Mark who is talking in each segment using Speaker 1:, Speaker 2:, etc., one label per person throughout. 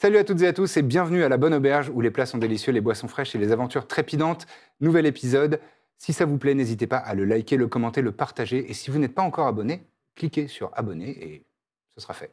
Speaker 1: Salut à toutes et à tous et bienvenue à la Bonne Auberge où les plats sont délicieux, les boissons fraîches et les aventures trépidantes. Nouvel épisode. Si ça vous plaît, n'hésitez pas à le liker, le commenter, le partager. Et si vous n'êtes pas encore abonné, cliquez sur abonner et ce sera fait.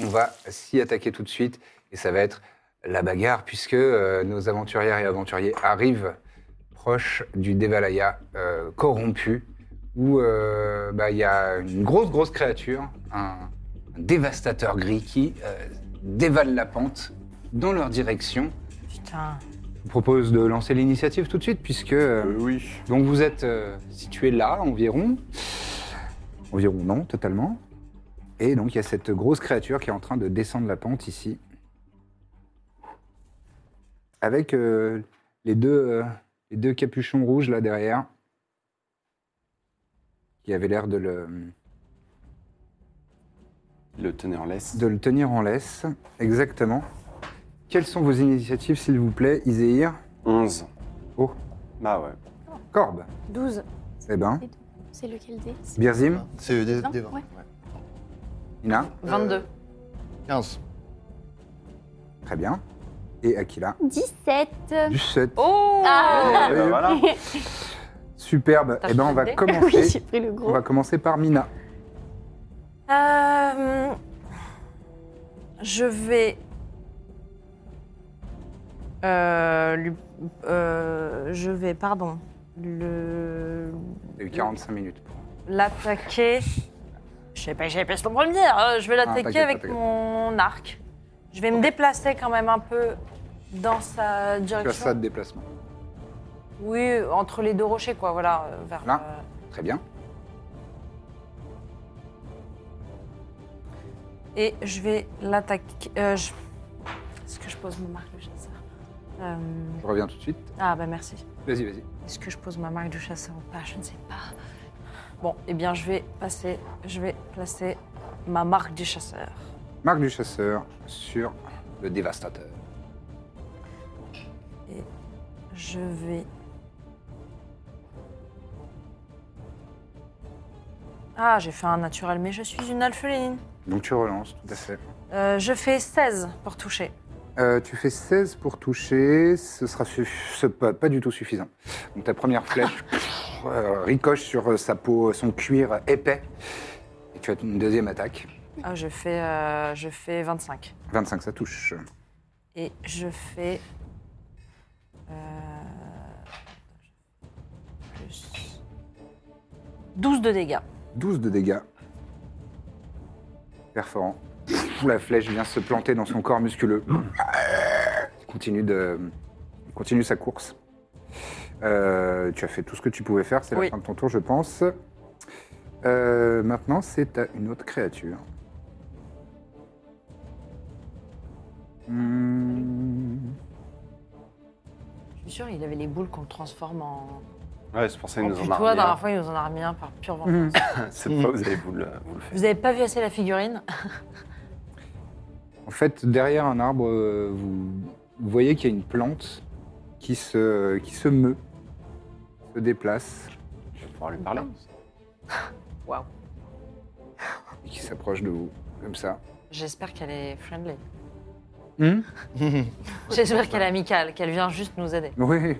Speaker 1: On va s'y attaquer tout de suite et ça va être la bagarre puisque euh, nos aventurières et aventuriers arrivent proche du Devalaya euh, corrompu où euh, bah, il y a une grosse grosse créature, un, un dévastateur gris qui euh, dévale la pente dans leur direction.
Speaker 2: Putain.
Speaker 1: Je vous propose de lancer l'initiative tout de suite puisque euh,
Speaker 3: oui.
Speaker 1: donc vous êtes euh, situé là environ, environ non totalement. Et donc il y a cette grosse créature qui est en train de descendre la pente ici, avec euh, les deux euh, les deux capuchons rouges là derrière, qui avaient l'air de le
Speaker 3: Le teneur laisse.
Speaker 1: de le tenir en laisse. Exactement. Quelles sont vos initiatives s'il vous plaît, Iséir,
Speaker 3: 11.
Speaker 1: Oh.
Speaker 3: Bah ouais.
Speaker 1: Corbe,
Speaker 2: 12.
Speaker 1: eh ben,
Speaker 4: C'est lequel des
Speaker 1: Birzim,
Speaker 5: C'est des,
Speaker 4: Non,
Speaker 5: des Euh, 20.
Speaker 4: ouais.
Speaker 1: Ina.
Speaker 2: 22.
Speaker 5: 15.
Speaker 1: Très bien. Et Akila.
Speaker 4: 17.
Speaker 1: 17.
Speaker 2: Oh
Speaker 4: Ah.
Speaker 3: Eh ben voilà.
Speaker 1: Superbe.
Speaker 2: T'as
Speaker 1: Eh ben, on va
Speaker 2: changé de dé
Speaker 4: Oui,
Speaker 1: commencer.
Speaker 4: j'ai pris le
Speaker 1: on
Speaker 4: gros.
Speaker 1: va commencer par Mina.
Speaker 2: Euh, Je vais. Euh, lui- euh, je vais, pardon, le
Speaker 1: T'as eu 45 minutes pour.
Speaker 2: l'attaquer. Je sais pas, j'ai pas son premier. euh, je vais l'attaquer
Speaker 1: Ah, t'inquiète,
Speaker 2: avec
Speaker 1: t'inquiète.
Speaker 2: mon arc. Je vais me déplacer quand même un peu dans sa
Speaker 1: Tu as
Speaker 2: direction.
Speaker 1: ça de déplacement.
Speaker 2: Oui, entre les deux rochers, quoi. Voilà, euh, vers.
Speaker 1: Là
Speaker 2: euh,
Speaker 1: Très bien.
Speaker 2: Et je vais l'attaquer. euh, je- Est-ce que je pose ma marque de chasseur Euh,
Speaker 1: Je reviens tout de suite.
Speaker 2: Ah bah merci.
Speaker 1: Vas-y, vas-y.
Speaker 2: Est-ce que je pose ma marque de chasseur ou pas Je ne sais pas. Bon, eh bien je vais passer, je vais placer ma marque du chasseur.
Speaker 1: Marc du chasseur sur le dévastateur.
Speaker 2: Je vais. Ah, j'ai fait un naturel, mais je suis une alpheline.
Speaker 1: Donc tu relances, tout à fait.
Speaker 2: Euh, je fais 16 pour toucher.
Speaker 1: Euh, tu fais 16 pour toucher, ce sera suff- ce- pas, pas du tout suffisant. Donc ta première flèche pff, euh, ricoche sur euh, sa peau, son cuir épais. Et tu as une deuxième attaque.
Speaker 2: Ah, je fais, euh, je fais 25.
Speaker 1: 25, ça touche.
Speaker 2: Et je fais. euh, plus 12 de dégâts.
Speaker 1: 12 de dégâts. Perforant. Pff, La flèche vient se planter dans son corps musculeux. Il continue, de, il continue sa course. Euh, tu as fait tout ce que tu pouvais faire, c'est la
Speaker 2: Oui.
Speaker 1: fin de ton tour, je pense. Euh, maintenant, c'est à une autre créature. Hmm.
Speaker 2: Je suis sûre, il avait les boules qu'on le transforme en.
Speaker 3: Ouais, c'est pour ça
Speaker 2: en
Speaker 3: qu'ils nous en
Speaker 2: putois. la dernière
Speaker 3: marre.
Speaker 2: fois, il nous en a remis un par pure vengeance.
Speaker 1: Mhm.
Speaker 3: C'est pas vous allez vous le, vous le faire.
Speaker 2: Vous avez pas vu assez la figurine
Speaker 1: En fait, derrière un arbre, euh, vous voyez qu'il y a une plante qui se, qui se meut, se déplace,
Speaker 3: Je vais pouvoir lui parler.
Speaker 2: Waouh.
Speaker 1: et qui s'approche de vous. comme ça.
Speaker 6: J'espère qu'elle est friendly.
Speaker 1: Hmm
Speaker 6: J'espère qu'elle est amicale, qu'elle vient juste nous aider.
Speaker 1: oui.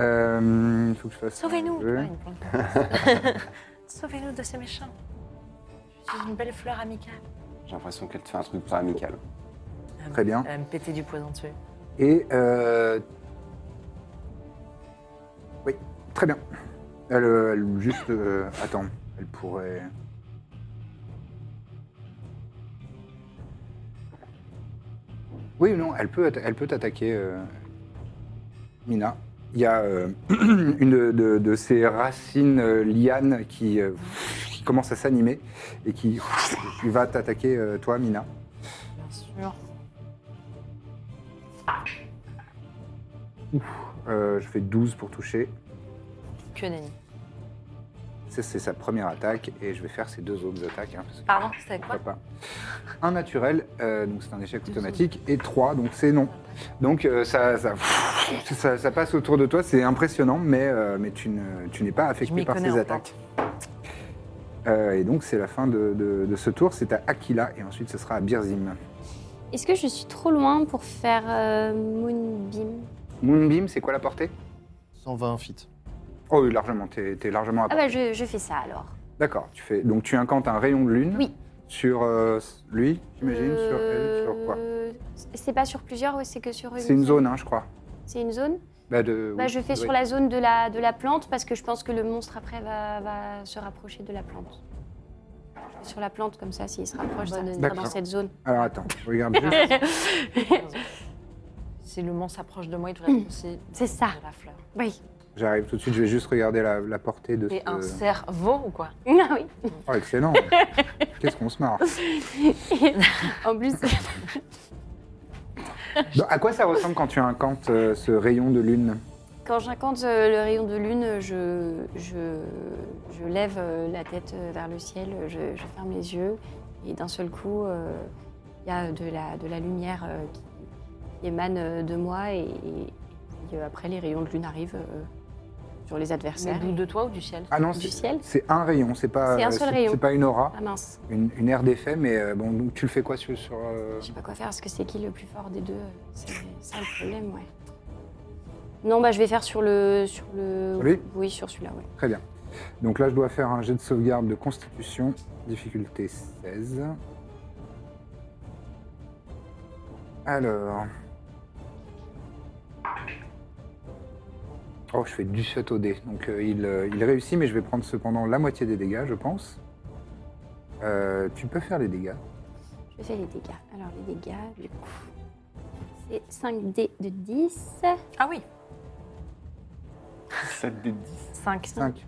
Speaker 1: Euh, Il faut que je fasse. un
Speaker 6: Sauvez-nous
Speaker 1: jeu.
Speaker 6: Ah, une plante. Sauvez-nous de ces méchants. Je suis une belle fleur amicale.
Speaker 3: J'ai l'impression qu'elle te fait un truc pas amical.
Speaker 1: Très bien.
Speaker 6: Elle va me péter du poison dessus.
Speaker 1: Et. euh, Oui, très bien. Elle, euh, elle juste. euh, Attends, elle pourrait. Oui ou non, elle peut, atta- elle peut t'attaquer, euh, Mina. Il y a euh, une de, de- de ces racines euh, lianes qui, euh, qui commence à s'animer et qui, qui va t'attaquer, euh, toi, Mina.
Speaker 6: Bien sûr.
Speaker 1: Euh, je fais 12 pour toucher.
Speaker 6: Que nenni.
Speaker 1: Ça, c'est sa première attaque et je vais faire ses deux autres attaques. hein, parce que
Speaker 6: Pardon, c'était quoi
Speaker 1: pourquoi pas. Un naturel, euh, donc c'est un échec automatique, et trois, donc c'est non. Donc euh, ça, ça, ça- ça passe autour de toi, c'est impressionnant, mais, euh, mais tu ne- tu n'es pas
Speaker 6: Je
Speaker 1: affecté
Speaker 6: m'y
Speaker 1: par
Speaker 6: connais
Speaker 1: ces
Speaker 6: en
Speaker 1: attaques. Euh, et donc c'est la fin de, de- de ce tour, c'est à Aquila et ensuite ce sera à Birzim.
Speaker 4: Est-ce que je suis trop loin pour faire euh, Moonbeam
Speaker 1: Moonbeam, c'est quoi la portée
Speaker 5: 120 feet.
Speaker 1: Oh oui, largement, t'es t'es largement à
Speaker 4: Ah
Speaker 1: portée.
Speaker 4: bah je, je fais ça alors.
Speaker 1: D'accord, tu fais, donc tu incantes un rayon de lune
Speaker 4: Oui.
Speaker 1: sur euh, lui, j'imagine, sur elle, sur quoi
Speaker 4: Euh, C'est pas sur plusieurs, ouais, c'est que sur une.
Speaker 1: C'est une
Speaker 4: seule.
Speaker 1: zone, hein, je crois.
Speaker 4: C'est une zone
Speaker 1: Bah, de,
Speaker 4: Bah,
Speaker 1: oui,
Speaker 4: je fais
Speaker 1: oui.
Speaker 4: sur la zone de la, de la plante parce que je pense que le monstre après va, va se rapprocher de la plante. Je fais Sur la plante, comme ça, s'il se rapproche, ça
Speaker 6: Bonne
Speaker 4: sera
Speaker 6: idée.
Speaker 4: dans
Speaker 1: D'accord.
Speaker 4: cette zone.
Speaker 1: Alors attends, je regarde juste.
Speaker 6: Si le monstre s'approche de moi, il devrait être aussi.
Speaker 4: C'est ça.
Speaker 6: de la fleur.
Speaker 4: Oui.
Speaker 1: J'arrive tout de suite, je vais juste regarder la, la portée de
Speaker 6: Et un
Speaker 1: ce...
Speaker 6: cerveau ou quoi
Speaker 4: Ah oui.
Speaker 1: Oh, excellent Qu'est-ce qu'on se marre
Speaker 4: En plus,
Speaker 1: Donc, À quoi ça ressemble quand tu incantes euh, ce rayon de lune
Speaker 4: quand j'incante euh, le rayon de lune, je, je, je lève euh, la tête euh, vers le ciel, je, je ferme les yeux et d'un seul coup, euh, il y a de la, de la lumière euh, qui, qui émane euh, de moi et, et puis, euh, après les rayons de lune arrivent euh, sur les
Speaker 6: Mais
Speaker 4: adversaires.
Speaker 6: d'où de toi ou du ciel
Speaker 1: Ah non,
Speaker 4: Du
Speaker 1: c'est
Speaker 4: ciel
Speaker 1: c'est un rayon, c'est pas,
Speaker 4: C'est un
Speaker 1: euh,
Speaker 4: seul rayon.
Speaker 1: c'est pas une aura,
Speaker 4: Ah mince,
Speaker 1: une, une aire d'effet, mais euh, bon, donc tu le fais quoi sur... sur, euh,
Speaker 4: je sais pas quoi faire, parce que c'est qui le plus fort des deux C'est ça le problème, ouais. Non, bah je vais faire sur le... Sur le...
Speaker 1: Celui
Speaker 4: Oui, sur celui-là, ouais.
Speaker 1: Très bien. Donc là, je dois faire un jet de sauvegarde de constitution, difficulté 16. Alors... Oh, je fais du shot au dé. Donc euh, il, euh, il réussit, mais je vais prendre cependant la moitié des dégâts, je pense. Euh, tu peux faire les dégâts.
Speaker 4: Je fais les dégâts. Alors les dégâts, du coup, c'est 5D de 10.
Speaker 6: Ah oui
Speaker 3: 7 des 10.
Speaker 6: 5.
Speaker 1: 5.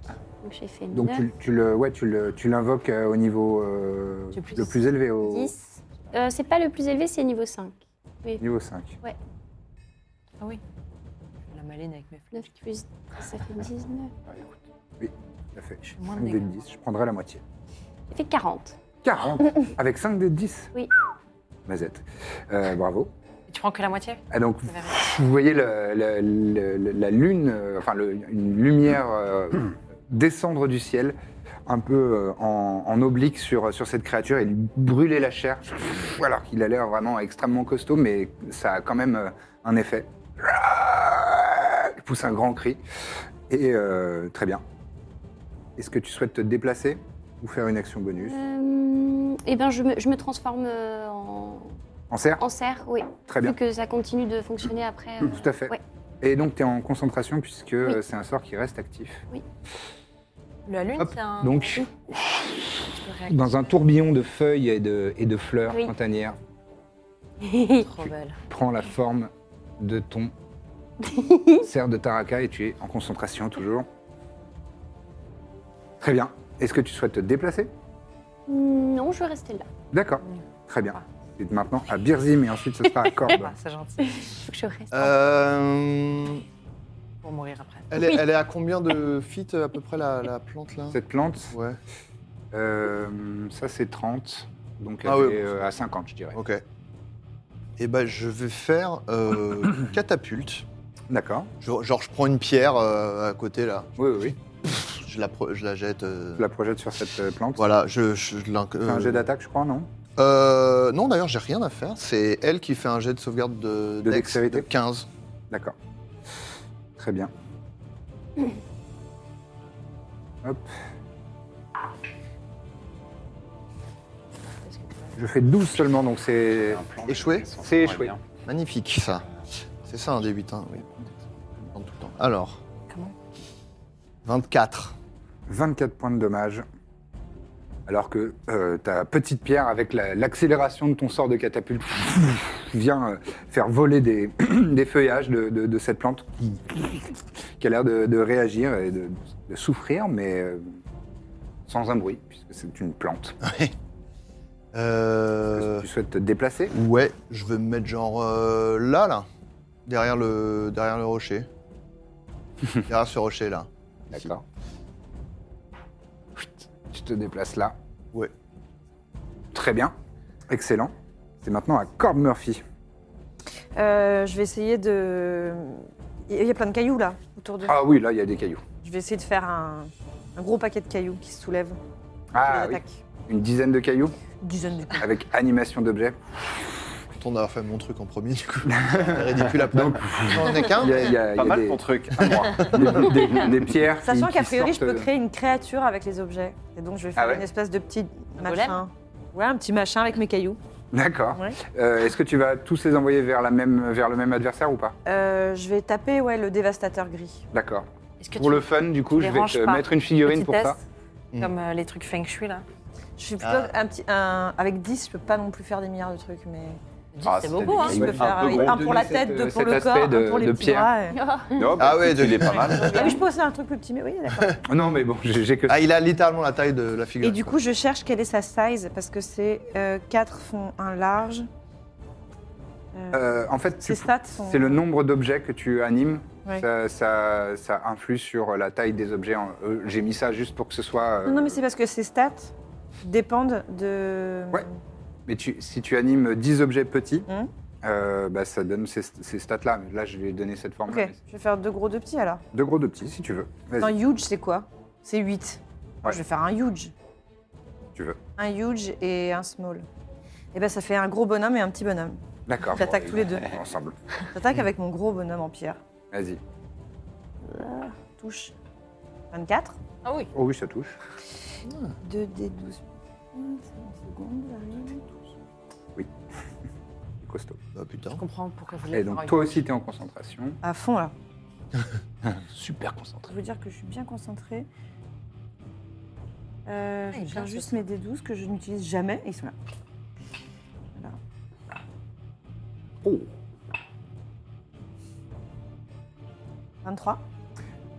Speaker 4: Donc j'ai fait
Speaker 1: Donc
Speaker 4: 9,
Speaker 1: tu, tu le, ouais, tu le- tu l'invoques euh, au niveau euh,
Speaker 6: Du plus
Speaker 1: le plus élevé, au
Speaker 4: 10. Euh, c'est pas le plus élevé, c'est niveau 5.
Speaker 1: niveau 5.
Speaker 6: Ah oui. La maline avec mes fleurs.
Speaker 4: 9 plus 10, ça fait 19.
Speaker 1: Tout à fait.
Speaker 6: Je fais moins de
Speaker 1: 5 dés de
Speaker 6: dégâts.
Speaker 1: 10, je prendrai la moitié.
Speaker 4: J'ai fait 40.
Speaker 1: 40 Avec 5 dés de 10
Speaker 4: Oui.
Speaker 1: Mazette. Euh, bravo.
Speaker 6: Et Tu prends que la moitié
Speaker 1: Ah, donc,
Speaker 6: verra.
Speaker 1: vous voyez le- le- le- le- la lune, euh, enfin le- une lumière euh, descendre du ciel, un peu euh, en, en oblique sur, sur cette créature et lui brûler la chair, alors qu'il a l'air vraiment extrêmement costaud, mais ça a quand même euh, un effet. Il pousse un grand cri. Et euh, très bien. Est-ce que tu souhaites te déplacer ou faire une action bonus
Speaker 4: Euh, eh bien, je me, je me transforme euh, en,
Speaker 1: En serre
Speaker 4: en cerf, oui.
Speaker 1: Très bien.
Speaker 4: Vu que ça continue de fonctionner après. euh,
Speaker 1: Tout à fait.
Speaker 4: Ouais.
Speaker 1: Et donc, tu es en concentration puisque euh, c'est un sort qui reste actif.
Speaker 6: La lune,
Speaker 1: Hop.
Speaker 6: c'est
Speaker 4: Ah,
Speaker 6: un.
Speaker 1: Donc,
Speaker 6: tu peux réactiver.
Speaker 1: dans un tourbillon de feuilles et de, et de fleurs
Speaker 4: Oui.
Speaker 1: printanières,
Speaker 6: Trop belle.
Speaker 1: prends la forme de ton cerf de Taraka et tu es en concentration toujours. Très bien. Est-ce que tu souhaites te déplacer
Speaker 4: euh, non, je vais rester là.
Speaker 1: D'accord.
Speaker 6: Oui.
Speaker 1: Très bien. C'est maintenant à Birzim et ensuite ce sera à Corbe.
Speaker 6: Ah, c'est gentil.
Speaker 4: Faut que je reste.
Speaker 5: Euh,
Speaker 6: Pour mourir après.
Speaker 5: elle, est, elle est à combien de feet euh, à peu près la, la plante là
Speaker 1: Cette plante,
Speaker 5: Ouais,
Speaker 1: euh, ça c'est 30, donc elle
Speaker 5: Ah oui.
Speaker 1: est euh, à 50 je dirais.
Speaker 5: ok. Et ben je vais faire euh, catapulte.
Speaker 1: D'accord.
Speaker 5: Je- Genre je prends une pierre euh, à côté là.
Speaker 1: Oui, oui, oui.
Speaker 5: Je je la, pro- je la jette. euh,
Speaker 1: Tu la projettes sur cette euh, plante.
Speaker 5: Voilà, je, je, je l'inc-
Speaker 1: Fais un
Speaker 5: euh,
Speaker 1: jet d'attaque, je crois, non
Speaker 5: euh, non, d'ailleurs, j'ai rien à faire. C'est elle qui fait un jet de sauvegarde de,
Speaker 1: De
Speaker 5: dex
Speaker 1: dextérité.
Speaker 5: de 15.
Speaker 1: D'accord. Très bien. Hop. Je fais 12 seulement, donc c'est.
Speaker 3: Un plan,
Speaker 5: Échoué
Speaker 3: mais ça,
Speaker 1: C'est
Speaker 3: ça
Speaker 1: échoué.
Speaker 3: pourrait bien.
Speaker 5: Magnifique, ça. C'est ça un D8, hein, oui. Tout le temps. Alors.
Speaker 6: Comment
Speaker 5: 24.
Speaker 1: 24 points de dommage. Alors que euh, ta petite pierre, avec la- l'accélération de ton sort de catapulte, vient euh, faire voler des, des feuillages de, de- de cette plante qui, qui a l'air de, de réagir et de, de souffrir, mais euh, sans un bruit, puisque c'est une plante.
Speaker 5: Euh,
Speaker 1: Tu souhaites te déplacer
Speaker 5: Ouais, je vais me mettre genre euh, là, là. Derrière le, derrière le rocher. derrière ce rocher, là.
Speaker 1: D'accord. Tu te déplaces là.
Speaker 5: Ouais.
Speaker 1: Très bien. Excellent. C'est maintenant à Corb Murphy.
Speaker 7: Euh, je vais essayer de. Il y a plein de cailloux là autour de.
Speaker 1: Ah oui, là, il y a des cailloux.
Speaker 7: Je vais essayer de faire un, un gros paquet de cailloux qui se soulèvent.
Speaker 1: Ah
Speaker 7: qui les
Speaker 1: oui.
Speaker 7: attaquent.
Speaker 1: Une dizaine de cailloux
Speaker 7: Une dizaine de coups.
Speaker 1: avec animation d'objets.
Speaker 5: Content d'avoir fait mon truc en premier, du coup. C'est ridicule après. J'en ai qu'un.
Speaker 1: Il y a, il y a- il y
Speaker 3: Pas
Speaker 1: a
Speaker 3: mal
Speaker 1: des,
Speaker 3: ton truc, à moi.
Speaker 1: des- des- des pierres. qui-
Speaker 7: Sachant
Speaker 1: qui
Speaker 7: qu'a priori, je
Speaker 1: sortent,
Speaker 7: peux créer une créature avec les objets. Et donc, je vais faire
Speaker 1: Ah ouais
Speaker 7: une espèce de petit
Speaker 6: Un golem
Speaker 7: machin. Ouais, un petit machin avec mes cailloux.
Speaker 1: D'accord.
Speaker 7: Ouais.
Speaker 1: Euh, Est-ce que tu vas tous les envoyer vers, la même, vers le même adversaire ou pas
Speaker 7: Euh, je vais taper ouais, le dévastateur gris.
Speaker 1: D'accord.
Speaker 6: Est-ce que
Speaker 1: Pour
Speaker 6: tu
Speaker 1: le fun, du coup,
Speaker 6: tu
Speaker 1: je
Speaker 6: les
Speaker 1: vais
Speaker 6: ranges
Speaker 1: te
Speaker 6: pas
Speaker 1: mettre une figurine
Speaker 6: petit
Speaker 1: pour
Speaker 6: test,
Speaker 1: ça. Mm. Ah,
Speaker 5: Hmm.
Speaker 6: Comme euh, les trucs feng shui là.
Speaker 7: Je suis plutôt un petit. Un... Avec 10, je peux pas non plus faire des milliards de trucs, mais.
Speaker 3: Ah,
Speaker 6: c'est
Speaker 3: c'est
Speaker 6: beaucoup, hein
Speaker 7: Je
Speaker 3: Ouais,
Speaker 7: peux
Speaker 3: un
Speaker 7: faire
Speaker 3: peu
Speaker 7: oui,
Speaker 3: gros.
Speaker 7: un pour la tête,
Speaker 1: Cet- euh,
Speaker 7: deux pour
Speaker 1: cet
Speaker 7: le
Speaker 1: aspect
Speaker 7: corps,
Speaker 1: de-
Speaker 7: un pour les
Speaker 1: de
Speaker 7: petits
Speaker 1: pierre.
Speaker 7: bras, et-
Speaker 3: Non,
Speaker 5: Ah
Speaker 3: bah,
Speaker 5: ouais,
Speaker 3: écoute,
Speaker 5: de-
Speaker 3: il est pas mal.
Speaker 7: Ah oui, je peux aussi faire un truc plus petit, mais oui, d'accord.
Speaker 1: Non, mais bon, j'ai j'ai que ça.
Speaker 5: Ah, il a littéralement la taille de la figure.
Speaker 7: Et du coup, je cherche quelle est sa size, parce que c'est 4 font un large. Euh,
Speaker 1: Euh, en fait, tu
Speaker 7: ses stats sont.
Speaker 1: C'est le nombre d'objets que tu animes.
Speaker 7: Ouais.
Speaker 1: Ça, ça- ça influe sur la taille des objets. en- euh, J'ai mis ça juste pour que ce soit. euh,
Speaker 7: Non, non, mais c'est parce que ses stats dépendent de.
Speaker 1: Ouais. mais tu- si tu animes 10 objets petits,
Speaker 7: Mhm.
Speaker 1: euh, bah, ça donne ces, ces stats-là. Là, je vais donner cette forme.
Speaker 7: Ok, je vais faire deux gros, deux petits alors.
Speaker 1: De gros, de petits, si tu veux. Vas-y,
Speaker 7: Non, huge, c'est quoi C'est 8.
Speaker 1: Ouais.
Speaker 7: Je vais faire un huge.
Speaker 1: si tu veux.
Speaker 7: Un huge et un small. Et ben ça fait un gros bonhomme et un petit bonhomme.
Speaker 1: D'accord.
Speaker 7: J'attaque
Speaker 1: Bon,
Speaker 7: tous les deux.
Speaker 1: Ensemble.
Speaker 7: J'attaque avec mon gros bonhomme en pierre.
Speaker 1: Vas-y.
Speaker 7: Touche. 24.
Speaker 6: Ah oui.
Speaker 1: Oh oui, ça touche.
Speaker 7: 2 d 12.
Speaker 1: C'est Costaud.
Speaker 5: Ah putain.
Speaker 6: Je comprends pourquoi vous voulez
Speaker 1: Et
Speaker 6: faire
Speaker 1: donc,
Speaker 6: un-
Speaker 1: toi aussi, tu es en concentration.
Speaker 7: À fond là.
Speaker 5: Super concentré.
Speaker 7: Je veux dire que je suis bien concentrée. Euh,
Speaker 6: Ah, il
Speaker 7: je
Speaker 6: est bien,
Speaker 7: garde juste
Speaker 6: ce
Speaker 7: mes D12 que je n'utilise jamais et ils sont là.
Speaker 1: Oh
Speaker 7: 23.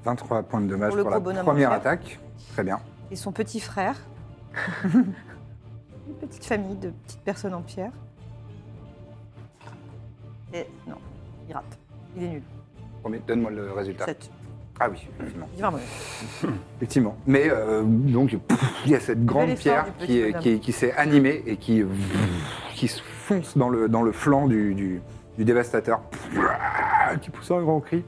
Speaker 1: 23 points de dommage pour,
Speaker 7: Pour le
Speaker 1: la
Speaker 7: gros bonhomme en
Speaker 1: première
Speaker 7: fer.
Speaker 1: attaque. Très bien.
Speaker 7: Et son petit frère. Une petite famille de petites personnes en pierre. Et non, il rate. Il est nul.
Speaker 1: Premier- Donne-moi le résultat.
Speaker 7: 7.
Speaker 1: Ah oui, effectivement.
Speaker 7: Il est vraiment nul.
Speaker 1: Effectivement. Mais euh, donc, pouf, il y a cette grande
Speaker 7: l'effort
Speaker 1: pierre
Speaker 7: du petit
Speaker 1: qui, est-
Speaker 7: bonhomme.
Speaker 1: qui, qui s'est animée et qui, qui se fonce dans le, dans le flanc du, du, du dévastateur, qui pousse un grand cri.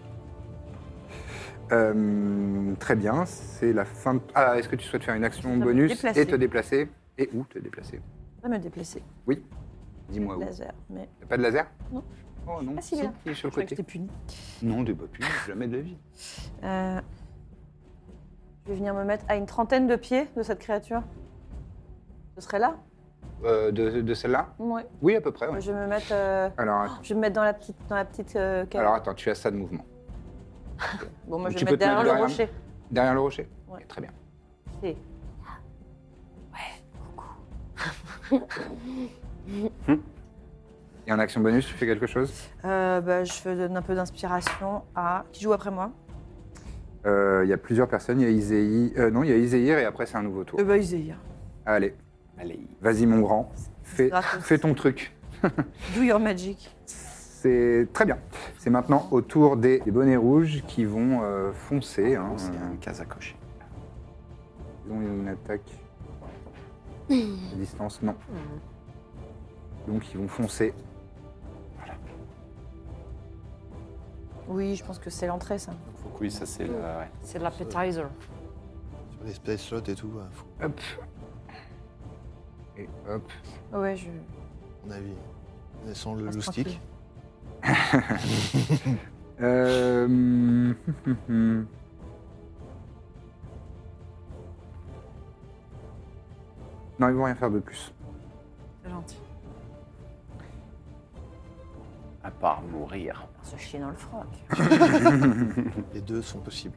Speaker 1: Euh, très bien, c'est la fin. de- Ah, est-ce que tu souhaites faire une action
Speaker 7: me
Speaker 1: bonus
Speaker 7: déplacer.
Speaker 1: et te déplacer Et où te déplacer
Speaker 7: Je vais me déplacer.
Speaker 1: Dis-moi où.
Speaker 7: Laser. Mais
Speaker 1: T'as pas de laser
Speaker 7: Non.
Speaker 1: Oh non,
Speaker 7: Ah, si, il est là.
Speaker 1: il est sur
Speaker 7: je
Speaker 1: le
Speaker 7: crois que
Speaker 1: côté.
Speaker 7: j'étais punie.
Speaker 1: Non, des bapus, jamais de la vie.
Speaker 7: Euh, je vais venir me mettre à une trentaine de pieds de cette créature. Ce serait là
Speaker 1: Euh, de de celle-là
Speaker 7: Ouais.
Speaker 1: Oui, à peu près. ouais.
Speaker 7: Je vais me mettre. euh,
Speaker 1: Alors, att-
Speaker 7: Je vais me mettre dans la petite, dans la petite euh, cage.
Speaker 1: alors attends, tu as ça de mouvement.
Speaker 7: bon, moi, je vais
Speaker 1: tu
Speaker 7: me
Speaker 1: peux te
Speaker 7: mettre
Speaker 1: mettre
Speaker 7: derrière le
Speaker 1: derrière.
Speaker 7: rocher.
Speaker 1: Derrière le rocher
Speaker 7: Ouais.
Speaker 1: Très bien.
Speaker 7: C'est-
Speaker 1: Et en action bonus, tu fais quelque chose
Speaker 7: Euh, bah, je fais donne un peu d'inspiration à. Qui joue après moi
Speaker 1: Euh, Il y a plusieurs personnes. Il y a Iséir. non, il y a Iséir et après, c'est un nouveau tour.
Speaker 7: Eh ben, Iséir.
Speaker 1: Allez,
Speaker 3: Allez.
Speaker 1: vas-y, mon grand. Fais,
Speaker 7: Gratos.
Speaker 1: fais ton truc.
Speaker 7: Do your magic.
Speaker 1: C'est très bien. C'est maintenant au tour des, des bonnets rouges qui vont euh, foncer. hein.
Speaker 3: C'est un case à cocher.
Speaker 1: Ils ont une attaque à distance, non. Donc, ils vont foncer.
Speaker 7: Oui, je pense que c'est l'entrée, ça.
Speaker 3: Oui, ça c'est le. ouais.
Speaker 6: C'est de l'appetizer.
Speaker 5: Les space slots et tout, à
Speaker 1: Hop. Et hop.
Speaker 7: Ouais, je.
Speaker 5: mon avis. Mais Sans le
Speaker 7: Reste
Speaker 5: loustic.
Speaker 7: tranquille.
Speaker 1: Euh, hum, hum, hum. Non, ils vont rien faire de plus.
Speaker 6: C'est gentil.
Speaker 3: À part mourir.
Speaker 7: On Ah, se chier dans le froc.
Speaker 5: Les deux sont possibles.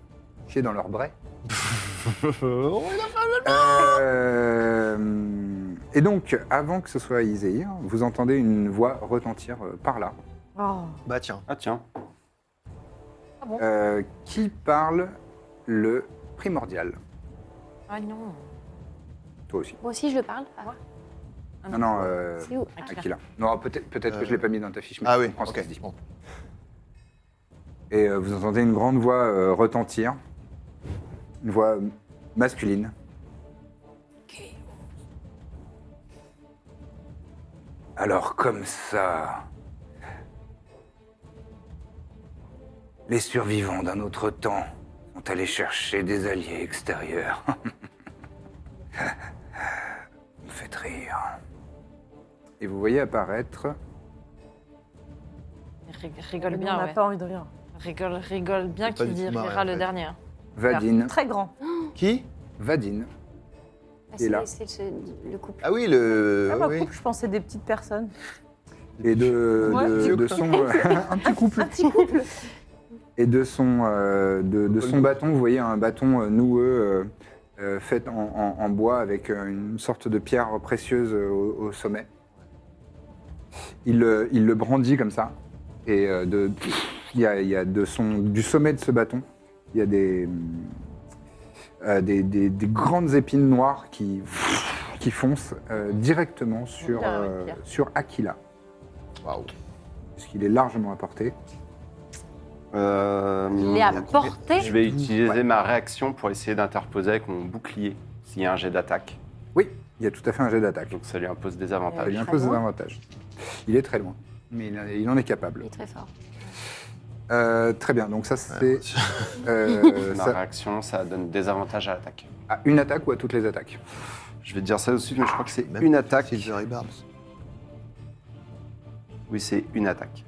Speaker 1: C'est dans leur bret.
Speaker 5: Oh, il a fait un jeu de-
Speaker 1: Euh, et donc, avant que ce soit Iséir, vous entendez une voix retentir euh, par là,
Speaker 7: Oh.
Speaker 5: Bah tiens,
Speaker 3: Ah tiens,
Speaker 1: euh, qui parle le primordial.
Speaker 6: Ah non.
Speaker 1: Toi aussi.
Speaker 4: Moi aussi, je le parle. Ah,
Speaker 6: Ah
Speaker 1: Non, non, euh,
Speaker 4: c'est où Ah,
Speaker 1: Aquila. Non, peut-être peut que je l'ai
Speaker 5: Euh,
Speaker 1: pas mis dans ta fiche, mais
Speaker 5: ah
Speaker 1: tu
Speaker 5: oui,
Speaker 1: comprends ce
Speaker 5: ok,
Speaker 1: que je dis.
Speaker 5: bon.
Speaker 1: Et euh, vous entendez une grande voix euh, retentir, une voix euh, masculine. Alors comme ça, les survivants d'un autre temps sont allés chercher des alliés extérieurs. Vous me faites rire. Et vous voyez apparaître
Speaker 6: Rig-
Speaker 7: Nous,
Speaker 6: Rigole
Speaker 7: on
Speaker 6: bien,
Speaker 7: n'a
Speaker 6: ouais.
Speaker 7: pas envie de rire.
Speaker 6: Rigole, rigole bien
Speaker 5: C'est pas
Speaker 6: qui
Speaker 5: du tout
Speaker 6: virera
Speaker 5: marrant, en
Speaker 6: le
Speaker 5: fait.
Speaker 6: dernier. hein.
Speaker 1: Vadine.
Speaker 7: Très grand.
Speaker 5: Qui
Speaker 1: Vadine.
Speaker 4: c'est-
Speaker 1: là.
Speaker 4: C'est ce- le couple.
Speaker 5: Ah oui, le.
Speaker 7: Même en
Speaker 5: oui, oui.
Speaker 7: couple, je pensais des petites personnes.
Speaker 1: et de,
Speaker 7: Ouais.
Speaker 1: de, de son euh, un petit couple et de son euh, de, de son bâton vous voyez un bâton euh, noueux euh, euh, fait en, en- en bois avec euh, une sorte de pierre précieuse euh, au, au sommet il, euh, il le brandit comme ça et euh, de il y a, il y a de son du sommet de ce bâton il y a des hum, euh, des, des- des grandes épines noires qui qui foncent euh, directement sur
Speaker 7: Derrière une
Speaker 1: euh,
Speaker 7: pierre.
Speaker 1: sur Aquila
Speaker 5: Waouh.
Speaker 1: puisqu'il est largement à portée.
Speaker 3: Euh,
Speaker 6: Il est à portée.
Speaker 3: je vais utiliser ma réaction pour essayer d'interposer avec mon bouclier s'il y a un jet d'attaque.
Speaker 1: Oui, il y a tout à fait un jet d'attaque.
Speaker 3: Donc ça lui impose des
Speaker 1: Ça lui
Speaker 3: avantages.
Speaker 7: Ah, très
Speaker 1: impose des
Speaker 7: loin.
Speaker 1: avantages. Il est très loin, mais il, il en est capable.
Speaker 4: Il est très fort.
Speaker 1: Euh, très bien, donc ça c'est
Speaker 3: Euh,
Speaker 1: euh,
Speaker 3: ma
Speaker 1: ça-
Speaker 3: réaction, ça donne des avantages à l'attaque.
Speaker 1: à une attaque ou à toutes les attaques.
Speaker 3: Je vais te dire ça tout de suite, mais je crois que c'est
Speaker 5: Même
Speaker 3: une attaque.
Speaker 5: Silvery Barbs.
Speaker 3: Oui, c'est une attaque.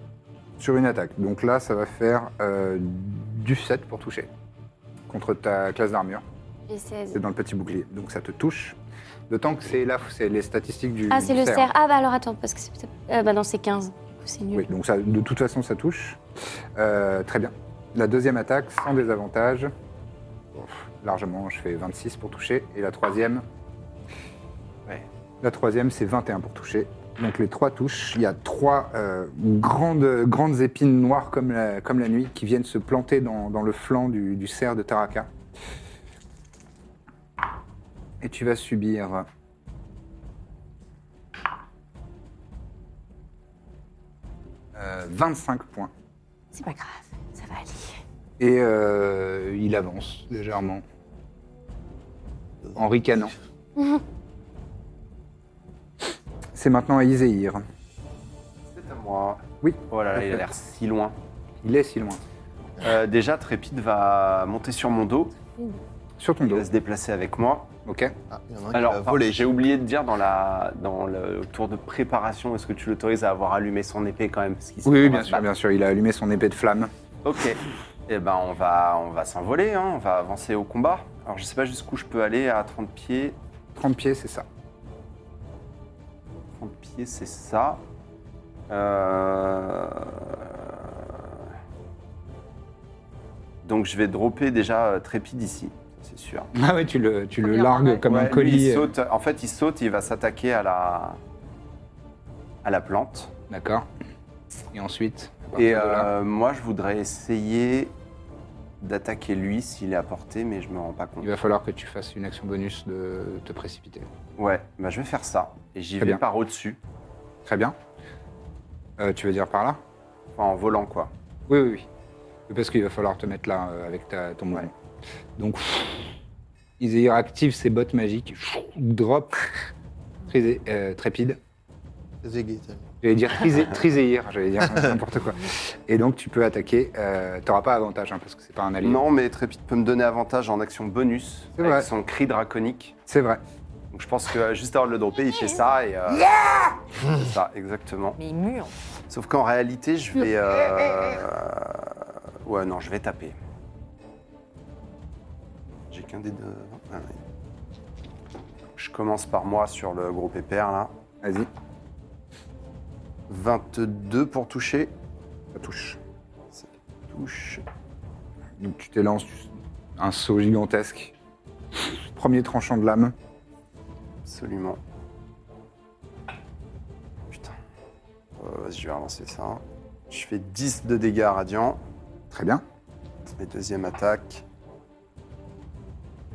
Speaker 1: Sur une attaque, donc là ça va faire euh, du 7 pour toucher contre ta classe d'armure.
Speaker 4: J'ai 16.
Speaker 1: C'est dans le petit bouclier, donc ça te touche. D'autant que c'est là, c'est les statistiques du.
Speaker 4: Ah, c'est
Speaker 1: du
Speaker 4: le
Speaker 1: cerf.
Speaker 4: cerf. Ah, bah alors attends, parce que c'est. Euh, bah non, c'est 15. Du coup, c'est nul.
Speaker 1: Oui, donc ça, de toute façon ça touche. Euh, très bien. La deuxième attaque sans désavantage. Ouf, largement, je fais 26 pour toucher. Et la troisième,
Speaker 3: Ouais.
Speaker 1: La troisième, c'est 21 pour toucher. Donc les trois touches, il y a trois euh, grandes, grandes épines noires comme la, comme la nuit qui viennent se planter dans, dans le flanc du, du cerf de Taraka. Et tu vas subir... euh, 25 points.
Speaker 4: C'est pas grave, ça va aller.
Speaker 1: Et euh, il avance légèrement. En ricanant. C'est maintenant à Iséir.
Speaker 3: C'est à moi.
Speaker 1: Oui.
Speaker 3: Oh là là,
Speaker 1: Parfait.
Speaker 3: il a l'air si loin.
Speaker 1: Il est si loin.
Speaker 3: Euh, déjà, Trépide va monter sur mon dos.
Speaker 1: Sur ton
Speaker 3: Il
Speaker 1: dos.
Speaker 3: va se déplacer avec moi.
Speaker 1: Ok.
Speaker 5: Ah, il y en a
Speaker 3: Alors,
Speaker 5: un qui
Speaker 3: pardon,
Speaker 5: va voler.
Speaker 3: j'ai oublié de dire dans, la, dans le tour de préparation, est-ce que tu l'autorises à avoir allumé son épée quand même parce qu'il sait
Speaker 1: Oui,
Speaker 3: qu'on
Speaker 1: oui, bien
Speaker 3: va se
Speaker 1: sûr,
Speaker 3: battre.
Speaker 1: bien sûr. Il a allumé son épée de flamme.
Speaker 3: Ok. Eh ben, on va, on va s'envoler, hein, on va avancer au combat. Alors, je sais pas jusqu'où je peux aller à 30 pieds.
Speaker 1: 30 pieds, c'est ça.
Speaker 3: 30 pieds, c'est ça. Euh, Donc, je vais dropper déjà euh, Trépide ici, c'est sûr.
Speaker 1: Ah ouais, tu le, tu le
Speaker 7: Première
Speaker 1: largues
Speaker 7: arnaque.
Speaker 1: comme
Speaker 3: Ouais,
Speaker 1: un
Speaker 3: lui,
Speaker 1: colis.
Speaker 3: il
Speaker 1: euh,
Speaker 3: saute, en fait, il saute, il va s'attaquer à la... à la plante.
Speaker 1: D'accord. Et ensuite, à partir
Speaker 3: Et
Speaker 1: de là,
Speaker 3: euh, moi, je voudrais essayer d'attaquer lui s'il est à portée, mais je me rends pas compte.
Speaker 1: il va falloir que tu fasses une action bonus de te précipiter.
Speaker 3: Ouais, bah, je vais faire ça. Et j'y
Speaker 1: Très
Speaker 3: vais
Speaker 1: bien.
Speaker 3: par au-dessus,
Speaker 1: Très bien. Euh, tu veux dire par là
Speaker 3: Enfin, en volant, quoi.
Speaker 1: Oui, oui, oui. Oui, Parce qu'il va falloir te mettre là euh, avec ta, ton mouvement. Donc, Iséir active ses bottes magiques, drop, trisé- euh, trépide,
Speaker 5: Très aiguë, t'as dit.
Speaker 1: J'allais dire trisé- triséir, j'allais dire n'importe quoi. Et donc tu peux attaquer. Euh, T'auras pas avantage hein, parce que c'est pas un allié.
Speaker 3: Non, mais Trépide peut me donner avantage en action bonus
Speaker 1: C'est
Speaker 3: avec
Speaker 1: vrai.
Speaker 3: son cri draconique.
Speaker 1: C'est vrai.
Speaker 3: Donc je pense que euh, juste avant de le dropper, il fait ça et. euh, c'est ça, exactement.
Speaker 6: Mais il mue. hein.
Speaker 3: Sauf qu'en réalité, je vais. euh, Ouais, non, je vais taper. J'ai qu'un des deux. Ah, ouais. Je commence par moi sur le gros pépère là.
Speaker 1: Vas-y,
Speaker 3: 22 pour toucher.
Speaker 1: ça touche.
Speaker 3: Ça touche.
Speaker 1: Donc tu t'élances, tu- un saut gigantesque. Premier tranchant de lame.
Speaker 3: Absolument. Putain. Euh, vas-y, je vais relancer ça. Je fais 10 de dégâts radiants.
Speaker 1: Très bien.
Speaker 3: Et deuxième attaque.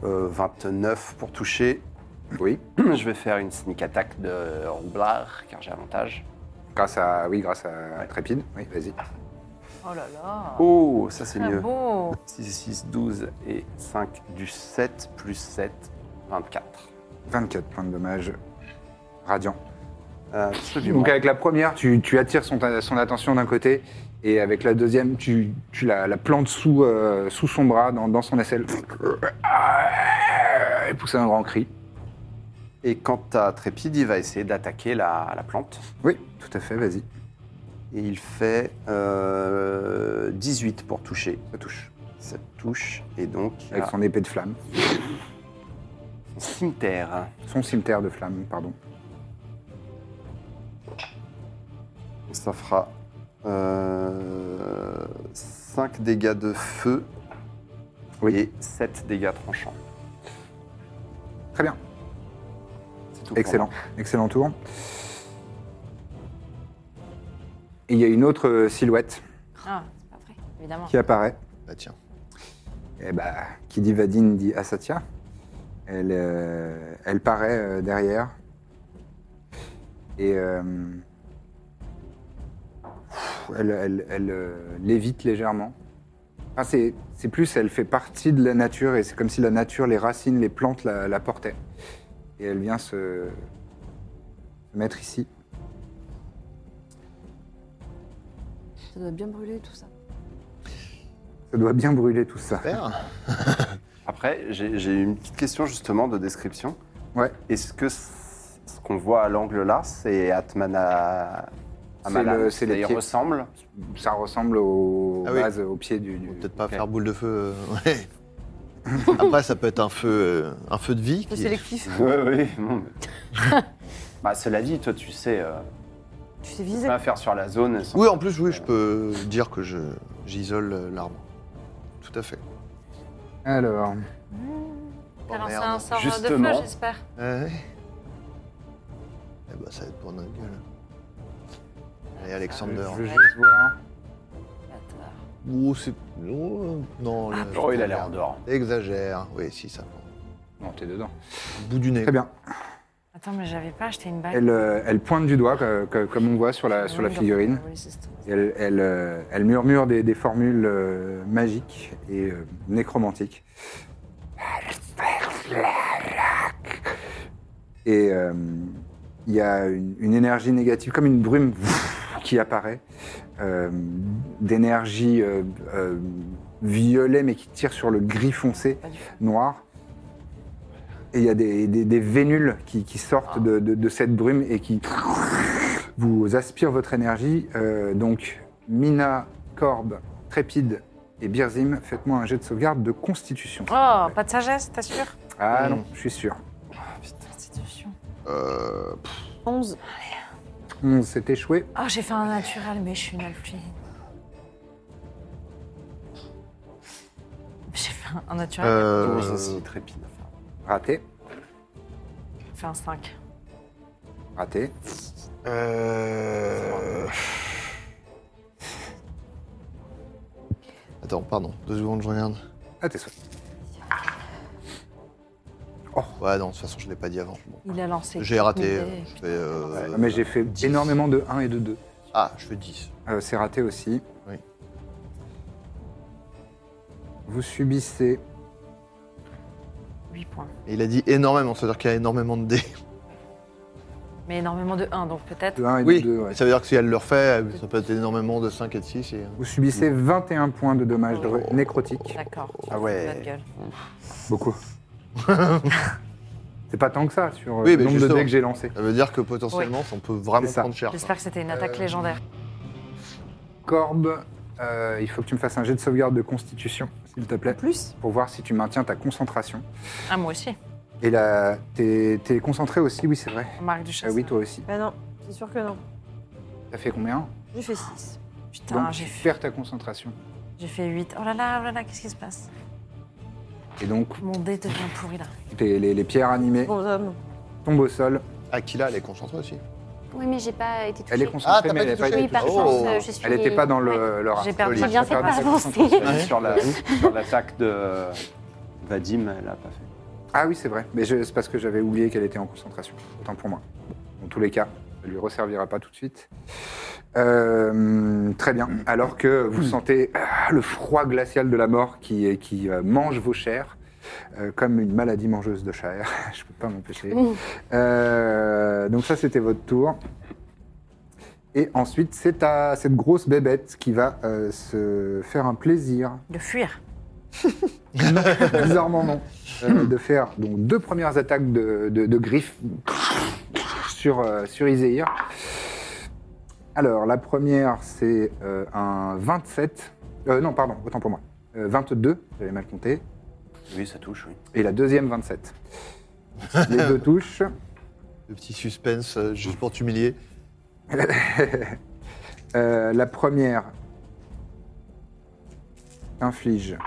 Speaker 3: Euh, 29 pour toucher.
Speaker 1: Oui.
Speaker 3: Je vais faire une sneak attack de Roublard, car j'ai avantage.
Speaker 1: Grâce à, oui, grâce à Trépide. Oui, vas-y.
Speaker 6: Oh là là.
Speaker 3: Oh, ça c'est
Speaker 2: Ah
Speaker 6: Très
Speaker 3: mieux.
Speaker 6: beau.
Speaker 3: 6, 6, 12 et 5 du 7 plus 7, 24.
Speaker 1: 24 points de dommage. Radiant.
Speaker 3: Euh, Absolument.
Speaker 1: Donc avec la première, tu, tu attires son, son attention d'un côté, et avec la deuxième, tu, tu la, la plantes sous, euh, sous son bras, dans, dans son aisselle. Et pousse un grand cri.
Speaker 3: Et quant à Trépide, il va essayer d'attaquer la, la plante.
Speaker 1: Oui, tout à fait, vas-y.
Speaker 3: Et il fait euh, 18 pour toucher. Ça touche. Ça touche. Et donc, il
Speaker 1: Avec
Speaker 3: a
Speaker 1: son épée de flamme.
Speaker 3: son cimetière.
Speaker 1: Son cimetière de flamme, pardon.
Speaker 3: Ça fera 5 dégâts de feu
Speaker 1: Oui.
Speaker 3: et 7 dégâts tranchants.
Speaker 1: Très bien.
Speaker 3: C'est tout. pour
Speaker 1: Excellent,
Speaker 3: moi.
Speaker 1: excellent tour. Et il y a une autre euh, silhouette
Speaker 6: Ah,
Speaker 4: C'est pas vrai.
Speaker 6: évidemment.
Speaker 1: qui apparaît.
Speaker 5: Bah tiens.
Speaker 1: Eh bah, qui dit Vadine dit Asatia. Elle, euh, elle paraît euh, derrière. Et euh, pff, elle, elle- elle, euh, lévite légèrement. Enfin, c'est, c'est plus, elle fait partie de la nature et c'est comme si la nature, les racines, les plantes la, la portaient. Et elle vient se, se mettre ici.
Speaker 4: Ça doit bien brûler tout ça.
Speaker 1: Ça doit bien brûler tout ça.
Speaker 5: Super.
Speaker 3: Après, j'ai j'ai une petite question justement de description.
Speaker 1: Ouais.
Speaker 3: Est-ce que c- ce qu'on voit à l'angle là, c'est Atmana
Speaker 1: C'est le- c'est les
Speaker 3: Il
Speaker 1: pieds.
Speaker 3: ressemble
Speaker 1: Ça ressemble au,
Speaker 5: Ah oui.
Speaker 1: vase, au pied du. du-
Speaker 5: Peut-être pas
Speaker 3: Ok.
Speaker 5: faire boule de feu. euh, ouais. Après, ça peut être un feu, euh, un feu de vie.
Speaker 7: C'est
Speaker 5: Qui...
Speaker 7: sélectif.
Speaker 3: Oui, oui. bah, cela dit, toi, tu sais, euh,
Speaker 7: Tu sais
Speaker 3: tu
Speaker 7: viser.
Speaker 3: peux rien faire sur la zone. sans-
Speaker 5: Oui, en plus, oui, je peux dire que je j'isole euh, l'arbre. Tout à fait.
Speaker 1: Alors.
Speaker 4: T'as
Speaker 5: Oh,
Speaker 4: lancé
Speaker 5: merde.
Speaker 4: un sort
Speaker 3: Justement.
Speaker 4: de feu, j'espère.
Speaker 5: Ouais. Eh ben, ça va être pour notre gueule. Allez, Alexander.
Speaker 3: Ah,
Speaker 1: Je veux juste voir.
Speaker 6: Bâtard.
Speaker 5: Ouh, c'est. Oh, non, le-
Speaker 3: Oh, il a l'air en dehors.
Speaker 5: Exagère. Oui, si, ça.
Speaker 1: Non, t'es dedans.
Speaker 5: Au bout du nez.
Speaker 1: Très bien.
Speaker 6: Attends, mais j'avais pas acheté une bague. Ah,
Speaker 1: Elle, euh, elle pointe du doigt, euh, que- comme on voit sur
Speaker 2: Ah
Speaker 1: la, sur la figurine. Et Elle, elle, euh, elle murmure des, des formules euh, magiques et euh, nécromantiques. Et euh, il y a une, une énergie négative, comme une brume qui apparaît, euh, d'énergie euh, euh, violet, mais qui tire sur le gris foncé,
Speaker 6: Pas du feu.
Speaker 1: noir. Et il y a des, des- des vénules qui, qui sortent
Speaker 6: Ah.
Speaker 1: de, de- de cette brume et qui vous aspirent votre énergie. Euh, donc, Mina, Corbe, Trépide et Birzim, faites-moi un jet de sauvegarde de constitution.
Speaker 6: Oh, pas de sagesse, t'as sûr
Speaker 1: Ah
Speaker 5: Mm.
Speaker 1: non, je suis sûr.
Speaker 6: Constitution.
Speaker 5: Euh,
Speaker 7: 11.
Speaker 1: 11, c'est échoué.
Speaker 6: Oh, j'ai fait un naturel, mais je suis une alpine. J'ai fait un- un
Speaker 2: Ah,
Speaker 6: naturel,
Speaker 5: euh,
Speaker 3: Je suis trépide.
Speaker 1: Raté,
Speaker 6: j'ai fait un 5.
Speaker 1: raté.
Speaker 5: euh, Attends, pardon. Deux secondes, je regarde.
Speaker 1: Ah, t'es souhaité.
Speaker 5: Ouais, non, de toute façon, je l'ai pas dit avant. Bon.
Speaker 6: Il a lancé.
Speaker 5: J'ai raté.
Speaker 6: une
Speaker 5: euh,
Speaker 6: idée.
Speaker 5: je fais, euh,
Speaker 1: Mais j'ai fait
Speaker 5: 10.
Speaker 1: énormément de 1 et de 2.
Speaker 5: Ah, je fais 10.
Speaker 1: Euh, c'est raté aussi.
Speaker 5: Oui.
Speaker 1: Vous subissez
Speaker 6: 8 points.
Speaker 5: Et il a dit énormément, c'est-à-dire qu'il y a énormément de dés.
Speaker 2: Mais énormément de 1, donc peut-être.
Speaker 1: De 1 et
Speaker 5: Oui,
Speaker 1: de 2, ouais.
Speaker 5: ça veut dire que si elle le refait, ça peut être énormément de 5 et de 6. Et... euh,
Speaker 1: Vous subissez
Speaker 5: Hmm.
Speaker 1: 21 points de dommages
Speaker 5: Oh.
Speaker 1: de- nécrotiques.
Speaker 2: D'accord.
Speaker 3: Ah ouais.
Speaker 2: Bonne gueule.
Speaker 1: Beaucoup. c'est pas tant que ça sur euh,
Speaker 5: Oui,
Speaker 1: le
Speaker 5: mais
Speaker 1: nombre de
Speaker 5: justement.
Speaker 1: dés que j'ai lancé.
Speaker 5: Ça veut dire que potentiellement, ça, on peut vraiment
Speaker 1: C'est ça.
Speaker 5: prendre cher.
Speaker 2: J'espère que c'était une attaque
Speaker 1: Euh,
Speaker 2: légendaire.
Speaker 1: Corbe, euh, il faut que tu me fasses un jet de sauvegarde de constitution, s'il te plaît,
Speaker 2: Plus
Speaker 1: pour voir si tu maintiens ta concentration.
Speaker 2: Ah, moi aussi.
Speaker 1: Et là, t'es t'es concentré aussi, oui, c'est vrai.
Speaker 2: Marc
Speaker 1: Ah
Speaker 2: Duchasseur.
Speaker 1: oui, toi aussi.
Speaker 7: Bah non, c'est sûr que non.
Speaker 1: T'as fait combien
Speaker 7: J'ai fait 6.
Speaker 2: Putain,
Speaker 1: Donc,
Speaker 2: j'ai fait,
Speaker 1: perds ta concentration.
Speaker 2: j'ai fait 8. Oh là là, oh là là, qu'est-ce qui se passe
Speaker 1: Et donc,
Speaker 2: Mon dé devient pourri là.
Speaker 1: les, les- les pierres animées
Speaker 7: Bon homme.
Speaker 1: tombent au sol.
Speaker 5: Aquila, elle est concentrée aussi.
Speaker 4: Oui, mais j'ai pas été touchée.
Speaker 1: Elle est
Speaker 5: Ah,
Speaker 1: concentrée,
Speaker 5: t'as
Speaker 1: mais
Speaker 5: pas
Speaker 1: elle
Speaker 5: été
Speaker 1: n'a pas été
Speaker 5: touchée
Speaker 4: Oui, par
Speaker 1: touchée.
Speaker 5: Oh.
Speaker 4: chance, euh, je suis.
Speaker 1: Elle n'était pas dans
Speaker 4: Ouais.
Speaker 1: le, le rat.
Speaker 2: J'ai perdu.
Speaker 5: joli.
Speaker 4: J'ai bien fait de pas
Speaker 1: Perdu sa
Speaker 4: avancer.
Speaker 1: concentration.
Speaker 5: Ouais.
Speaker 3: Sur la- sur l'attaque de Vadim, elle a pas fait.
Speaker 1: Ah oui, c'est vrai. Mais je- c'est parce que j'avais oublié qu'elle était en concentration. Autant pour moi. Bon, dans tous les cas, ça lui resservira pas tout de suite. Euh, très bien. Alors que vous sentez ah, le froid glacial de la mort qui, qui euh, mange vos chairs, euh, comme une maladie mangeuse de chair. je peux pas m'empêcher. Euh, donc ça, c'était votre tour. Et ensuite, c'est à cette grosse bébête qui va euh, se faire un plaisir
Speaker 2: De fuir.
Speaker 1: bizarrement non, Euh, de faire donc, deux premières attaques de, de- de griffes sur, euh, sur Izehir. Alors, la première, c'est euh, un 27. Euh, non, pardon, autant pour moi. Euh, 22, j'avais mal compté.
Speaker 3: Oui, ça touche, oui.
Speaker 1: Et la deuxième, 27. Les deux touches.
Speaker 5: Le petit suspense, euh, juste pour t'humilier.
Speaker 1: Euh, la première inflige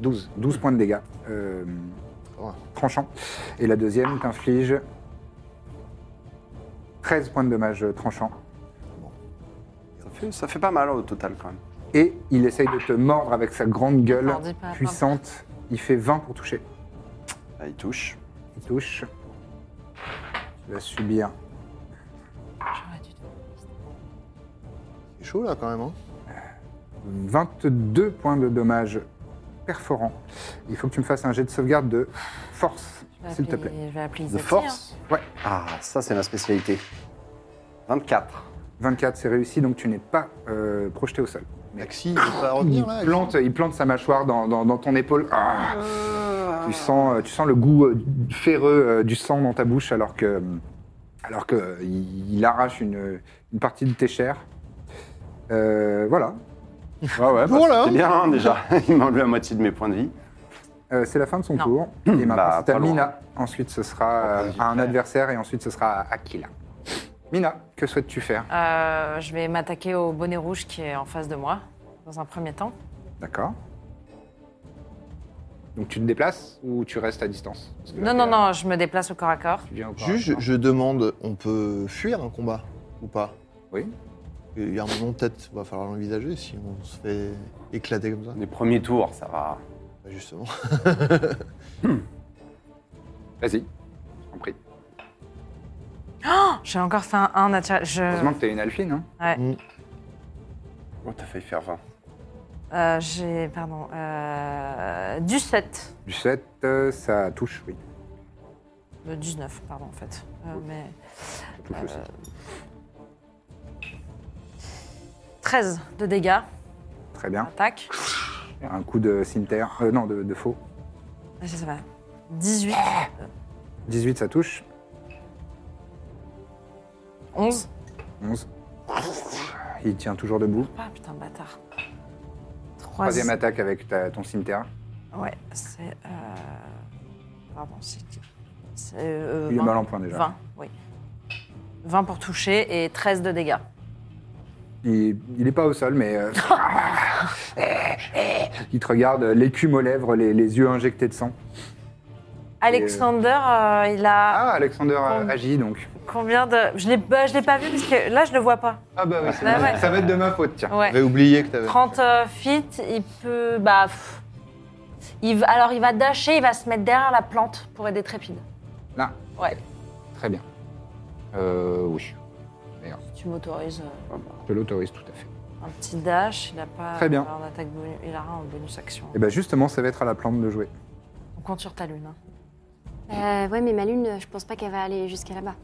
Speaker 1: 12, 12 points de dégâts euh,
Speaker 5: Ouais.
Speaker 1: tranchants. Et la deuxième t'inflige 13 points de dommages euh, tranchants.
Speaker 3: Ça fait, ça fait pas mal au total quand même.
Speaker 1: Et il essaye de te mordre avec sa grande gueule
Speaker 2: Attends, dis pas, attends.
Speaker 1: puissante. Il fait 20 pour toucher.
Speaker 3: Ah, il touche.
Speaker 1: Il touche. Tu vas subir.
Speaker 2: J'aurais dû te-
Speaker 5: C'est chaud là quand même. Hein.
Speaker 1: 22 points de dommages perforants. Il faut que tu me fasses un jet de sauvegarde de force,
Speaker 2: je vais
Speaker 1: s'il te
Speaker 2: appeler-
Speaker 1: plaît.
Speaker 2: Je vais appeler
Speaker 3: De
Speaker 2: Isati, hein.
Speaker 3: force
Speaker 1: Ouais.
Speaker 3: Ah, ça c'est ma spécialité. 24.
Speaker 1: 24, c'est réussi, donc tu n'es pas euh, projeté au sol.
Speaker 5: Maxi, il veut pas revenir là.
Speaker 1: Il plante, il plante sa mâchoire dans, dans- dans ton épaule. Ah tu, sens, euh, tu sens le goût euh, ferreux euh, du sang dans ta bouche alors que, alors que euh, il, il arrache une, une partie de tes chairs. Euh, voilà. Ouais, ouais, bah,
Speaker 5: Bon là
Speaker 3: C'est bien hein, déjà. Il m'a enlevé la moitié de mes points de vie.
Speaker 1: euh, c'est la fin de son
Speaker 2: Non.
Speaker 1: tour. Et maintenant,
Speaker 3: Bah,
Speaker 1: c'est à
Speaker 3: pas loin.
Speaker 1: Mina. Ensuite, ce sera euh, à un adversaire et ensuite, ce sera à Akila. Mina, que souhaites-tu faire
Speaker 2: Euh, je vais m'attaquer au bonnet rouge qui est en face de moi, dans un premier temps.
Speaker 1: D'accord. Donc, tu te déplaces ou tu restes à distance Parce que là,
Speaker 2: Non, non,
Speaker 1: t'es-
Speaker 2: non, je me déplace au corps à corps.
Speaker 1: tu viens au corps à
Speaker 5: Juge, je,
Speaker 1: corps.
Speaker 5: je demande, on peut fuir un combat ou pas
Speaker 1: Oui.
Speaker 5: Il y a un moment peut-être, va falloir l'envisager si on se fait éclater comme ça.
Speaker 3: Les premiers tours, ça va.
Speaker 5: Bah, justement.
Speaker 1: Vas-y, je t'en prie.
Speaker 2: Oh, J'ai encore fait un 1 naturel. Je...
Speaker 1: Heureusement que t'es une alphine, hein
Speaker 3: Oh, t'as failli faire 20.
Speaker 2: Euh, J'ai. Pardon. euh, du 7.
Speaker 1: Du 7, ça touche, oui.
Speaker 2: Le 19, pardon, en fait. Euh, mais.
Speaker 1: Ça touche aussi.
Speaker 2: 13 de dégâts.
Speaker 1: Très bien.
Speaker 2: Attaque.
Speaker 1: Un coup de cimetière. euh, non, de, de faux.
Speaker 2: Ah, ça, ça va. 18.
Speaker 1: 18, ça touche.
Speaker 2: 11.
Speaker 1: 11. Il tient toujours debout.
Speaker 2: Ah, putain, de bâtard. Trois-
Speaker 1: Troisième attaque avec ta- ton cimetière.
Speaker 2: Ouais, c'est. euh, Pardon, c'est. c'est, euh,
Speaker 1: Il est
Speaker 2: 20.
Speaker 1: mal en point déjà.
Speaker 2: 20, oui. 20 pour toucher et 13 de dégâts.
Speaker 1: Il, il est pas au sol, mais. euh, il te regarde, euh, l'écume aux lèvres, les, les yeux injectés de sang.
Speaker 2: Alexander, euh, il a
Speaker 1: Ah, Alexander euh,
Speaker 2: Bon.
Speaker 1: agit donc.
Speaker 2: combien de. Je l'ai bah, je l'ai pas vu parce que là, je le vois pas.
Speaker 1: Ah bah oui, c'est
Speaker 2: Bah
Speaker 1: vrai.
Speaker 2: ouais.
Speaker 1: Ça va être de ma faute, tiens.
Speaker 2: Ouais.
Speaker 5: J'avais oublié que t'avais.
Speaker 2: 30 euh, feet, il peut. Bah. pff. Il va- alors, il va dasher, il va se mettre derrière la plante pour aider Trépide.
Speaker 1: Là.
Speaker 2: Ouais.
Speaker 1: Très bien. Euh, oui,
Speaker 2: Tu m'autorises euh,
Speaker 1: je l'autorise tout à fait.
Speaker 2: un petit dash, il a pas.
Speaker 1: Très bien.
Speaker 2: alors, en attaque
Speaker 1: Eh
Speaker 2: bonus- il a un bonus action.
Speaker 1: ben, Et bien justement, ça va être à la plante de jouer.
Speaker 2: On compte sur ta lune. hein.
Speaker 4: Euh, ouais, mais ma lune, je pense pas qu'elle va aller jusqu'à là-bas.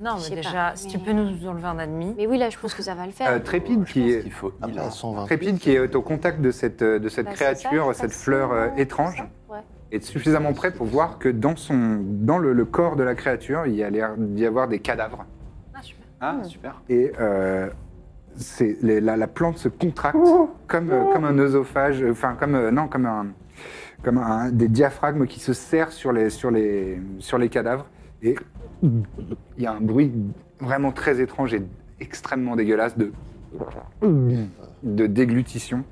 Speaker 6: Non, mais
Speaker 4: Je sais
Speaker 6: déjà,
Speaker 4: pas,
Speaker 6: si
Speaker 4: mais-
Speaker 6: tu peux nous enlever un ennemi.
Speaker 4: Mais oui, là, je pense que ça va le faire. Bah,
Speaker 1: Euh, Trépide, qui est,
Speaker 3: Il faut hein. il
Speaker 5: Après,
Speaker 3: a-
Speaker 5: à 120.
Speaker 1: Trépide qui est au contact de cette, euh, de cette
Speaker 4: Bah, c'est ça,
Speaker 1: créature,
Speaker 4: je
Speaker 1: cette
Speaker 4: pense
Speaker 1: fleur euh,
Speaker 4: que-
Speaker 1: étrange,
Speaker 4: Ouais.
Speaker 1: est suffisamment près pour voir que dans, son, dans le, le corps de la créature, il y a l'air d'y avoir des cadavres.
Speaker 3: Ah, super.
Speaker 1: Et euh, c'est- les- la, la plante se contracte comme, euh, comme un œsophage, euh, enfin, comme, euh, non, comme, un, comme un- des diaphragmes qui se serrent sur les, sur les, sur les cadavres. Et il y a un bruit vraiment très étrange et extrêmement dégueulasse de, de déglutition.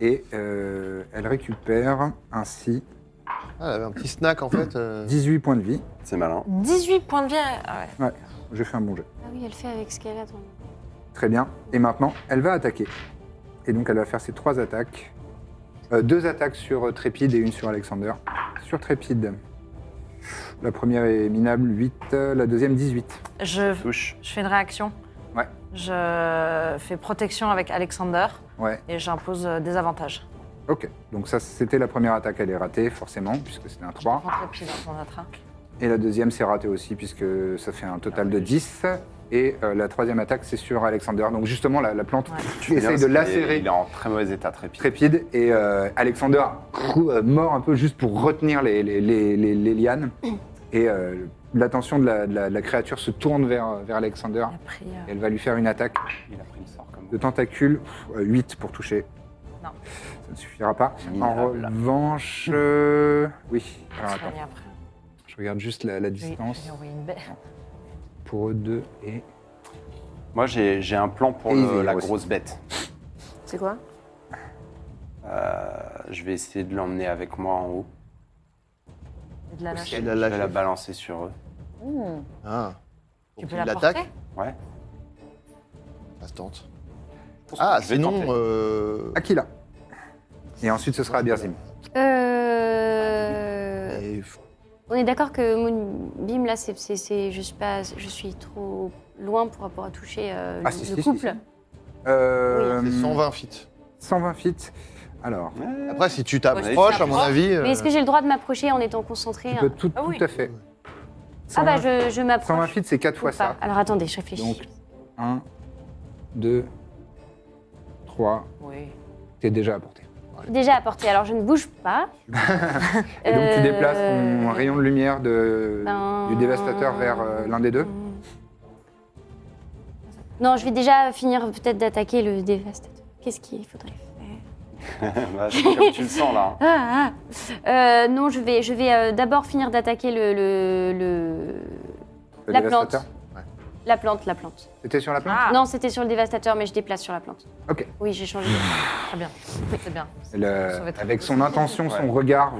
Speaker 1: Et euh, elle récupère ainsi
Speaker 5: Ah, elle avait un petit snack en fait. euh.
Speaker 1: 18 points de vie.
Speaker 3: C'est malin.
Speaker 6: 18 points de vie. Ah ouais.
Speaker 1: J'ai fait un bon jeu.
Speaker 4: Ah oui, elle fait avec ce qu'elle a. dans-
Speaker 1: Très bien. Et maintenant, elle va attaquer. Et donc, elle va faire ses trois attaques. Euh, deux attaques sur euh, Trépide et une sur Alexander. Sur Trépide. La première est minable, 8. euh, la deuxième, 18.
Speaker 6: Je,
Speaker 3: Touche.
Speaker 6: je fais une réaction.
Speaker 1: Ouais.
Speaker 6: Je fais protection avec Alexander
Speaker 1: Ouais,
Speaker 6: et j'impose euh, des avantages.
Speaker 1: ok. Donc ça, c'était la première attaque. Elle est ratée, forcément, puisque c'était un 3.
Speaker 6: Rentre pied dans ton attrain.
Speaker 1: Et la deuxième, c'est raté aussi, puisque ça fait un total de 10. Et euh, la troisième attaque, c'est sur Alexander. Donc justement, la, la plante
Speaker 6: Ouais.
Speaker 1: tu essaye de
Speaker 3: Parce qu'il est-
Speaker 1: lacérer
Speaker 3: Il est en très mauvais état, Trépide.
Speaker 1: Trépide et euh, Alexander crou- euh, mort un peu juste pour retenir les, les- les- les- les lianes. Et euh, l'attention de la, de la- de la créature se tourne vers, vers Alexander.
Speaker 6: Il a pris. euh,
Speaker 1: Elle va lui faire une attaque
Speaker 3: Il a pris le sort comme
Speaker 1: de tentacules, Pff, euh, 8 pour toucher.
Speaker 6: Non.
Speaker 1: Ça ne suffira pas. En
Speaker 3: Minable.
Speaker 1: revanche... euh, Oui. Alors attends,
Speaker 6: soigner après.
Speaker 1: je regarde juste la, la
Speaker 6: Je vais- Je vais lui
Speaker 1: distance
Speaker 6: envoyer une baie.
Speaker 1: pour eux deux et...
Speaker 3: Moi, j'ai j'ai un plan pour
Speaker 1: Et il
Speaker 3: le-
Speaker 1: vire
Speaker 3: la
Speaker 1: aussi.
Speaker 3: grosse bête.
Speaker 7: C'est quoi
Speaker 3: Euh, je vais essayer de l'emmener avec moi en haut.
Speaker 6: Et de la lâcher.
Speaker 5: Elle a
Speaker 3: Je vais la
Speaker 5: lâché.
Speaker 3: balancer sur eux.
Speaker 5: Ah.
Speaker 6: Tu
Speaker 5: Pour
Speaker 6: peux
Speaker 5: qu'il
Speaker 6: la
Speaker 5: l'attaque
Speaker 6: porter
Speaker 3: Ouais.
Speaker 5: Ça se tente. Ah,
Speaker 3: Je vais
Speaker 5: sinon.
Speaker 3: tenter.
Speaker 5: euh,
Speaker 1: Aquila. Et ensuite, ce sera à Birzim.
Speaker 4: Euh...
Speaker 5: et-
Speaker 4: On est d'accord que Moonbeam, là, c'est, c'est, c'est- je, suis pas, je suis trop loin pour pouvoir toucher euh,
Speaker 1: Ah,
Speaker 4: le,
Speaker 1: si,
Speaker 4: le
Speaker 1: si, si,
Speaker 4: couple.
Speaker 1: Euh,
Speaker 5: C'est 120 feet.
Speaker 1: 120 feet. Alors...
Speaker 5: Après, si tu
Speaker 3: Ouais,
Speaker 5: t'approches,
Speaker 3: si
Speaker 5: à mon
Speaker 3: t'approches.
Speaker 5: avis. euh,
Speaker 4: Mais est-ce que j'ai le droit de m'approcher en étant concentrée
Speaker 1: Tu
Speaker 4: hein
Speaker 1: peux tout,
Speaker 6: Ah oui.
Speaker 1: tout à fait.
Speaker 4: Ah
Speaker 1: 120
Speaker 4: bah, je, je m'approche.
Speaker 1: 120 feet, c'est 4
Speaker 4: ou
Speaker 1: fois
Speaker 4: pas.
Speaker 1: ça.
Speaker 4: Alors attendez, je réfléchis.
Speaker 1: Donc, 1, 2, 3.
Speaker 6: Oui.
Speaker 1: T'es déjà à portée.
Speaker 4: Déjà à portée, alors je ne bouge pas.
Speaker 1: Et donc, tu
Speaker 4: Euh,
Speaker 1: déplaces ton rayon de lumière de,
Speaker 4: ben- Hmm.
Speaker 1: du dévastateur vers euh, l'un des deux.
Speaker 4: Non, je vais déjà finir peut-être d'attaquer le dévastateur. Qu'est-ce qu'il faudrait faire
Speaker 3: Bah, c'est comme tu le sens là. hein.
Speaker 4: Ah, ah. Euh, non, je vais, je vais euh, d'abord finir d'attaquer le, le- le-
Speaker 1: Le
Speaker 4: la plante.
Speaker 1: dévastateur.
Speaker 4: La plante, la plante.
Speaker 1: C'était sur la plante
Speaker 6: Ah,
Speaker 4: Non, c'était sur le dévastateur, mais je déplace sur la plante.
Speaker 1: Ok.
Speaker 4: Oui, j'ai changé.
Speaker 6: très bien. C'est bien.
Speaker 1: Le-
Speaker 6: Ça va être-
Speaker 1: Avec son intention, son regard,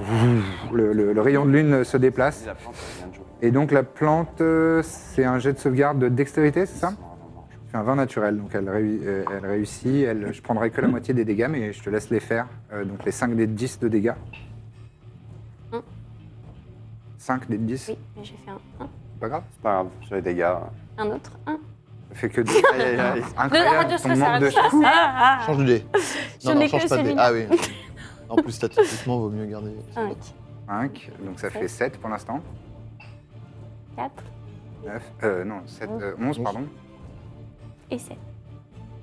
Speaker 1: le, le- le rayon de lune se déplace.
Speaker 3: La plante, elle vient de jouer.
Speaker 1: Et donc, la plante, euh, c'est un jet de sauvegarde de dextérité, c'est ça C'est un 20 naturel, donc elle, réu- euh, elle réussit. Elle, je prendrai que la moitié des dégâts, mais je te laisse les faire. Euh, donc les 5 des 10 de dégâts.
Speaker 4: Mm.
Speaker 1: 5 des 10,
Speaker 4: Oui, mais j'ai fait un, un,
Speaker 1: pas grave.
Speaker 3: C'est pas grave, j'ai les dégâts.
Speaker 4: un autre. Un.
Speaker 1: Ça fait que des...
Speaker 3: Aïe, aïe, aïe.
Speaker 1: Incroyable, ton manque de chance.
Speaker 5: Change de dé.
Speaker 4: J'en ai que
Speaker 5: change pas de dé.
Speaker 4: celui-là.
Speaker 5: Ah oui. En plus, statistiquement, vaut mieux garder.
Speaker 4: Un,
Speaker 1: 5, donc ça fait 7 pour l'instant.
Speaker 4: quatre
Speaker 1: 9, euh, non, 7, 11, pardon.
Speaker 4: et sept.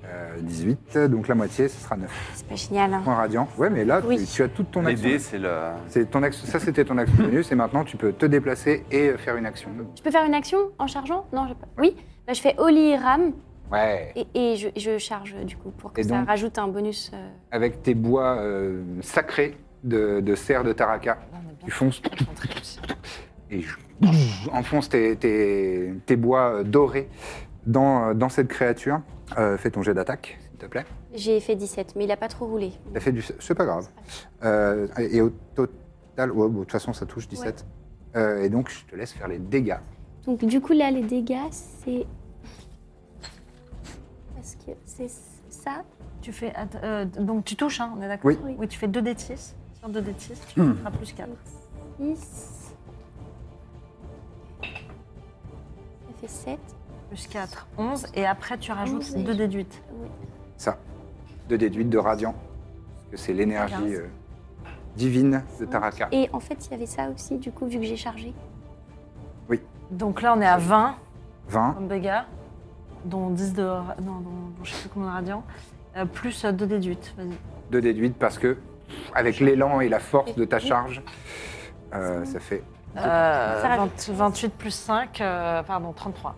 Speaker 1: Euh, 18, donc la moitié, ce sera 9.
Speaker 4: C'est pas génial. hein.
Speaker 1: Points radiants. Ouais, mais là, tu-
Speaker 4: Oui.
Speaker 1: tu, as toute ton
Speaker 3: Les
Speaker 1: action.
Speaker 3: dés, c'est le.
Speaker 1: C'est ton action- Ça, c'était ton action bonus, et maintenant, tu peux te déplacer et euh, faire une action.
Speaker 4: Je peux faire une action en chargeant Non, j'ai pas. Oui, bah, je fais Oli Ram
Speaker 1: Ouais.
Speaker 4: et, et je, je charge du coup pour que
Speaker 1: Et
Speaker 4: ça
Speaker 1: donc-
Speaker 4: rajoute un bonus. euh,
Speaker 1: avec tes bois euh, sacrés de, de serre de Taraka.
Speaker 6: Là, on est bien
Speaker 1: Tu fonces
Speaker 6: concentrés aussi.
Speaker 1: et je- enfonce tes, tes- tes bois euh, dorés dans, euh, dans cette créature. Euh, fais ton jet d'attaque, s'il te plaît.
Speaker 4: J'ai fait 17, mais il a pas trop roulé.
Speaker 1: T'as fait du... C'est pas grave. Euh, et et au total... ouais, bon, de toute façon, ça touche 17. Euh, et donc, je te laisse faire les dégâts.
Speaker 4: Donc du coup là les dégâts c'est parce que c'est ça.
Speaker 6: Tu fais. att- euh, donc tu touches, hein, on est d'accord
Speaker 1: Oui. Hmm.
Speaker 6: Oui, tu fais 2d6. Sur 2d6, tu feras plus 4.
Speaker 4: 6. Ça fait 7.
Speaker 6: Plus 4, 11. Et après, tu rajoutes
Speaker 4: Onze.
Speaker 6: 2 déduites.
Speaker 1: Ça. De déduite de radiant. Parce que c'est l'énergie
Speaker 6: Quinze.
Speaker 1: euh, divine de Taraka.
Speaker 4: Et en fait, il y avait ça aussi, du coup, vu que j'ai chargé.
Speaker 6: Donc là, on est à 20
Speaker 1: 20.
Speaker 6: comme dégâts, dont 10 de. ra- Non, dont, dont je sais plus combien de radiant. Euh, plus 2 déduites, vas-y.
Speaker 1: de déduite parce que avec l'élan et la force de ta charge, euh, ça fait
Speaker 6: Euh,
Speaker 4: Ça
Speaker 6: 20 28 plus 5, euh, pardon, 33.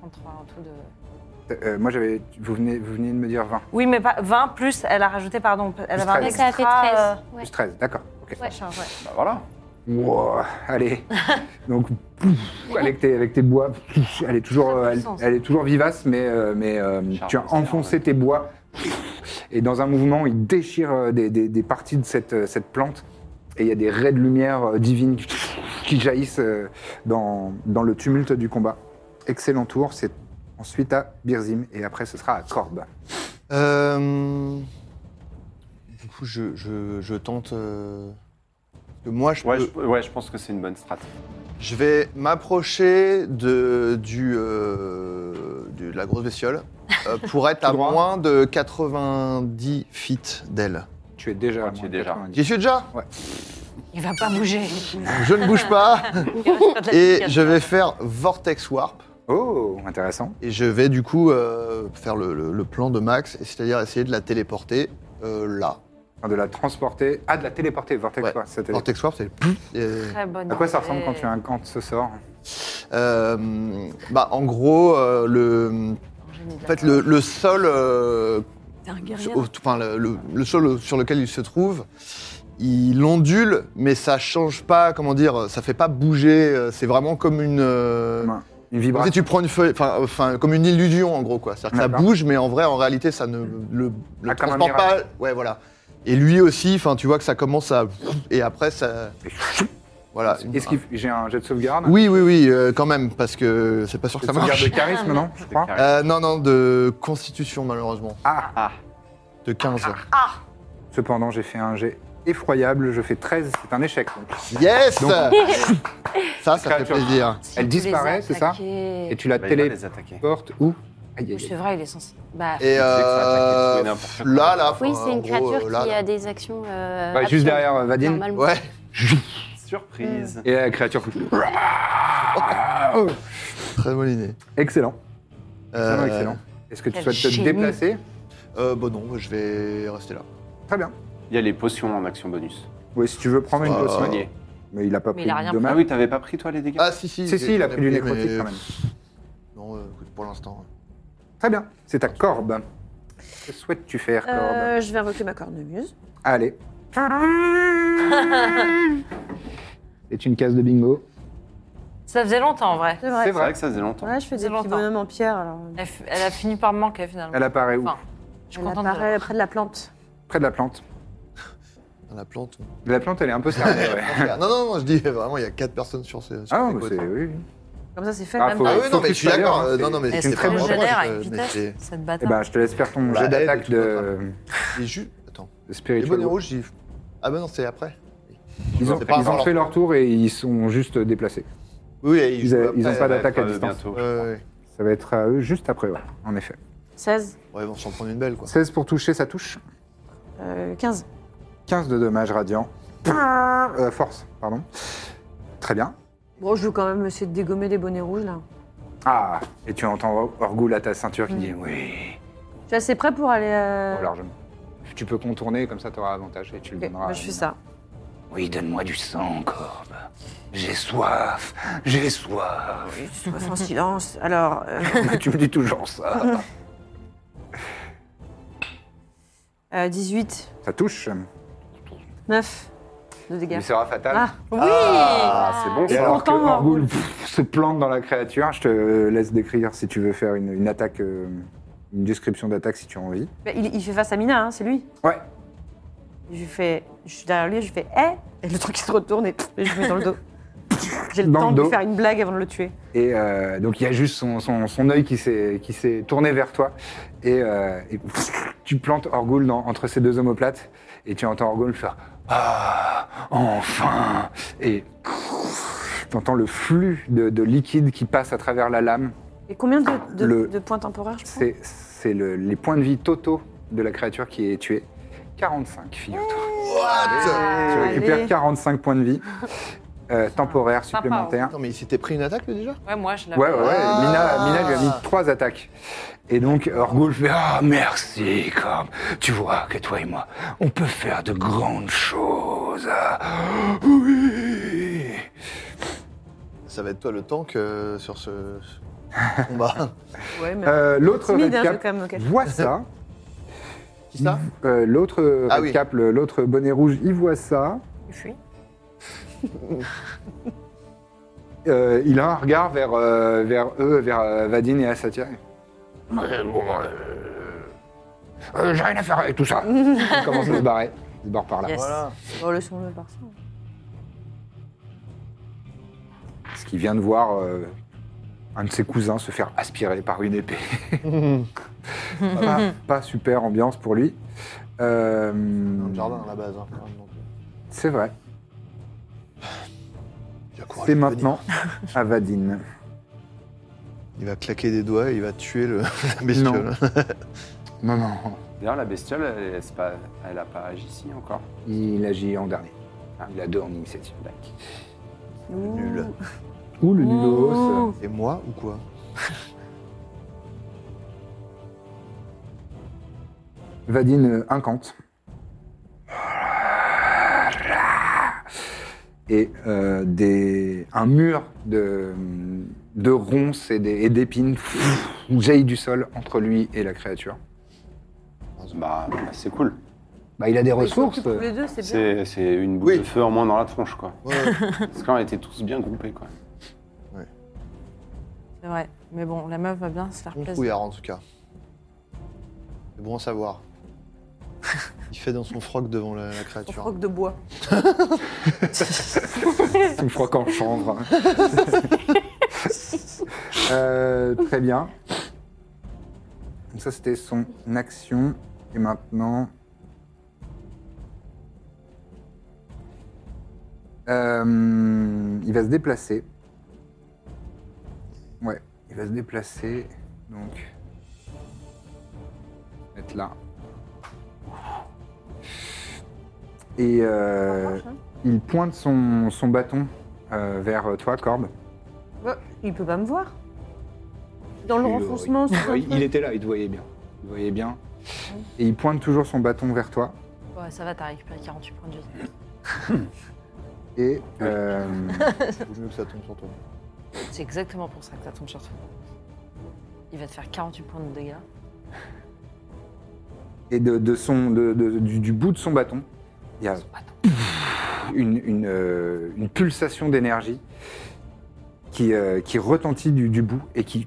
Speaker 6: 33 en tout de.
Speaker 1: Euh, moi, j'avais. Vous venez, vous venez de me dire 20,
Speaker 6: Oui, mais pas, 20 plus, elle a rajouté, pardon, elle
Speaker 1: Plus
Speaker 6: avait un
Speaker 4: Donc
Speaker 1: treize.
Speaker 4: ça a fait
Speaker 6: extra,
Speaker 4: 13.
Speaker 6: euh,
Speaker 4: ouais.
Speaker 1: plus 13, d'accord. ok.
Speaker 4: Ouais.
Speaker 6: charge, ouais.
Speaker 3: Bah voilà.
Speaker 1: Wow, allez. Donc, pouf, avec, tes, avec tes bois, pouf, elle est toujours,
Speaker 6: Ça a plus
Speaker 1: euh, elle,
Speaker 6: sens.
Speaker 1: elle est toujours vivace, mais, euh, mais euh,
Speaker 3: Charme,
Speaker 1: tu as
Speaker 3: c'est
Speaker 1: enfoncé
Speaker 3: charme.
Speaker 1: tes bois. pouf, Et dans un mouvement, il déchire euh, des, des- des parties de cette, euh, cette plante. Et il y a des raies de lumière euh, divine qui jaillissent euh, dans, dans le tumulte du combat. Excellent tour. C'est ensuite à Birzim. Et après, ce sera à Corbe.
Speaker 5: Euh, Du coup, je, je- je tente. euh, parce que moi, je,
Speaker 3: Ouais,
Speaker 5: peux-
Speaker 3: je, ouais, je pense que c'est une bonne strat.
Speaker 5: Je vais m'approcher de, du, euh, du- de la grosse bestiole euh, pour être à
Speaker 1: droit.
Speaker 5: moins de 90 feet d'elle.
Speaker 1: Tu es déjà. à
Speaker 3: Ah, Tu es
Speaker 1: moins de
Speaker 3: déjà.
Speaker 1: 90.
Speaker 5: J'y suis déjà
Speaker 6: Il va pas bouger.
Speaker 5: Je ne bouge pas Et je vais faire Vortex Warp
Speaker 1: Oh, intéressant.
Speaker 5: et je vais du coup euh, faire le, le- le plan de Max, et c'est-à-dire essayer de la téléporter euh, là.
Speaker 1: Enfin, de la transporter. Ah, de la téléporter, Vortex.
Speaker 5: Ouais.
Speaker 1: quoi, ça télé-
Speaker 5: Vortex Warp, c'est... et-
Speaker 6: Très bonne
Speaker 1: À quoi ça
Speaker 6: idée.
Speaker 1: ressemble quand tu incantes ce sort
Speaker 5: Euh, bah, en gros, euh, le,
Speaker 6: Génie de
Speaker 5: en
Speaker 6: la
Speaker 5: fait, le, le sol euh,
Speaker 6: T'es un guerrier.
Speaker 5: Sur- au- enfin, le, le- le sol sur lequel il se trouve, il ondule, mais ça change pas, comment dire, ça fait pas bouger. euh, C'est vraiment comme une. euh,
Speaker 1: Ouais. Une
Speaker 5: comme si
Speaker 1: vibration
Speaker 5: tu prends une feuille, enfin, enfin, comme une illusion en gros, quoi. C'est-à-dire que ça
Speaker 1: D'accord.
Speaker 5: bouge, mais en vrai, en réalité, ça ne le, le
Speaker 1: Ah, comme un
Speaker 5: transporte pas. Ouais, voilà. Et lui aussi, enfin, tu vois que ça commence à. Et après, ça. Voilà.
Speaker 1: Est-ce qu'il f- j'ai un jet de sauvegarde
Speaker 5: Oui, oui, oui, euh, quand même, parce que c'est pas sûr que
Speaker 1: Jet
Speaker 5: ça
Speaker 1: de sauvegarde
Speaker 5: marche.
Speaker 1: de charisme, non Je crois.
Speaker 5: Euh, non, non, de constitution, malheureusement.
Speaker 1: Ah,
Speaker 3: Ah,
Speaker 5: De 15.
Speaker 1: cependant, j'ai fait un jet effroyable. Je fais 13, c'est un échec. donc.
Speaker 5: Yes
Speaker 1: Donc-
Speaker 5: Ça, ça fait
Speaker 1: Créature.
Speaker 5: plaisir.
Speaker 1: Elle disparaît, c'est ça Et tu la
Speaker 3: bah, il va les attaquer.
Speaker 1: téléportes où Aïe, aïe,
Speaker 6: Oui,
Speaker 1: aïe.
Speaker 6: c'est vrai, il est censé. Bah,
Speaker 5: Et
Speaker 3: ça attaquait tout
Speaker 5: euh,
Speaker 3: et n'importe quoi.
Speaker 5: là, là,
Speaker 4: Oui,
Speaker 5: enfin,
Speaker 4: c'est
Speaker 5: en
Speaker 4: une
Speaker 5: gros,
Speaker 4: créature
Speaker 5: euh, là,
Speaker 4: qui
Speaker 5: là.
Speaker 4: a des actions. euh,
Speaker 1: Ouais, Juste
Speaker 4: absurdes,
Speaker 1: derrière euh, Vadine.
Speaker 4: normalement.
Speaker 5: Ouais,
Speaker 7: Hmm.
Speaker 3: Surprise.
Speaker 1: Et la créature. Oh,
Speaker 5: très bonne idée.
Speaker 1: Excellent. Vraiment
Speaker 5: Euh,
Speaker 1: excellent. Est-ce que tu
Speaker 6: quel
Speaker 1: souhaites te
Speaker 6: génie.
Speaker 1: déplacer
Speaker 5: euh, bon, non, je vais rester là.
Speaker 1: Très bien.
Speaker 3: Il y a les potions en action bonus.
Speaker 1: Oui, si tu veux prendre une
Speaker 5: Ah.
Speaker 1: potion.
Speaker 3: Soigner.
Speaker 1: Mais il a pas
Speaker 6: Mais
Speaker 1: pris
Speaker 6: il a
Speaker 1: de
Speaker 6: rien pris.
Speaker 3: Ah
Speaker 1: dommages.
Speaker 3: oui, t'avais pas pris toi les dégâts
Speaker 5: Ah, si, si.
Speaker 1: Si, si, il a pris du
Speaker 5: mais-
Speaker 1: nécrotique quand même.
Speaker 5: Non, euh, écoute, pour l'instant.
Speaker 1: Très bien. C'est ta corbe. Que souhaites-tu faire, corbe
Speaker 7: Euh, je vais invoquer ma cornemuse.
Speaker 1: Allez. C'est une case de bingo.
Speaker 6: ça faisait longtemps en vrai.
Speaker 7: C'est
Speaker 1: C'est
Speaker 7: vrai.
Speaker 3: C'est vrai que ça faisait longtemps.
Speaker 7: Ouais, je fais
Speaker 6: C'est
Speaker 7: des petits
Speaker 6: longtemps.
Speaker 7: bonhommes en pierre. Alors.
Speaker 6: Elle, f- elle a fini par me manquer finalement.
Speaker 1: Elle apparaît où
Speaker 6: Enfin, je suis
Speaker 7: Elle
Speaker 6: contente.
Speaker 7: apparaît
Speaker 6: de-
Speaker 7: près de la plante.
Speaker 1: Près de la plante.
Speaker 5: Dans euh, la plante. on-
Speaker 1: La plante, elle est un peu serrée. ouais.
Speaker 5: non, non, non, je dis vraiment, il y a 4 personnes sur ces. sur
Speaker 1: Ah,
Speaker 5: ces
Speaker 1: mais
Speaker 5: côtes.
Speaker 1: c'est. Oui. oui.
Speaker 7: Comme ça, c'est fait.
Speaker 1: Ah,
Speaker 7: même
Speaker 1: faut-
Speaker 7: pas-
Speaker 5: Ah oui, non, mais je
Speaker 1: Focus
Speaker 5: suis d'accord.
Speaker 1: ailleurs,
Speaker 5: euh,
Speaker 1: c'est-
Speaker 5: Non, non, mais
Speaker 6: Elle
Speaker 5: c'est
Speaker 6: se
Speaker 5: pas moi.
Speaker 6: régénère
Speaker 5: je-
Speaker 6: avec
Speaker 5: mais
Speaker 6: vitesse,
Speaker 5: c'est-
Speaker 6: cette
Speaker 1: Eh
Speaker 6: bâtarde.
Speaker 1: ben, je te laisse faire ton
Speaker 5: Bah,
Speaker 1: jet
Speaker 5: elle,
Speaker 1: d'attaque
Speaker 5: de toute
Speaker 1: de,
Speaker 5: Les jus. Attends.
Speaker 1: de
Speaker 5: Les
Speaker 1: spiritual.
Speaker 5: bonnets rouges, j'y. Ah, ben non, c'est après.
Speaker 1: Ils ont,
Speaker 5: C'est pas
Speaker 1: ils ont
Speaker 5: avant
Speaker 1: fait leur tour et ils sont juste déplacés.
Speaker 5: Oui, et
Speaker 1: Ils,
Speaker 5: jouent
Speaker 1: a- ils
Speaker 5: après,
Speaker 1: ont pas
Speaker 5: ouais.
Speaker 1: d'attaque à
Speaker 3: Euh,
Speaker 1: distance.
Speaker 3: bientôt.
Speaker 5: Ouais, ouais.
Speaker 1: Ça va être à eux juste après, ouais, en effet.
Speaker 7: 16,
Speaker 5: Ouais, bon, s'en prendre une belle, quoi.
Speaker 1: 16 pour toucher, ça touche.
Speaker 7: euh, 15.
Speaker 1: 15 de dommages radiants. Euh, force, pardon. Très bien.
Speaker 7: Bon, je veux quand même essayer de dégommer les bonnets rouges là.
Speaker 1: Ah, et tu entends Orgoul à ta ceinture
Speaker 7: Mm.
Speaker 1: qui dit
Speaker 7: Euh.
Speaker 1: oui,
Speaker 7: Je suis assez prêt pour aller. euh,
Speaker 1: Oh, largement. Tu peux contourner, comme ça tu auras avantage et tu le
Speaker 7: Ok,
Speaker 1: donneras.
Speaker 7: bah, je fais ça.
Speaker 1: Oui, donne-moi du sang, Corbe. J'ai soif, j'ai soif.
Speaker 7: Soif en silence. Alors, euh,
Speaker 1: tu me dis toujours ça.
Speaker 7: euh, 18,
Speaker 1: Ça touche.
Speaker 7: 9 de dégâts.
Speaker 1: Il sera fatal. Ah,
Speaker 7: Ah,
Speaker 4: Oui
Speaker 1: c'est bon.
Speaker 7: Et
Speaker 1: alors que
Speaker 7: pourtant,
Speaker 1: Orgul pff, se plante dans la créature, je te laisse décrire si tu veux faire une, une attaque, euh, une description d'attaque si tu as envie.
Speaker 7: bah, il, il fait face à Mina, hein, c'est lui.
Speaker 1: Ouais.
Speaker 7: Je lui fais, je suis derrière lui, je lui fais hé Et le truc il se retourne et, et je lui mets dans le dos. J'ai le
Speaker 1: Dans
Speaker 7: temps
Speaker 1: le
Speaker 7: de
Speaker 1: dos.
Speaker 7: lui faire une blague avant de le tuer.
Speaker 1: Et euh, donc il y a juste son, son, son œil qui s'est qui s'est tourné vers toi et, euh, et pff, tu plantes Orgul dans- entre ses deux omoplates et tu entends Orgul faire ah enfin et entends le flux de, de liquide qui passe à travers la lame.
Speaker 7: Et combien de, de,
Speaker 1: Le-
Speaker 7: de points temporaires je prends
Speaker 1: C'est c'est le- les points de vie totaux de la créature qui est tuée. 45 figure-toi.
Speaker 5: What
Speaker 1: Tu récupères
Speaker 7: Allez.
Speaker 1: 45 points de vie. euh, temporaire supplémentaire.
Speaker 5: Non, mais il s'était pris une attaque lui, déjà
Speaker 6: Ouais, moi, je l'avais.
Speaker 1: Ouais, ouais, ouais.
Speaker 5: Ah.
Speaker 1: Mina, Mina lui a mis trois attaques. Et donc, Orgul fait Ah, merci, Corbe. Tu vois que toi et moi, on peut faire de grandes choses. Ah, Oui
Speaker 5: Ça va être toi le tank euh, sur ce ce combat.
Speaker 7: Ouais, mais.
Speaker 1: Euh, L'autre
Speaker 7: Timide,
Speaker 1: Red
Speaker 7: hein, je
Speaker 1: Cap
Speaker 7: veux quand même le cacher.
Speaker 1: voit ça.
Speaker 5: Qui ça
Speaker 1: Euh, L'autre Red
Speaker 5: Ah oui.
Speaker 1: Cap, le- l'autre bonnet rouge, il voit ça.
Speaker 6: Il fuit.
Speaker 1: Euh, il a un regard vers, euh, vers eux, vers euh, Vadine et Assatia. euh, J'ai rien à faire avec tout ça. il commence à se barrer. Il se barre par là.
Speaker 6: Yes.
Speaker 7: Bon, Oh, laissons-le par ça.
Speaker 1: Parce qu'il vient de voir euh, un de ses cousins se faire aspirer par une épée. pas, pas super ambiance pour lui. Euh,
Speaker 5: Dans le jardin à la base. hein, quand même, donc.
Speaker 1: C'est vrai.
Speaker 5: Il a courage
Speaker 1: C'est
Speaker 5: de venir.
Speaker 1: maintenant à Vadine.
Speaker 5: Il va claquer des doigts et il va tuer le la bestiole.
Speaker 1: Non, non,
Speaker 3: D'ailleurs, la bestiole, elle, elle, c'est pas- elle a pas agi ici encore.
Speaker 1: il agit en dernier. Ah, Il a deux en initiative.
Speaker 5: Nul.
Speaker 1: Ouh, le nulos.
Speaker 5: Et moi ou quoi
Speaker 1: Vadine euh, incante. Et euh, des, un mur de, de ronces et des- et d'épines jaillit du sol entre lui et la créature.
Speaker 3: Bah, bah, c'est cool.
Speaker 1: Bah, il a des
Speaker 7: Ils sont
Speaker 1: ressources.
Speaker 7: que tous les deux, c'est bien.
Speaker 3: C'est c'est une boule
Speaker 5: Oui.
Speaker 3: de feu en moins dans la tronche, quoi.
Speaker 5: Ouais, ouais.
Speaker 3: Parce qu'on était tous bien groupés, quoi.
Speaker 6: C'est vrai. Mais bon, la meuf va bien se faire
Speaker 5: Bon
Speaker 6: plaisir.
Speaker 5: fouillard en tout cas. C'est bon à savoir. Il fait dans son froc devant la, la
Speaker 7: Son
Speaker 5: créature. hein.
Speaker 7: froc de bois.
Speaker 1: Son froc en chanvre. Euh, très bien. Donc ça, c'était son action. Et maintenant... Euh, il va se déplacer. Ouais, il va se déplacer. Donc... Être là. Et... euh, il pointe son, son bâton euh, vers toi, Corbe.
Speaker 7: Bah, il peut pas me voir. Dans le renfoncement, c'est un
Speaker 1: euh, il,
Speaker 7: truc.
Speaker 1: était là, il te voyait bien. Il voyait bien. Et il pointe toujours son bâton vers toi.
Speaker 6: Ouais, ça va, t'as récupéré 48 points de vie.
Speaker 1: Et euh,
Speaker 5: Vaut mieux que ça tombe sur toi.
Speaker 6: C'est exactement pour ça que ça tombe sur toi. Il va te faire 48 points de dégâts.
Speaker 1: et de, de son, de- de- du, du bout de son bâton, il y a une, une, euh, une pulsation d'énergie qui, euh, qui retentit du, du bout et qui,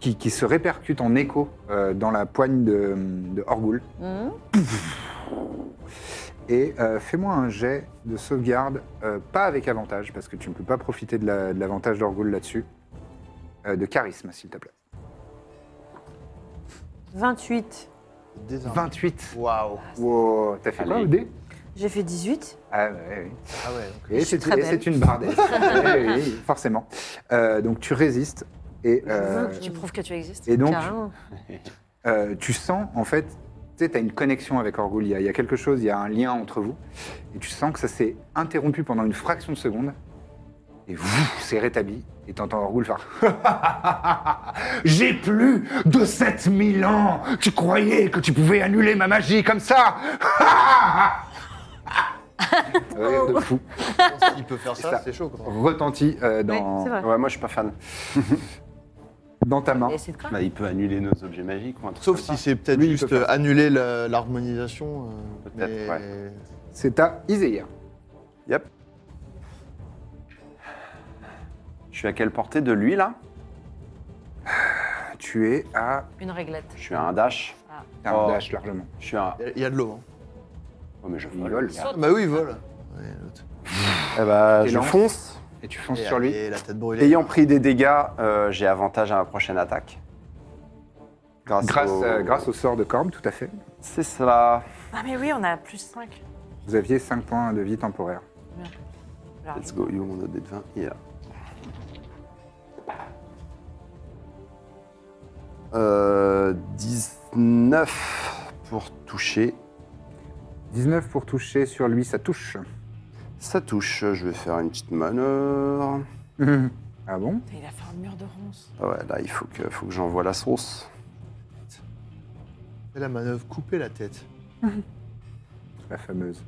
Speaker 1: qui, qui se répercute en écho euh, dans la poigne de, de Orgul.
Speaker 7: Hmm.
Speaker 1: Et euh, fais-moi un jet de sauvegarde, euh, pas avec avantage, parce que tu ne peux pas profiter de la- de l'avantage d'Orgul là-dessus. Euh, de charisme, s'il te plaît.
Speaker 7: 28.
Speaker 5: Désarmé.
Speaker 1: 28.
Speaker 5: Waouh.
Speaker 1: Wow, t'as fait
Speaker 3: Allez.
Speaker 1: quoi, au dé
Speaker 7: J'ai fait 18.
Speaker 1: Ah, ouais, oui.
Speaker 5: Ah ouais. donc-
Speaker 1: Et
Speaker 7: suis
Speaker 1: c'est
Speaker 7: très
Speaker 1: et
Speaker 7: belle.
Speaker 1: c'est une barde. oui, oui, forcément. Euh, donc tu résistes. Et, euh,
Speaker 6: Tu prouves que tu existes.
Speaker 1: et donc,
Speaker 7: Carrément.
Speaker 1: Euh, tu sens, en fait, tu sais, tu as une connexion avec Orgul, il y, a- il y a quelque chose, il y a un lien entre vous, et tu sens que ça s'est interrompu pendant une fraction de seconde, et vous, c'est rétabli, et t'entends Orgul faire J'ai plus de 7000 ans Tu croyais que tu pouvais annuler ma magie comme ça Rire
Speaker 7: Oh.
Speaker 1: de fou
Speaker 5: Il peut faire
Speaker 1: Ça.
Speaker 5: ça, c'est chaud. Quoi.
Speaker 1: retentit euh, dans,
Speaker 7: Oui, c'est vrai.
Speaker 3: Ouais, moi, je suis pas fan.
Speaker 1: dans ta main.
Speaker 6: Et c'est de quoi
Speaker 3: Bah, il peut annuler nos objets magiques ou un truc
Speaker 5: Sauf
Speaker 3: comme ça.
Speaker 5: si c'est peut-être
Speaker 1: Lui, il
Speaker 5: juste
Speaker 1: peut faire
Speaker 5: euh, annuler la- l'harmonisation. euh,
Speaker 3: Peut-être,
Speaker 5: mais-
Speaker 1: C'est à Iséir.
Speaker 3: Yep. Je suis à quelle portée de lui, là
Speaker 1: Tu es à
Speaker 6: Une réglette.
Speaker 3: Je suis à un dash.
Speaker 1: t'as un
Speaker 3: Oh.
Speaker 1: dash largement.
Speaker 3: Je suis à...
Speaker 5: Il y a- Il y a de l'eau. hein.
Speaker 3: Oh, mais je
Speaker 1: Il
Speaker 3: vole.
Speaker 1: vole.
Speaker 3: regarde.
Speaker 5: Ah bah oui, il vole. Ouais, l'autre.
Speaker 3: Eh bah,
Speaker 1: Et
Speaker 3: je
Speaker 1: lance.
Speaker 3: fonce.
Speaker 1: Et tu fonces
Speaker 5: Et-
Speaker 1: sur lui.
Speaker 5: Et la tête brûlée.
Speaker 3: Ayant pris des dégâts, euh, j'ai avantage à ma prochaine attaque. Grâce,
Speaker 1: Grâce,
Speaker 3: au...
Speaker 1: euh, grâce au sort de Corbe, tout à fait.
Speaker 3: C'est cela.
Speaker 6: Ah, mais oui, on a plus 5.
Speaker 1: Vous aviez 5 points de vie temporaire.
Speaker 3: Let's go, yo, mon autre dé de 20, il est là. Euh, 19 pour toucher.
Speaker 1: 19 pour toucher sur lui, ça touche.
Speaker 3: Ça touche, je vais faire une petite manœuvre.
Speaker 1: Ah bon
Speaker 6: Il a fait un mur de ronces.
Speaker 3: Ah ouais, là, il faut que, faut que j'envoie la sauce.
Speaker 5: Fais la manœuvre, couper la tête.
Speaker 1: La fameuse.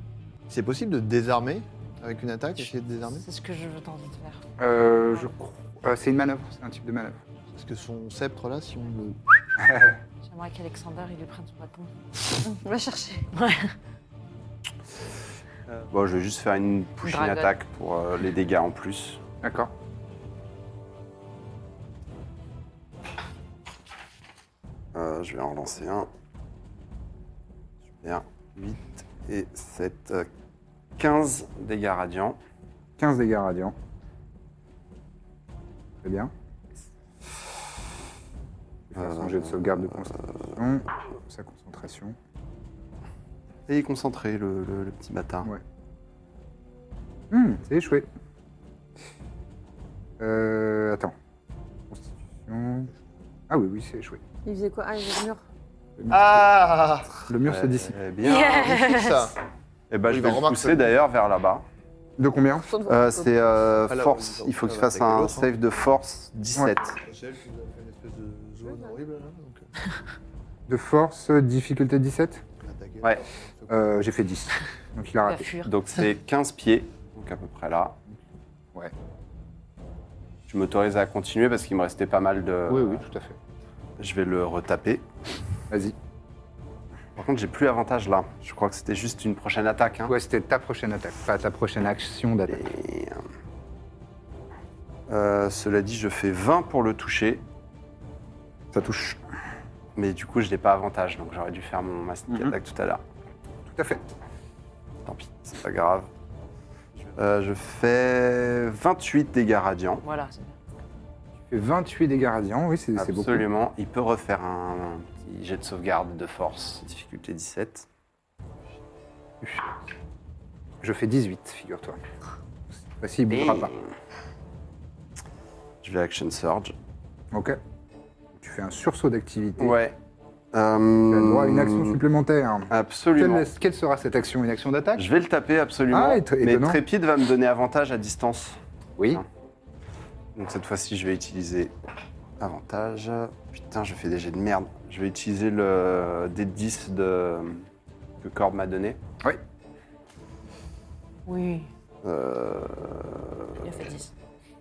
Speaker 5: C'est possible de désarmer avec une attaque, essayer de désarmer
Speaker 6: C'est ce que je veux t'envie de faire.
Speaker 1: Euh, je crois. euh, c'est une manœuvre, c'est un type de manœuvre.
Speaker 5: Parce que son sceptre là, si on le.
Speaker 6: J'aimerais qu'Alexander il lui prenne son bâton.
Speaker 7: On va chercher.
Speaker 3: Bon, je vais juste faire une push une
Speaker 6: Dragon.
Speaker 3: attaque pour euh, les dégâts en plus.
Speaker 1: D'accord.
Speaker 3: Euh, je vais en relancer un. Bien. 8 et 7. euh, 15 dégâts radiants.
Speaker 1: 15 dégâts radiants. Très bien. Je vais faire son jet de sauvegarde de concentration. Sa concentration.
Speaker 3: Et il est concentré, le, le- le petit bâtard.
Speaker 1: Ouais. Hum, c'est échoué. Euh, attends. Constitution. Ah oui, oui, c'est échoué.
Speaker 7: Il faisait quoi Ah, il faisait le mur.
Speaker 1: Le mur,
Speaker 5: Ah
Speaker 1: le mur se
Speaker 3: Eh
Speaker 1: dissipe.
Speaker 3: bien.
Speaker 5: C'est hein. ça.
Speaker 3: Et ben,
Speaker 5: Oui,
Speaker 3: je
Speaker 5: bah,
Speaker 3: vais le
Speaker 5: remarque,
Speaker 3: pousser
Speaker 5: ça-
Speaker 3: d'ailleurs vers là-bas.
Speaker 1: De combien
Speaker 7: Retourne voir.
Speaker 3: Euh, c'est euh,
Speaker 5: Ah, là,
Speaker 3: force.
Speaker 5: on-
Speaker 3: Il faut
Speaker 5: on
Speaker 3: qu'il
Speaker 5: va
Speaker 3: fasse
Speaker 5: attaquer
Speaker 3: un
Speaker 5: l'autre, hein.
Speaker 3: save de force 17.
Speaker 5: Michel, tu nous as fait une espèce de zone horrible là. Donc,
Speaker 1: De force, difficulté 17
Speaker 5: on va attaquer.
Speaker 3: Ouais.
Speaker 1: euh, J'ai fait 10. Donc il a
Speaker 6: La
Speaker 1: raté.
Speaker 6: fure.
Speaker 3: Donc c'est 15 pieds, donc à peu près là.
Speaker 1: Ouais.
Speaker 3: Je m'autorise à continuer parce qu'il me restait pas mal de.
Speaker 1: Oui, oui, tout à fait.
Speaker 3: Je vais le retaper.
Speaker 1: Vas-y.
Speaker 3: Par contre, j'ai plus avantage là. Je crois que c'était juste une prochaine attaque. hein.
Speaker 1: Ouais, c'était ta prochaine attaque, pas ta prochaine action d'attaque.
Speaker 3: Et, euh, euh, cela dit, je fais 20 pour le toucher,
Speaker 1: Ça touche.
Speaker 3: mais du coup, je n'ai pas avantage, donc j'aurais dû faire mon mastic
Speaker 1: Mhm.
Speaker 3: attack tout à l'heure.
Speaker 1: Tout à fait.
Speaker 3: Tant pis, c'est pas grave. Euh, je fais 28 dégâts radiants.
Speaker 6: Voilà, c'est bien.
Speaker 1: Tu fais 28 dégâts radiants, oui, c'est c'est beaucoup.
Speaker 3: Absolument. Il peut refaire un, un petit jet de sauvegarde de force, difficulté 17.
Speaker 1: Je fais 18, figure-toi. Cette fois-ci, il bougera pas.
Speaker 3: Je vais action surge.
Speaker 1: Ok. Tu fais un sursaut d'activité.
Speaker 3: Ouais.
Speaker 1: Tu as le droit à une action supplémentaire.
Speaker 3: euh, Absolument.
Speaker 1: Quelle, quelle sera cette action Une action d'attaque
Speaker 3: Je vais le taper absolument.
Speaker 1: Ah, éton-
Speaker 3: mais
Speaker 1: étonnant.
Speaker 3: Trépide va me donner avantage à distance.
Speaker 1: Oui.
Speaker 3: Donc cette fois-ci, je vais utiliser avantage. Putain, je fais des jets de merde. Je vais utiliser le D10 de... que Corb m'a donné.
Speaker 6: Oui,
Speaker 3: Euh,
Speaker 6: il a fait 10.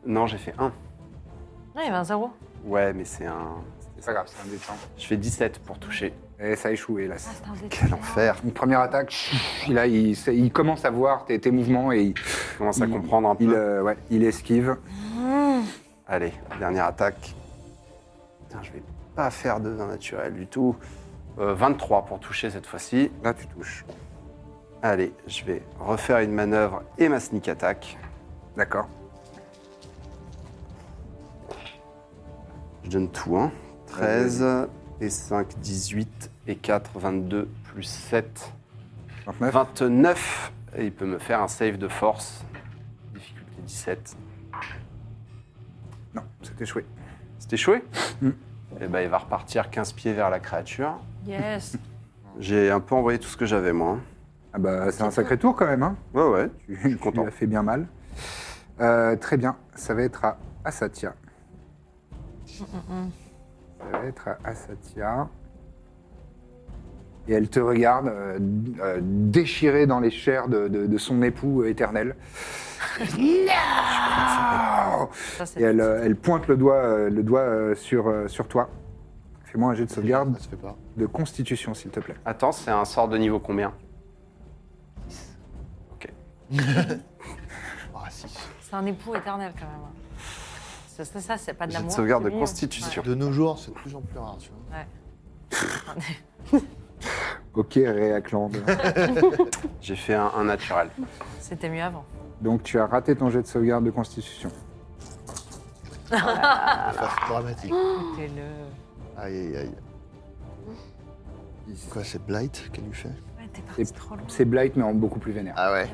Speaker 3: Non, j'ai fait 1.
Speaker 6: Ah, il y avait un zéro.
Speaker 3: Ouais, mais c'est un.
Speaker 1: C'est pas grave, c'est indécent.
Speaker 3: Je fais 17 pour toucher.
Speaker 1: Et ça a échoué, hélas.
Speaker 6: c'est un détail.
Speaker 3: Quel enfer
Speaker 1: Une première attaque, chut, là, il, c'est- il commence à voir tes, tes mouvements et il,
Speaker 3: Je commence à
Speaker 1: Il-
Speaker 3: comprendre un peu.
Speaker 1: il, euh, ouais, il esquive.
Speaker 3: Allez, dernière attaque. Putain, je vais pas faire de vin naturel du tout. Euh, 23 pour toucher cette fois-ci.
Speaker 1: Là, tu touches.
Speaker 3: Allez, je vais refaire une manœuvre et ma sneak attack.
Speaker 1: D'accord.
Speaker 3: Je donne tout, hein. 13 et 5, 18 et 4, 22 plus 7,
Speaker 1: 29.
Speaker 3: 29. Et il peut me faire un save de force. Difficulté 17.
Speaker 1: Non, c'est échoué.
Speaker 3: C'était échoué
Speaker 1: Mm.
Speaker 3: Et ben, il va repartir 15 pieds vers la créature.
Speaker 6: Yes.
Speaker 3: J'ai un peu envoyé tout ce que j'avais, moi. hein.
Speaker 1: Ah bah, c'est un sacré tour quand même. Hein.
Speaker 3: Ouais, ouais.
Speaker 1: Tu,
Speaker 3: suis
Speaker 1: tu
Speaker 3: content.
Speaker 1: as fait bien mal. Euh, très bien, ça va être à Asatia. Ça va être à Asatia. Et elle te regarde, euh, euh, déchirée dans les chairs de, de- de son époux éternel. Non
Speaker 6: Ça, c'est
Speaker 1: Et elle, euh, elle pointe le doigt, euh, le doigt euh, sur, euh, sur toi. Fais-moi un jet de sauvegarde
Speaker 5: Ça se fait pas.
Speaker 1: de constitution, s'il te plaît.
Speaker 3: Attends, c'est un sort de niveau combien
Speaker 5: Ah, si.
Speaker 6: c'est un époux éternel quand même. C'est c'est ça, c'est pas de
Speaker 3: Jet
Speaker 6: l'amour.
Speaker 3: de sauvegarde
Speaker 6: c'est
Speaker 3: de
Speaker 2: hein.
Speaker 6: mignon.
Speaker 3: constitution.
Speaker 5: De nos jours, c'est de plus en plus rare, tu vois.
Speaker 6: Ouais.
Speaker 1: Ok, Réaclande.
Speaker 3: J'ai fait un, un naturel.
Speaker 6: C'était mieux avant.
Speaker 1: Donc tu as raté ton jet de sauvegarde de constitution.
Speaker 5: De façon dramatique.
Speaker 6: C'était le.
Speaker 5: Aïe, aïe, aïe.
Speaker 1: Ici.
Speaker 5: Quoi, c'est Blight qu'elle lui fait
Speaker 6: Ouais, t'es parti
Speaker 1: Et-
Speaker 6: trop loin.
Speaker 1: C'est Blight, mais en beaucoup plus vénère.
Speaker 5: Ah ouais.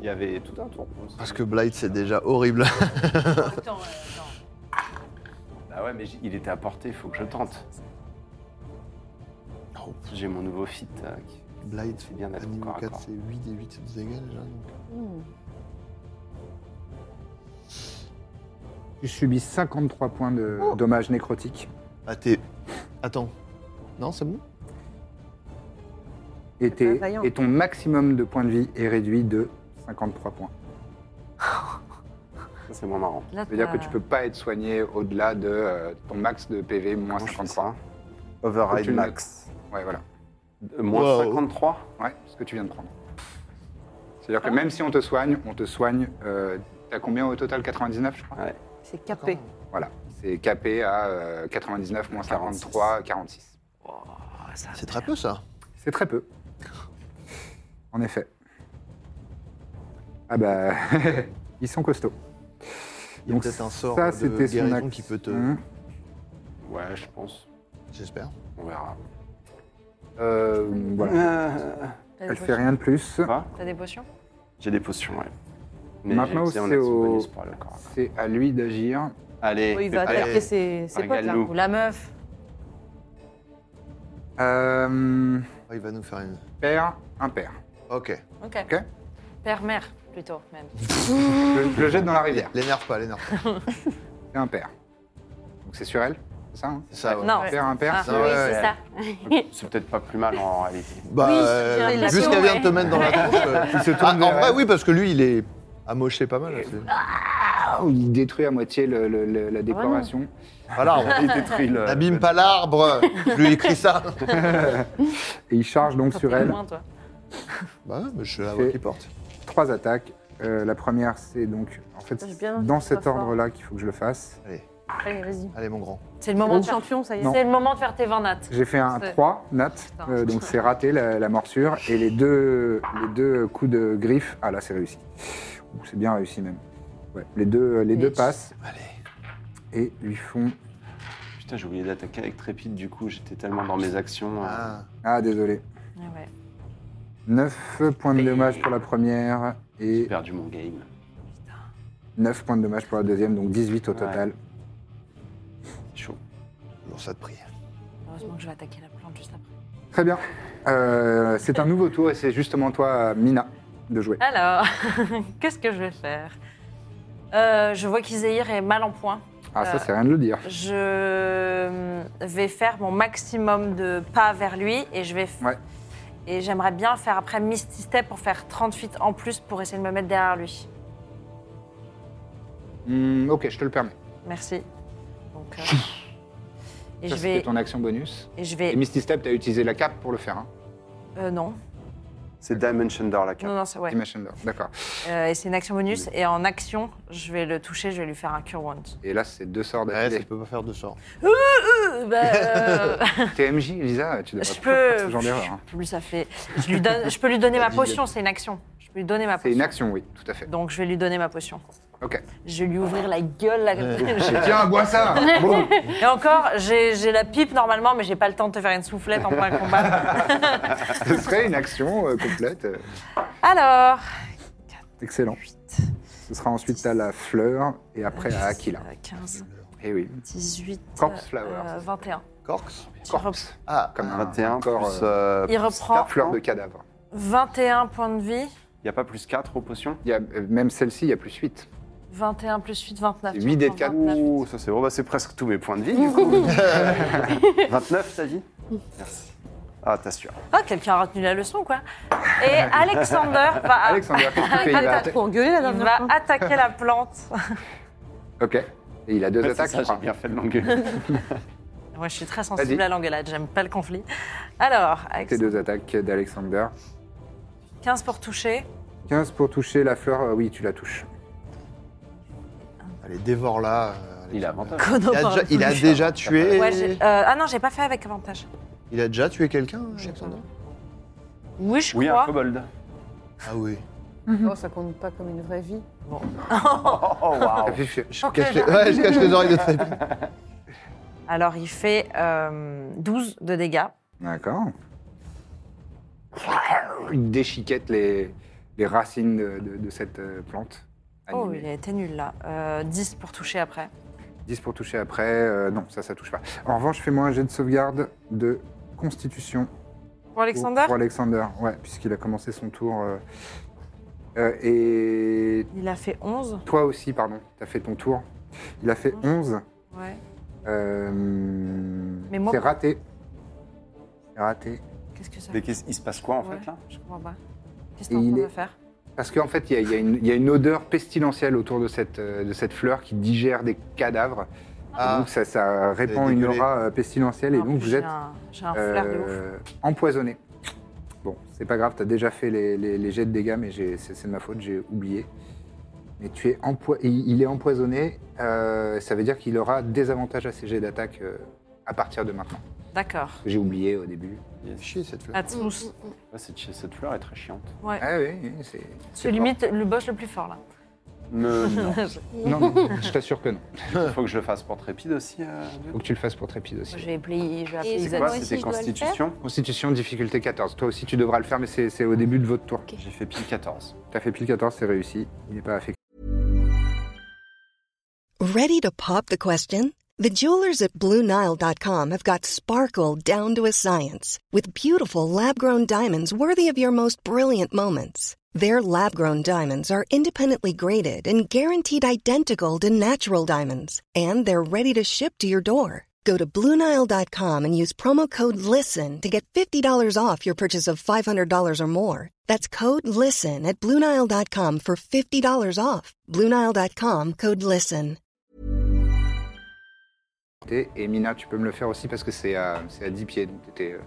Speaker 3: Il y avait tout un tour.
Speaker 5: Parce que Blight, c'est déjà horrible.
Speaker 6: Attends, euh, attends.
Speaker 3: Bah ouais, mais j- il
Speaker 1: Oh,
Speaker 3: était à portée, il faut que je tente. J'ai mon nouveau fit. euh, qui-
Speaker 5: Blight,
Speaker 3: C'est bien d'être au
Speaker 5: Animaux
Speaker 3: corps à
Speaker 5: 4,
Speaker 3: corps.
Speaker 5: c'est 8 et 8, c'est des dégâts déjà. donc.
Speaker 1: Tu subis 53 points de
Speaker 3: Oh.
Speaker 1: dommages nécrotiques
Speaker 5: Ah, t'es. Attends. Non, c'est bon
Speaker 1: et,
Speaker 3: Ah,
Speaker 7: pas
Speaker 1: t'es-
Speaker 7: vaillant.
Speaker 1: et ton maximum de points de vie est réduit de 53 points.
Speaker 3: Ça, c'est moins marrant.
Speaker 2: Là,
Speaker 1: Ça veut dire que
Speaker 2: t'as-
Speaker 1: tu peux pas être soigné au-delà de euh, ton max de PV moins
Speaker 3: Comment je fais
Speaker 1: 53.
Speaker 3: ça Override
Speaker 1: Faut que tu le
Speaker 3: max.
Speaker 1: Ouais, voilà.
Speaker 3: Euh, Moins
Speaker 5: Wow.
Speaker 3: 53
Speaker 1: Ouais, ce que tu viens de prendre. C'est-à-dire
Speaker 3: Ah.
Speaker 1: que même si on te soigne, on te soigne. euh, T'as combien au total 99, je crois
Speaker 3: Ouais.
Speaker 7: C'est capé.
Speaker 1: Voilà. C'est capé à euh, 99 moins 53, 46.
Speaker 5: C'est très peu ça.
Speaker 1: C'est très peu. En effet. Ah bah, ils sont costauds.
Speaker 5: Il y a peut-être un sort
Speaker 1: ça,
Speaker 5: de
Speaker 1: c'était son Mmh. Hum.
Speaker 5: guérison
Speaker 1: action.
Speaker 5: qui peut te.
Speaker 3: Ouais, je pense.
Speaker 5: J'espère.
Speaker 3: On verra.
Speaker 1: Euh, voilà.
Speaker 3: Euh,
Speaker 2: t'as des
Speaker 1: Elle fait
Speaker 2: potions
Speaker 1: rien de plus.
Speaker 3: ça va
Speaker 2: T'as des potions
Speaker 3: J'ai des potions, ouais.
Speaker 1: Maintenant,
Speaker 3: j'ai utilisé mon
Speaker 1: c'est
Speaker 3: action
Speaker 1: au-
Speaker 3: bonus pour aller au corps à corps.
Speaker 1: C'est à lui d'agir.
Speaker 2: Oh,
Speaker 3: Allez,
Speaker 7: il va
Speaker 3: allez.
Speaker 7: attaquer ses, ses potes là.
Speaker 3: Régale-nous.
Speaker 2: Ou la meuf
Speaker 1: Euh,
Speaker 5: Ah, Il va nous faire une.
Speaker 1: père, impair.
Speaker 5: Ok.
Speaker 2: Ok.
Speaker 1: Ok.
Speaker 2: Père-mère, plutôt, même.
Speaker 1: Je, je le jette dans la rivière.
Speaker 5: L'énerve pas, l'énerve pas.
Speaker 1: C'est impair. Donc c'est sur elle, c'est ça hein
Speaker 5: C'est
Speaker 8: Euh,
Speaker 5: ça, ouais.
Speaker 2: Non.
Speaker 1: Père, impair.
Speaker 2: Ah,
Speaker 1: c'est-
Speaker 5: ouais,
Speaker 8: oui,
Speaker 5: ouais.
Speaker 8: c'est ça.
Speaker 3: C'est peut-être pas plus mal en réalité.
Speaker 5: Bah,
Speaker 8: Oui,
Speaker 5: euh,
Speaker 8: j'ai
Speaker 5: vu ce
Speaker 8: l'impression,
Speaker 5: qu'elle vient de te
Speaker 8: ouais.
Speaker 5: mettre dans la tronche. euh,
Speaker 1: Il se tourne
Speaker 5: Ah, en
Speaker 1: vers
Speaker 5: vrai,
Speaker 1: elle.
Speaker 5: oui, parce que lui, il est amoché pas mal. là, c'est-
Speaker 1: Ah, il détruit à moitié le- le- le- la décoration.
Speaker 5: Voilà, on
Speaker 1: Euh,
Speaker 3: Il détruit le.
Speaker 5: n'abîme pas l'arbre. Je lui ai écrit ça.
Speaker 1: Et il charge donc sur
Speaker 2: T'es
Speaker 1: elle
Speaker 2: loin, toi.
Speaker 5: Bah, ouais, mais je suis la voix qui porte.
Speaker 1: trois attaques. Euh, la première, c'est donc. En fait,
Speaker 7: J'ai
Speaker 1: c'est
Speaker 7: bien envie
Speaker 1: dans
Speaker 7: que ce soit
Speaker 1: cet
Speaker 7: fort.
Speaker 1: ordre-là qu'il faut que je le fasse.
Speaker 7: Allez, vas-y.
Speaker 5: Allez, mon grand.
Speaker 2: C'est le moment
Speaker 7: Mon
Speaker 2: de faire...
Speaker 7: champion, ça y est.
Speaker 1: Non.
Speaker 2: C'est le moment de faire tes 20 nattes.
Speaker 1: J'ai fait un
Speaker 2: C'est-
Speaker 1: 3 nat, euh, donc c'est raté la, la morsure. Et les deux, les deux coups de griffe. Ah là, c'est réussi. Ouh, C'est bien réussi même. Ouais, les deux, les deux passent. Et lui font.
Speaker 3: Putain, j'ai oublié d'attaquer avec Trépide, du coup, j'étais tellement dans mes actions. euh,
Speaker 5: Ah,
Speaker 1: Ah, désolé.
Speaker 2: Ah ouais.
Speaker 1: 9 points de dommage pour la première
Speaker 3: J'ai
Speaker 1: et
Speaker 3: perdu mon game.
Speaker 1: 9 points de dommage pour la deuxième, donc 18 au
Speaker 3: Ouais.
Speaker 1: total.
Speaker 3: C'est chaud.
Speaker 5: toujours ça de prix.
Speaker 2: Heureusement que je vais attaquer la plante juste après.
Speaker 1: Très bien. Euh, c'est un nouveau tour et c'est justement toi, Mina, de jouer.
Speaker 2: Alors, qu'est-ce que je vais faire Euh, Je vois qu'Iséir est mal en point.
Speaker 1: Ah, ça,
Speaker 2: Euh,
Speaker 1: c'est rien de le dire.
Speaker 2: Je vais faire mon maximum de pas vers lui et je vais. f-
Speaker 1: Ouais.
Speaker 2: Et j'aimerais bien faire après Misty Step pour faire 30 feet en plus pour essayer de me mettre derrière lui.
Speaker 1: Hmm, ok, je te le permets.
Speaker 2: Merci. Donc, euh, et,
Speaker 1: Ça,
Speaker 2: je
Speaker 1: c'était
Speaker 2: vais,
Speaker 1: ton action bonus.
Speaker 2: et je
Speaker 1: Et
Speaker 2: vais.
Speaker 1: Misty Step, t'as utilisé la cape pour le faire, hein
Speaker 2: euh, non,
Speaker 3: C'est Dimension Door la carte.
Speaker 2: non, non, c'est ouais.
Speaker 1: Dimension Door. D'accord.
Speaker 2: Euh, et c'est une action bonus. Et en action, je vais le toucher, je vais lui faire un cure wound.
Speaker 1: Et là, c'est deux sorts
Speaker 5: Ouais, ça
Speaker 1: d'affilée.
Speaker 5: peut pas faire de sort.
Speaker 2: Euh, bah, euh,
Speaker 1: TMJ, Lisa, tu devrais
Speaker 2: je
Speaker 1: pas faire
Speaker 2: peux.
Speaker 1: ce genre d'erreur. hein.
Speaker 2: Lui, ça fait. Je, lui donne, je peux lui donner ma
Speaker 5: Vas-y,
Speaker 2: potion, c'est une action. Je peux lui donner ma
Speaker 1: C'est
Speaker 2: potion.
Speaker 1: une action, oui, tout à fait.
Speaker 2: Donc je vais lui donner ma potion.
Speaker 1: Ok. Euh,
Speaker 2: Je vais lui ouvrir la gueule. là.
Speaker 1: Tiens, bois ça Bon.
Speaker 2: Et encore, j'ai j'ai la pipe normalement, mais j'ai pas le temps de te faire une soufflette en plein combat.
Speaker 1: Ce serait une action euh, complète. euh,
Speaker 2: Alors.
Speaker 1: Excellent. Ce sera ensuite à la fleur et après à Aquila.
Speaker 2: 15,
Speaker 1: Eh oui.
Speaker 2: 18,
Speaker 1: Corpse flower.
Speaker 2: euh, 21.
Speaker 5: Corks
Speaker 2: Tu rep-
Speaker 1: Corpse,
Speaker 5: Ah,
Speaker 1: comme un
Speaker 3: 21
Speaker 1: corps,
Speaker 3: plus.
Speaker 1: euh,
Speaker 3: euh,
Speaker 2: Il
Speaker 3: plus
Speaker 2: reprend.
Speaker 3: quatre,
Speaker 1: fleur
Speaker 3: non
Speaker 1: de cadavre.
Speaker 2: 21 points de vie.
Speaker 3: Y a pas plus 4 aux potions
Speaker 1: Il y a, euh, même celle-ci, il y a plus 8.
Speaker 2: 21 plus 8, 29.
Speaker 1: C'est huit dés de quatre.
Speaker 2: 29.
Speaker 3: Ouh, ça c'est bon, bah, c'est presque tous mes points de vie du coup. 29, t'as dit Merci. Ah, t'assures.
Speaker 2: Ah, quelqu'un a retenu la leçon, quoi. Et Alexander va,
Speaker 1: Alexander, qu'est-ce que tu fais Il va
Speaker 7: T'as trop engueulé la
Speaker 2: il
Speaker 7: dernière
Speaker 2: va
Speaker 7: fois.
Speaker 2: attaquer la plante.
Speaker 1: Ok. Et il a deux
Speaker 3: Ouais, c'est
Speaker 1: attaques,
Speaker 3: ça,
Speaker 1: je
Speaker 3: j'ai
Speaker 1: crois.
Speaker 3: bien fait de l'engueuler.
Speaker 2: Moi, je suis très sensible
Speaker 1: Vas-y.
Speaker 2: à l'engueulade, j'aime pas le conflit. Alors,
Speaker 1: Tes
Speaker 2: Alexander,
Speaker 1: deux attaques d'Alexander.
Speaker 2: 15 pour toucher.
Speaker 1: 15 pour toucher la fleur, euh, oui, tu la touches.
Speaker 5: Allez, dévore là.
Speaker 3: Il a avantage.
Speaker 5: Il a déjà, il a déjà tué.
Speaker 2: Ouais, j'ai- euh, ah non, j'ai pas fait avec avantage.
Speaker 5: Il a déjà tué quelqu'un, euh,
Speaker 2: Je sais pas.
Speaker 5: Alexandre
Speaker 2: Oui, je
Speaker 3: Oui, un
Speaker 2: crois.
Speaker 3: kobold.
Speaker 5: Ah oui.
Speaker 7: Oh, ça compte pas comme une vraie vie.
Speaker 3: Oh, oh, waouh.
Speaker 1: Ah, puis, je-
Speaker 5: Je cache, les... ouais, je cache les oreilles de Trépide.
Speaker 2: Alors, il fait euh, 12 de dégâts.
Speaker 1: D'accord. Il déchiquette les, les racines de, de- de cette euh, plante.
Speaker 2: Oh,
Speaker 1: animée.
Speaker 2: il a été nul là. Euh, 10 pour toucher après.
Speaker 1: 10 pour toucher après. euh, non, ça, ça touche pas. En revanche, fais-moi un jet de sauvegarde de constitution
Speaker 2: Pour Alexander
Speaker 1: Pour Alexander, ouais, puisqu'il a commencé son tour. euh. Euh, et
Speaker 2: Il a fait 11.
Speaker 1: toi aussi, pardon, t'as fait ton tour. Il a
Speaker 2: Mm.
Speaker 1: fait 11.
Speaker 2: Ouais.
Speaker 1: Euh,
Speaker 2: Mais moi-
Speaker 1: C'est raté. C'est raté.
Speaker 2: Qu'est-ce que ça
Speaker 3: Mais qu'est-ce- il se passe quoi en
Speaker 2: Ouais.
Speaker 3: fait là
Speaker 2: Je comprends pas. Qu'est-ce
Speaker 1: Et
Speaker 2: qu'on
Speaker 1: il
Speaker 2: va
Speaker 1: est-
Speaker 2: faire
Speaker 1: Parce qu'en fait, il y, a- il y a une- il y a une odeur pestilentielle autour de cette, euh, de cette fleur qui digère des cadavres. Et
Speaker 5: Ah.
Speaker 1: donc, ça, ça répand
Speaker 5: avez
Speaker 1: une
Speaker 5: dégueulé.
Speaker 1: aura euh, pestilentielle. Et
Speaker 2: En
Speaker 1: donc,
Speaker 2: plus,
Speaker 1: vous
Speaker 2: j'ai
Speaker 1: êtes
Speaker 2: un- J'ai un flair de ouf.
Speaker 1: euh, empoisonné. Bon, c'est pas grave, t'as déjà fait les, les- les jets de dégâts, mais j'ai- c'est c'est de ma faute, j'ai oublié. Mais tu es empoi- il, il est empoisonné, euh, ça veut dire qu'il aura des avantages à ses jets d'attaque euh, à partir de maintenant.
Speaker 2: D'accord.
Speaker 1: J'ai oublié au début.
Speaker 3: Yes.
Speaker 5: Chier cette fleur.
Speaker 2: Atmos.
Speaker 3: Ouais, cette, cette fleur est très chiante.
Speaker 1: Ah oui, oui, c'est.
Speaker 2: C'est limite le boss le plus fort là.
Speaker 3: Me- non.
Speaker 1: Non, non, je t'assure que non.
Speaker 3: Il faut que je le fasse pour Trépide aussi. euh,
Speaker 1: Faut que tu le fasses pour Trépide aussi.
Speaker 6: Je vais appeler, je vais appeler
Speaker 4: Et
Speaker 3: C'est
Speaker 6: Isaac.
Speaker 3: quoi
Speaker 4: Bah, aussi,
Speaker 3: C'était
Speaker 4: je dois le
Speaker 3: Constitution
Speaker 1: Constitution, difficulté 14. Toi aussi, tu devras le faire, mais c'est c'est au début de votre tour.
Speaker 3: J'ai fait pile 14.
Speaker 1: T'as fait pile 14, c'est réussi. Il n'est pas affecté.
Speaker 9: Ready to pop the question? The jewelers at BlueNile.com have got sparkle down to a science with beautiful lab grown diamonds worthy of your most brilliant moments. Their lab grown diamonds are independently graded and guaranteed identical to natural diamonds, and they're ready to ship to your door. Go to BlueNile.com and use promo code LISTEN to get $50 off your purchase of $500 or more. That's code LISTEN at BlueNile.com for $50 off. BlueNile.com code LISTEN.
Speaker 1: Et Mina, tu peux me le faire aussi parce que c'est à, c'est à 10 pieds, donc t'étais, euh,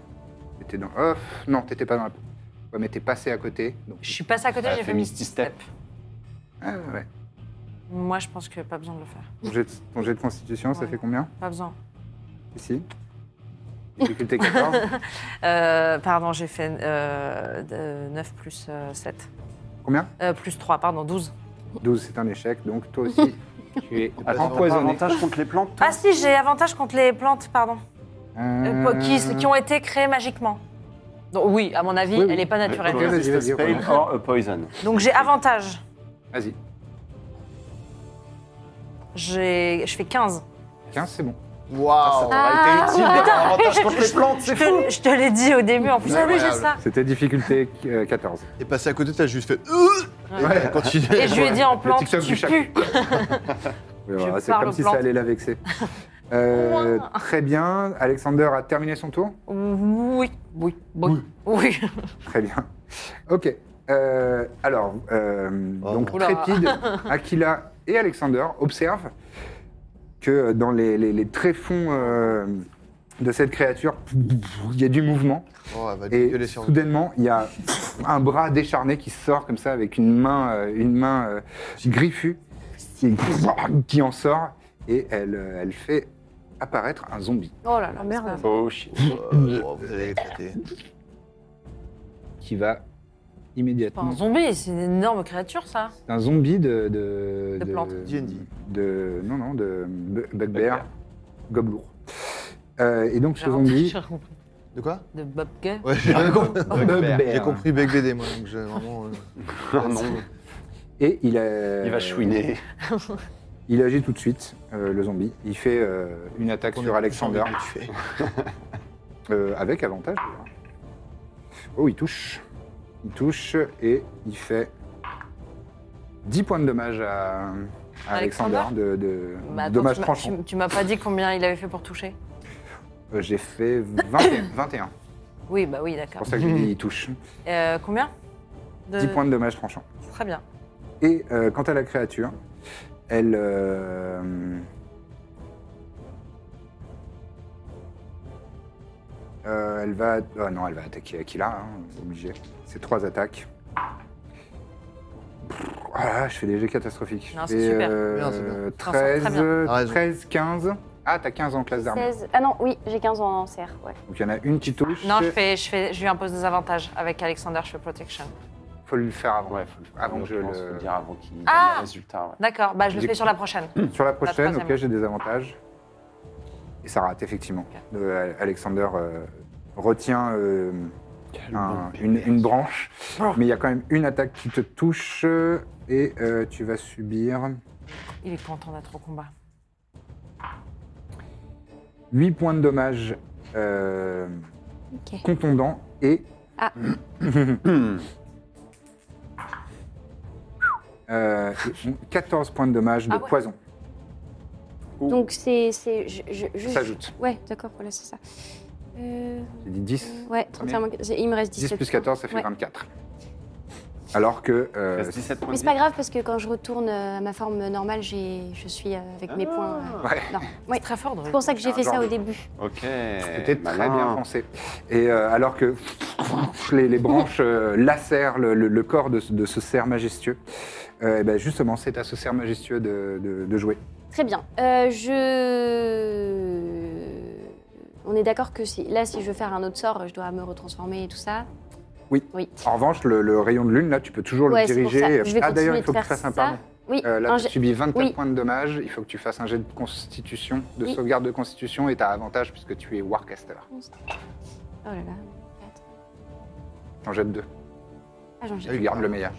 Speaker 1: t'étais dans... Oh, non, t'étais pas dans la... Ouais, mais t'es passé à côté, donc...
Speaker 2: Je suis passé à côté,
Speaker 3: Elle a
Speaker 2: j'ai
Speaker 3: fait
Speaker 2: fait
Speaker 3: Misty
Speaker 2: Misty
Speaker 3: Step.
Speaker 2: Step.
Speaker 1: Ah, ouais.
Speaker 2: Moi je pense que pas besoin de le faire.
Speaker 1: Ton jet, de- ton jet de constitution, ça
Speaker 2: Ouais.
Speaker 1: fait combien
Speaker 2: Pas besoin.
Speaker 1: Ici Difficulté 14
Speaker 2: Euh, pardon, j'ai fait euh, de- 9 plus 7.
Speaker 1: Combien
Speaker 2: plus 3, pardon, 12.
Speaker 1: 12, c'est un échec, donc toi aussi, tu es
Speaker 3: Attends, t'as pas
Speaker 1: empoisonné.
Speaker 3: avantage contre les plantes toi
Speaker 2: Ah si, j'ai avantage contre les plantes, pardon. Euh, po- qui, qui ont été créées magiquement. Donc oui, à mon avis,
Speaker 1: Oui, oui.
Speaker 2: elle n'est pas naturelle.
Speaker 1: Ouais, vas-y, vas-y,
Speaker 3: Spell
Speaker 1: relance.
Speaker 3: or a poison.
Speaker 1: Euh,
Speaker 2: Donc j'ai avantage.
Speaker 1: Vas-y,
Speaker 2: J'ai- Je fais 15.
Speaker 1: 15, c'est bon.
Speaker 5: Waouh
Speaker 3: Ah, été utile d'avoir avantage contre les plantes, c'est
Speaker 2: Je te, je te l'ai dit au début, en plus. Ah oui, j'ai ça.
Speaker 5: Incroyable.
Speaker 1: C'était difficulté euh, 14.
Speaker 5: T'es passé à côté, t'as juste fait. Euh Et
Speaker 2: Ouais.
Speaker 5: t'as continué.
Speaker 2: Et je lui ai dit en
Speaker 1: Le
Speaker 2: plante,
Speaker 1: TikTok
Speaker 2: tu
Speaker 1: du chat.
Speaker 2: pues.
Speaker 1: Oui, voilà, C'est
Speaker 2: parle
Speaker 1: comme
Speaker 2: aux
Speaker 1: si
Speaker 2: plantes.
Speaker 1: ça allait la vexer. Euh,
Speaker 2: Ouin.
Speaker 1: très bien, Alexander a terminé son tour
Speaker 2: Oui, oui, oui. Oui.
Speaker 1: Très bien. Ok. Euh, alors, euh,
Speaker 5: Oh.
Speaker 1: donc
Speaker 2: Oula.
Speaker 1: Trépide, Aquila et Alexander observent que euh, dans les, les- les tréfonds euh, de cette créature, il y a du mouvement.
Speaker 5: Oh, elle va
Speaker 1: Et
Speaker 5: dégueuler sur nous.
Speaker 1: soudainement, il y a un bras décharné qui sort comme ça avec une main, euh, une main euh, griffue qui, qui en sort et elle, euh, elle fait apparaître un zombie
Speaker 6: Oh là là,
Speaker 7: Ah merde.
Speaker 3: Oh shit.
Speaker 5: Euh, oh, vous allez éclater.
Speaker 1: qui va
Speaker 2: Pas un
Speaker 1: immédiatement.
Speaker 2: zombie, c'est une énorme créature, ça.
Speaker 1: C'est un zombie de. De,
Speaker 2: De plante.
Speaker 5: D&D.
Speaker 1: de- non, non, de bu- Bugbear, gobelour. Euh, et donc
Speaker 2: J'ai
Speaker 1: ce
Speaker 2: un
Speaker 1: zombie.
Speaker 2: t-shirt compris.
Speaker 5: De quoi
Speaker 2: De Bob Gay.
Speaker 5: Ouais, j'ai rien compris.
Speaker 1: Bugbear.
Speaker 5: J'ai compris Bec BD, moi, donc j'ai vraiment. euh,
Speaker 3: Ah non,
Speaker 1: Et il a.
Speaker 3: il va chouiner.
Speaker 1: Il agit tout de suite, euh, le zombie. Il fait euh, une attaque
Speaker 5: qu'on
Speaker 1: sur
Speaker 5: est-
Speaker 1: Alexander
Speaker 5: qu'on est habitué.
Speaker 1: euh, avec avantage. d'ailleurs. Oh, il touche. Il touche et il fait 10 points de dommage à, à
Speaker 2: Alexander
Speaker 1: Alexander. De, de-
Speaker 2: Mais Bah, attends,
Speaker 1: dommage
Speaker 2: tu m'as-
Speaker 1: tranchant.
Speaker 2: tu- Tu m'as pas dit combien il avait fait pour toucher
Speaker 1: Euh, J'ai fait 20 21.
Speaker 2: Oui, bah oui,
Speaker 1: C'est
Speaker 2: d'accord.
Speaker 1: pour ça que j'ai dit il touche.
Speaker 2: Euh, combien De-
Speaker 1: 10 points de dommage tranchant.
Speaker 2: Très bien.
Speaker 1: Et euh, quant à la créature, elle. euh, euh, elle va. ah non, elle va attaquer Aquila, hein, obligé. C'est trois attaques. Pff, ah là, je fais des jets catastrophiques. Je
Speaker 2: Non, c'est
Speaker 1: fais,
Speaker 2: super.
Speaker 1: euh,
Speaker 5: Bien, c'est bien. Non,
Speaker 2: c'est très
Speaker 1: 13,
Speaker 2: bien.
Speaker 5: T'as raison.
Speaker 1: 13, 15. Ah, t'as 15 en classe d'armure.
Speaker 4: 16. Ah non, oui, j'ai 15 ans en serre, ouais.
Speaker 1: Donc il y en a une qui touche.
Speaker 2: Non, je, fais, je, fais, je lui impose des avantages. Avec Alexander, je fais protection.
Speaker 1: Faut le faire avant.
Speaker 3: Ouais, faut le faire.
Speaker 1: Avant que je
Speaker 3: Je pense, faut
Speaker 1: le.
Speaker 3: dire avant qu'il donne
Speaker 2: Ah
Speaker 3: le résultat. ouais.
Speaker 2: D'accord, bah je le
Speaker 1: J'ai-
Speaker 2: fais sur la prochaine.
Speaker 1: Sur la prochaine, ok,
Speaker 2: troisième.
Speaker 1: j'ai des avantages. Et ça rate, effectivement. Euh, Alexander euh, retient euh,
Speaker 3: Ah.
Speaker 1: un- une, une branche, mais il y a quand même une attaque qui te touche euh, et euh, tu vas subir
Speaker 2: Il est content d'être au combat.
Speaker 1: 8 points de dommage euh,
Speaker 4: Ok.
Speaker 1: contondant et.
Speaker 4: Ah.
Speaker 1: Euh, et on- 14 points de dommage de
Speaker 2: Ah ouais.
Speaker 1: poison.
Speaker 4: Donc c'est. c'est- je- je- je-
Speaker 1: S'ajoute.
Speaker 4: Ouais, d'accord, voilà, c'est ça. Euh,
Speaker 1: J'ai dit 10.
Speaker 4: ouais, 31 moins- j'ai- il me reste 17.
Speaker 1: 10 plus 14, ça fait
Speaker 4: Ouais.
Speaker 1: 24. Alors que.
Speaker 3: Il
Speaker 1: euh,
Speaker 3: reste 17 points
Speaker 4: Mais
Speaker 3: de
Speaker 4: c'est pas
Speaker 3: vie.
Speaker 4: grave parce que quand je retourne euh, à ma forme normale, j'ai, je suis euh, avec mes points. euh,
Speaker 1: ouais,
Speaker 4: non. Ouais.
Speaker 2: C'est très fort, Druid.
Speaker 4: C'est pour ça que j'ai
Speaker 1: Un
Speaker 4: fait
Speaker 1: Ah. genre
Speaker 4: ça au
Speaker 1: de-
Speaker 4: début.
Speaker 3: Ok.
Speaker 1: c'était très
Speaker 3: malin.
Speaker 1: Bah, Euh, bien pensé. Et euh, alors que les, les branches euh, lacèrent le, le- le corps de, ce- de ce cerf majestueux, euh, et ben justement, c'est à ce cerf majestueux de, de- de jouer.
Speaker 4: Très bien. Euh, je. On est d'accord que si... là, si je veux faire un autre sort, je dois me retransformer et tout ça.
Speaker 1: Oui.
Speaker 4: Oui.
Speaker 1: En revanche, le, le rayon de lune, là, tu peux toujours
Speaker 4: Ouais,
Speaker 1: le
Speaker 4: c'est pour ça.
Speaker 1: diriger.
Speaker 4: Je vais
Speaker 1: ah, d'ailleurs,
Speaker 4: continuer
Speaker 1: il faut
Speaker 4: de
Speaker 1: que tu
Speaker 4: faire
Speaker 1: fasses un
Speaker 4: ça.
Speaker 1: pardon.
Speaker 4: Oui.
Speaker 1: Euh, là,
Speaker 4: un
Speaker 1: tu
Speaker 4: jet-
Speaker 1: subis 24
Speaker 4: Oui.
Speaker 1: points de dommages. Il faut que tu fasses un jet de constitution, de
Speaker 4: Oui.
Speaker 1: sauvegarde de constitution, et t'as avantage puisque tu es Warcaster.
Speaker 4: Oh là là.
Speaker 1: T'en jettes deux.
Speaker 4: Ah, j'en
Speaker 1: Tu
Speaker 4: jette.
Speaker 1: gardes le meilleur.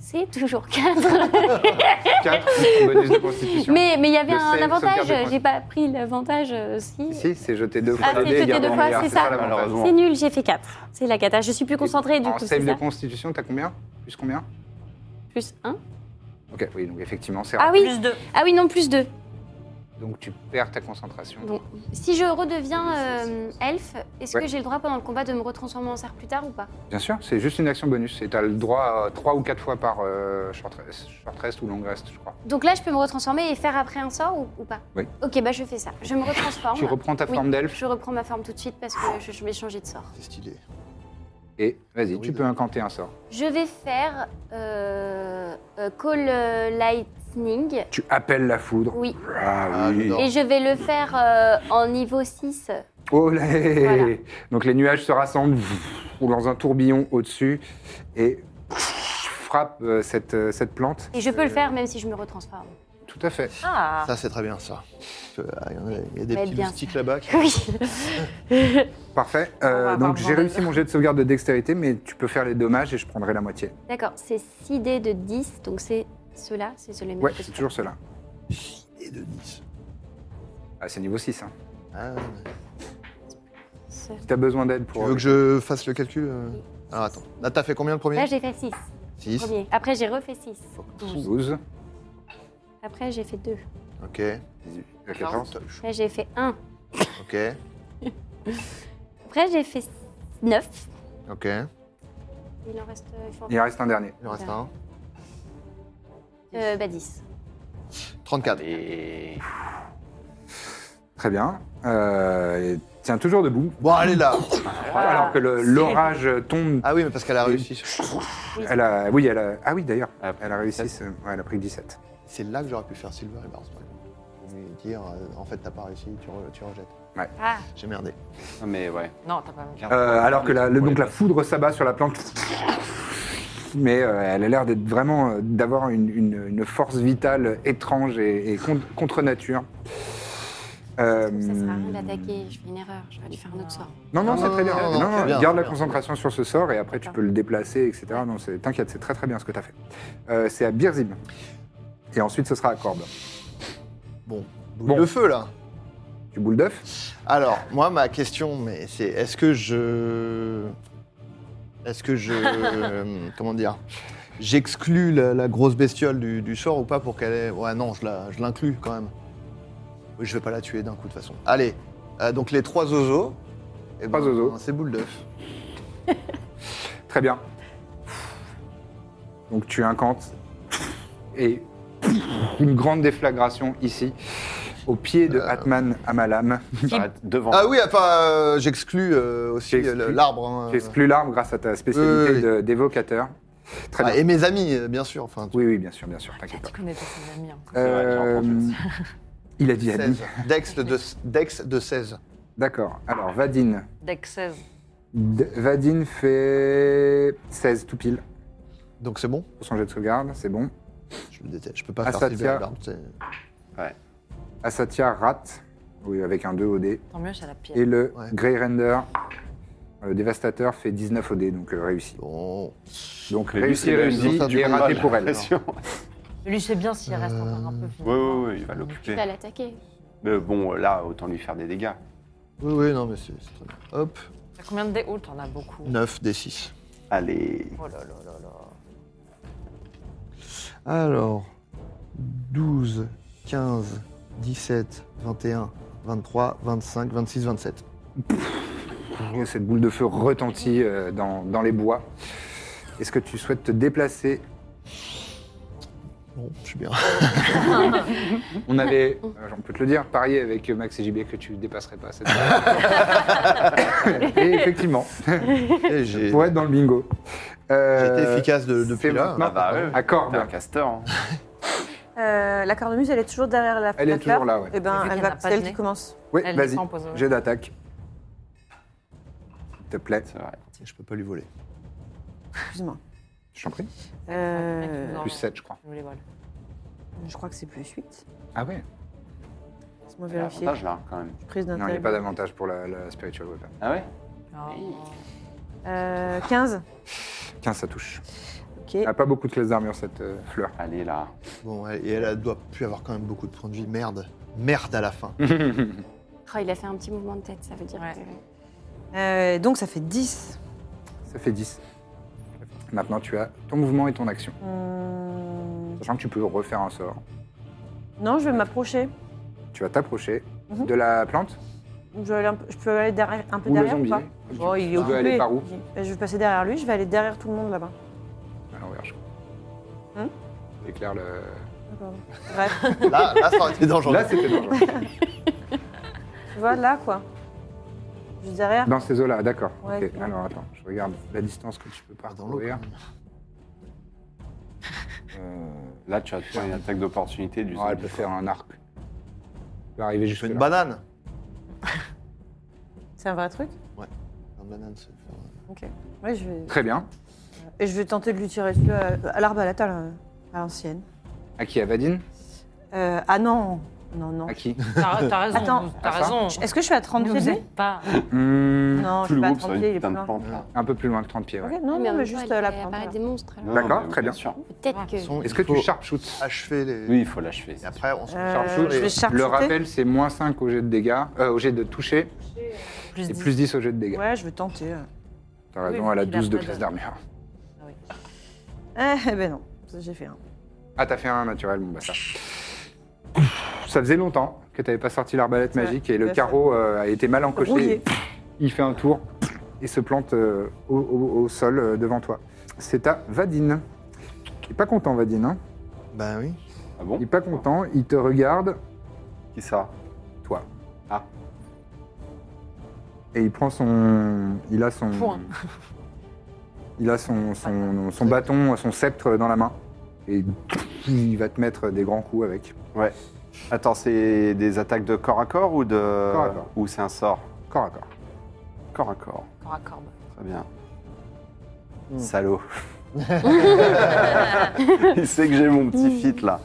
Speaker 4: C'est toujours 4.
Speaker 1: 4 bonus de constitution.
Speaker 4: mais mais il y avait
Speaker 1: Le
Speaker 4: un
Speaker 1: save, sauvegarde
Speaker 4: avantage.
Speaker 1: de
Speaker 4: J'ai pas pris l'avantage euh, si.
Speaker 1: Si, c'est jeter deux fois.
Speaker 4: Ah,
Speaker 1: le
Speaker 4: c'est
Speaker 1: dé et
Speaker 4: jeter
Speaker 1: garder
Speaker 4: deux
Speaker 1: le
Speaker 4: fois,
Speaker 1: meilleur.
Speaker 4: c'est ça.
Speaker 3: Malheureusement.
Speaker 4: C'est nul, j'ai fait 4. C'est la cata. Je suis plus concentrée du
Speaker 1: en
Speaker 4: coup.
Speaker 1: save
Speaker 4: C'est
Speaker 1: de
Speaker 4: ça.
Speaker 1: constitution, t'as combien Plus combien
Speaker 4: Plus 1.
Speaker 1: Ok, oui, donc effectivement, c'est
Speaker 4: Ah
Speaker 1: raté.
Speaker 4: oui,
Speaker 2: Plus deux.
Speaker 4: ah oui, non, plus 2.
Speaker 1: Donc tu perds ta concentration.
Speaker 4: Bon. Si je redeviens euh, elfe, est-ce
Speaker 1: Ouais.
Speaker 4: que j'ai le droit pendant le combat de me retransformer en cerf plus tard ou pas
Speaker 1: Bien sûr, c'est juste une action bonus. Et t'as le droit à 3 ou 4 fois par euh, short, rest, short rest ou long rest, je crois.
Speaker 4: Donc là, je peux me retransformer et faire après un sort ou, ou pas
Speaker 1: Oui.
Speaker 4: Ok, bah je fais ça. Je me retransforme.
Speaker 1: Tu reprends ta
Speaker 4: Ah, Oui,
Speaker 1: forme d'elfe
Speaker 4: Je reprends ma forme tout de suite parce que je, je vais changer de sort.
Speaker 5: C'est stylé.
Speaker 1: et vas-y,
Speaker 5: Oui,
Speaker 1: tu
Speaker 5: de-
Speaker 1: peux incanter un sort.
Speaker 4: Je vais faire euh, euh, Call euh, Lightning.
Speaker 1: Tu appelles la foudre.
Speaker 4: Oui.
Speaker 1: Ah
Speaker 5: Ah,
Speaker 1: oui.
Speaker 5: j'adore.
Speaker 4: Et je vais le faire euh, en niveau 6.
Speaker 1: Olé
Speaker 4: Voilà.
Speaker 1: Donc les nuages se rassemblent ou dans un tourbillon au-dessus et frappent euh, cette, euh, cette plante.
Speaker 4: Et je peux le faire même si je me retransforme.
Speaker 1: Tout à fait.
Speaker 2: Ah,
Speaker 5: Ça, c'est très bien, ça. ah, Il y en a- il y a des
Speaker 4: va être
Speaker 5: petits
Speaker 4: bien,
Speaker 5: moustiques là-bas. qui-
Speaker 4: Oui.
Speaker 1: Parfait.
Speaker 2: On
Speaker 1: Euh,
Speaker 2: va avoir
Speaker 1: donc j'ai
Speaker 2: besoin
Speaker 1: réussi
Speaker 2: d'aide.
Speaker 1: mon jet de sauvegarde de dextérité, mais tu peux faire les dommages et je prendrai la moitié.
Speaker 4: D'accord, c'est 6 dés de 10, donc c'est ceux-là, c'est ceux-là.
Speaker 1: Ouais, c'est toujours cela.
Speaker 5: Et de 10.
Speaker 1: Ah, c'est niveau 6. Hein.
Speaker 5: Ah, ouais.
Speaker 1: Si t'as besoin d'aide pour...
Speaker 5: tu veux que je fasse le calcul euh Alors attends. Là, t'as fait combien le
Speaker 4: Là,
Speaker 5: premier
Speaker 4: j'ai fait 6.
Speaker 5: 6.
Speaker 4: Premier. Après, j'ai refait 6.
Speaker 1: 12,
Speaker 4: Après, j'ai fait 2.
Speaker 5: Ok.
Speaker 1: 14.
Speaker 4: Après, j'ai fait 1.
Speaker 5: Ok.
Speaker 4: Après, j'ai fait 9.
Speaker 5: Ok. Il
Speaker 4: Il en reste. euh, il faut en
Speaker 1: Il en reste un dernier.
Speaker 5: en reste un.
Speaker 4: Euh, bah, 10.
Speaker 5: 34.
Speaker 1: Très bien. Euh, et tiens toujours debout.
Speaker 5: Bon, allez là.
Speaker 1: Alors que le- l'orage tombe.
Speaker 5: Ah oui, mais parce qu'elle a réussi.
Speaker 1: Elle a, oui, elle a, ah oui, d'ailleurs,
Speaker 3: Elle a pris
Speaker 1: elle a réussi.
Speaker 3: 17.
Speaker 1: ce- ouais, elle a pris 17.
Speaker 5: C'est là que j'aurais pu faire Silver et Barnes, par exemple. Et dire, euh, en fait, t'as pas réussi, tu, re- tu rejettes.
Speaker 4: Ah,
Speaker 5: J'ai merdé.
Speaker 3: Non, mais ouais.
Speaker 2: non, t'as pas mis.
Speaker 1: Euh, alors que la, le- donc la foudre s'abat sur la plante. Mais euh, elle a l'air d'être vraiment euh, d'avoir une, une- une force vitale étrange et, et con- contre nature. Euh, hmm.
Speaker 4: ça sert à rien d'attaquer, je fais une erreur, j'aurais dû faire un autre sort.
Speaker 1: non, non, c'est très bien.
Speaker 5: Non,
Speaker 1: Non,
Speaker 5: non,
Speaker 1: non,
Speaker 5: c'est bien,
Speaker 1: garde
Speaker 5: c'est
Speaker 1: la
Speaker 5: bien.
Speaker 1: concentration sur ce sort et après tu peux le déplacer, etc. Non, c'est- t'inquiète, c'est très très bien ce que tu as fait. Euh, c'est à Birzim. Et ensuite ce sera à Corbe.
Speaker 5: Bon.
Speaker 1: Bon.
Speaker 5: Le feu, là.
Speaker 1: Tu boules d'œuf
Speaker 5: Alors, moi, ma question, mais c'est est-ce que je. Est-ce que je. euh, Comment dire J'exclus la, la grosse bestiole du, du sort ou pas pour qu'elle ait. Ouais, non, je la- je l'inclus quand même. Oui, je vais pas la tuer d'un coup de toute façon. Allez, euh, donc les trois zozos. Et
Speaker 1: Trois zozos.
Speaker 5: C'est boule d'œuf.
Speaker 1: Très bien. Donc tu incantes et une grande déflagration ici, au pied
Speaker 5: Euh.
Speaker 1: de Atman Amalam.
Speaker 3: S'arrête devant.
Speaker 5: Ah oui, enfin, euh, j'exclus euh, aussi
Speaker 1: J'exclus.
Speaker 5: euh, le- l'arbre. hein.
Speaker 1: Tu exclus l'arbre grâce à ta spécialité
Speaker 5: Oui, oui, oui.
Speaker 1: de- d'évocateur. Très
Speaker 5: Ah,
Speaker 1: bien.
Speaker 5: et mes amis, euh, bien sûr. Enfin,
Speaker 1: Oui, oui, bien sûr, bien sûr, t'inquiète pas.
Speaker 2: Tu connais pas ses amis. hein.
Speaker 3: C'est vrai, j'en
Speaker 1: Euh,
Speaker 3: profite.
Speaker 1: il a dit
Speaker 5: 16.
Speaker 1: Adi.
Speaker 5: Dex de, Dex de 16.
Speaker 1: D'accord. Alors, Vadine.
Speaker 2: Deck 16.
Speaker 1: D- Vadine fait 16 tout pile
Speaker 5: Donc c'est bon
Speaker 1: pour son jet de sauvegarde, c'est bon.
Speaker 5: Je le déteste. Je peux pas
Speaker 1: Ah,
Speaker 5: faire
Speaker 1: ça
Speaker 5: Sylvie
Speaker 1: tient.
Speaker 5: Albarn, c'est-
Speaker 1: Asatia rate, oui, avec un 2 au dé.
Speaker 2: Tant mieux, c'est la pire.
Speaker 1: Et le
Speaker 5: Ouais.
Speaker 1: Grey Render, euh, le dévastateur, fait 19 au dé, donc euh, réussi.
Speaker 5: Bon.
Speaker 1: Donc
Speaker 3: Mais lui,
Speaker 1: réussi,
Speaker 3: c'est la-
Speaker 5: ils ont
Speaker 1: réussi,
Speaker 5: ça
Speaker 1: et
Speaker 5: tout
Speaker 1: raté
Speaker 5: mal.
Speaker 1: pour elle.
Speaker 3: Impression.
Speaker 2: Lui, c'est bien s'il reste encore un peu.
Speaker 3: Ouais,
Speaker 2: finalement.
Speaker 3: ouais, ouais, il va
Speaker 4: Tu
Speaker 3: l'occuper.
Speaker 4: vas l'attaquer.
Speaker 3: Mais bon, là, autant lui faire des dégâts.
Speaker 5: Oui, oui, non, mais c'est c'est très bien. Hop,
Speaker 2: T'as combien de dés Oh, t'en as beaucoup.
Speaker 5: 9 des 6.
Speaker 3: Allez.
Speaker 2: Oh là là là là.
Speaker 5: Alors, 12, 15, 17, 21, 23, 25, 26, 27.
Speaker 1: Cette boule de feu retentit euh, dans, dans les bois. Est-ce que tu souhaites te déplacer
Speaker 5: Bon, je suis bien.
Speaker 1: On avait, euh, on peut te le dire, parié avec Max et JB que tu dépasserais pas cette Et effectivement,
Speaker 5: Et J'ai
Speaker 1: pour être dans le bingo. Euh,
Speaker 5: j'ai été efficace de-
Speaker 1: c'est
Speaker 5: depuis là.
Speaker 1: maintenant.
Speaker 3: Ah bah ouais.
Speaker 1: À
Speaker 3: T'es un
Speaker 1: corde.
Speaker 3: caster. hein.
Speaker 7: Euh, la cornemuse, elle est toujours derrière la
Speaker 1: Elle est
Speaker 7: la
Speaker 1: toujours
Speaker 7: fleur.
Speaker 1: là, ouais.
Speaker 7: Eh ben,
Speaker 2: Vu
Speaker 7: elle
Speaker 2: qu'elle
Speaker 7: va,
Speaker 2: n'a pas
Speaker 7: c'est
Speaker 2: de
Speaker 7: elle qui
Speaker 2: nez.
Speaker 7: commence.
Speaker 1: Oui,
Speaker 2: Elle
Speaker 1: vas-y.
Speaker 2: descend en pause, ouais.
Speaker 1: J'ai d'attaque. S'il te plaît.
Speaker 3: C'est vrai.
Speaker 5: Je peux pas lui voler.
Speaker 7: Excuse-moi.
Speaker 1: Je t'en prie.
Speaker 7: Euh,
Speaker 2: Non.
Speaker 1: Plus 7, je crois.
Speaker 2: Je me les vole.
Speaker 7: je crois que c'est plus 8.
Speaker 1: Ah ouais
Speaker 7: Laisse-moi
Speaker 3: Il y a
Speaker 7: vérifier.
Speaker 3: Avantage là quand même.
Speaker 7: Prise
Speaker 1: Non, il n'y
Speaker 7: d'intérêt.
Speaker 1: a pas d'avantage pour la, la spiritual weapon.
Speaker 3: Ah ouais
Speaker 7: Euh, 15.
Speaker 1: 15, ça touche.
Speaker 7: Ok.
Speaker 1: Elle n'a pas beaucoup de classes d'armure, cette euh, fleur.
Speaker 3: Allez là.
Speaker 5: Bon, elle- et elle, elle doit plus avoir quand même beaucoup de points de vie. Merde. Merde à la fin.
Speaker 4: Oh, il a fait un petit mouvement de tête, ça veut dire
Speaker 2: Ouais.
Speaker 4: que...
Speaker 7: Euh, donc ça fait 10.
Speaker 1: Ça fait 10. Maintenant, tu as ton mouvement et ton action.
Speaker 7: Hum,
Speaker 1: Sachant que tu peux refaire un sort.
Speaker 7: Non, je vais m'approcher.
Speaker 1: Tu vas t'approcher
Speaker 7: Mhm.
Speaker 1: de la plante
Speaker 7: Je, vais aller un peu- je peux aller derrière, un peu
Speaker 1: ou le
Speaker 7: derrière
Speaker 1: zombie.
Speaker 7: ou pas Oh, il est
Speaker 1: Tu veux aller par où
Speaker 7: Je vais passer derrière lui, je vais aller derrière tout le monde là-bas.
Speaker 1: À l'envers, je crois.
Speaker 7: Hum
Speaker 1: Éclaire le.
Speaker 7: Ah, pardon. Bref,
Speaker 5: Là, là ça aurait été dangereux.
Speaker 1: Là, c'était dangereux.
Speaker 7: tu vois, là quoi. Juste derrière.
Speaker 1: Dans ces eaux-là, d'accord.
Speaker 7: Ouais,
Speaker 1: Ok,
Speaker 7: ouais.
Speaker 1: Alors attends, je regarde la distance que tu peux pas
Speaker 5: Dans l'eau. quand
Speaker 1: parcourir. Euh,
Speaker 5: même. Euh,
Speaker 3: Là tu as toujours une attaque d'opportunité du
Speaker 1: Oh, elle peut faire un arc. Tu peux arriver
Speaker 5: Je
Speaker 1: jusque
Speaker 5: fais une
Speaker 1: là.
Speaker 5: banane.
Speaker 7: C'est un vrai truc
Speaker 5: Une banane, c'est faire-
Speaker 7: Oui, je vais...
Speaker 1: Très bien.
Speaker 7: Et je vais tenter de lui tirer dessus à, à l'arbalète à la- euh, à l'ancienne.
Speaker 1: À qui À Vadine
Speaker 7: Euh, ah non Non, non.
Speaker 1: À qui
Speaker 2: T'as t'as raison.
Speaker 7: Attends.
Speaker 2: t'as
Speaker 1: Enfin.
Speaker 2: raison.
Speaker 7: Est-ce que je suis à 30
Speaker 2: Ne
Speaker 7: pieds
Speaker 2: vous
Speaker 7: de lui
Speaker 2: êtes pas.
Speaker 1: Hum,
Speaker 7: Non,
Speaker 3: Tout
Speaker 7: je suis
Speaker 3: le
Speaker 7: pas à
Speaker 3: groupe sur
Speaker 7: 30 pieds,
Speaker 3: une
Speaker 7: il est plus
Speaker 3: putain de
Speaker 7: loin.
Speaker 3: plante là.
Speaker 1: Un peu plus loin que 30 pieds, ouais.
Speaker 7: Ok, non, non,
Speaker 4: Ah, en
Speaker 7: mais
Speaker 4: même
Speaker 7: juste
Speaker 4: temps,
Speaker 7: euh,
Speaker 4: elle
Speaker 7: la
Speaker 4: peut
Speaker 7: plante.
Speaker 4: apparaître
Speaker 7: là.
Speaker 4: des monstres, alors.
Speaker 3: Non,
Speaker 1: D'accord,
Speaker 3: mais
Speaker 1: très bien.
Speaker 3: sûr.
Speaker 4: Peut-être que...
Speaker 5: De toute façon,
Speaker 1: Est-ce que
Speaker 5: il faut
Speaker 1: tu sharpshoots
Speaker 5: achever les.
Speaker 3: Oui, il faut l'achever.
Speaker 5: Et après, on se
Speaker 7: Euh,
Speaker 1: Ah, Sharpshoot,
Speaker 7: je vais
Speaker 1: Le
Speaker 7: sharpshooter.
Speaker 1: rappel, c'est moins 5 au jet de dégâts, euh, au jet de toucher,
Speaker 2: Plus
Speaker 1: et
Speaker 2: 10.
Speaker 1: plus 10 au jet de dégâts.
Speaker 7: Ouais, je vais tenter.
Speaker 1: T'as raison,
Speaker 2: Oui,
Speaker 1: elle a
Speaker 2: il a
Speaker 1: 12 de
Speaker 2: pas de-
Speaker 1: classe d'armure.
Speaker 7: Eh, eh ben non, ça, j'ai fait un.
Speaker 1: Ah, t'as fait un naturel, bon bah ça. Ça faisait longtemps que t'avais pas sorti l'arbalète
Speaker 7: Ouais,
Speaker 1: magique et le
Speaker 7: tout à
Speaker 1: carreau euh, a été mal encoché.
Speaker 7: Rouillé.
Speaker 1: Il fait un tour et se plante euh, au, au- au sol euh, devant toi. C'est à Vadine. Il est pas content, Vadine. hein.
Speaker 5: Ben oui.
Speaker 3: Ah bon
Speaker 1: Il est pas content, il te regarde,
Speaker 3: Qui ça
Speaker 1: toi.
Speaker 3: Ah.
Speaker 1: Et il prend son. Il a son.
Speaker 2: Point.
Speaker 1: Il a son, son, son bâton, son sceptre dans la main. Et il va te mettre des grands coups avec.
Speaker 3: Ouais. Attends, c'est des attaques de corps à corps ou de.
Speaker 1: Corps à corps.
Speaker 3: Ou c'est un sort
Speaker 1: Corps à corps.
Speaker 3: Corps à corps.
Speaker 2: Corps à corbe.
Speaker 3: Très bien.
Speaker 5: Hmm.
Speaker 3: Salaud. il sait que j'ai mon petit fit là.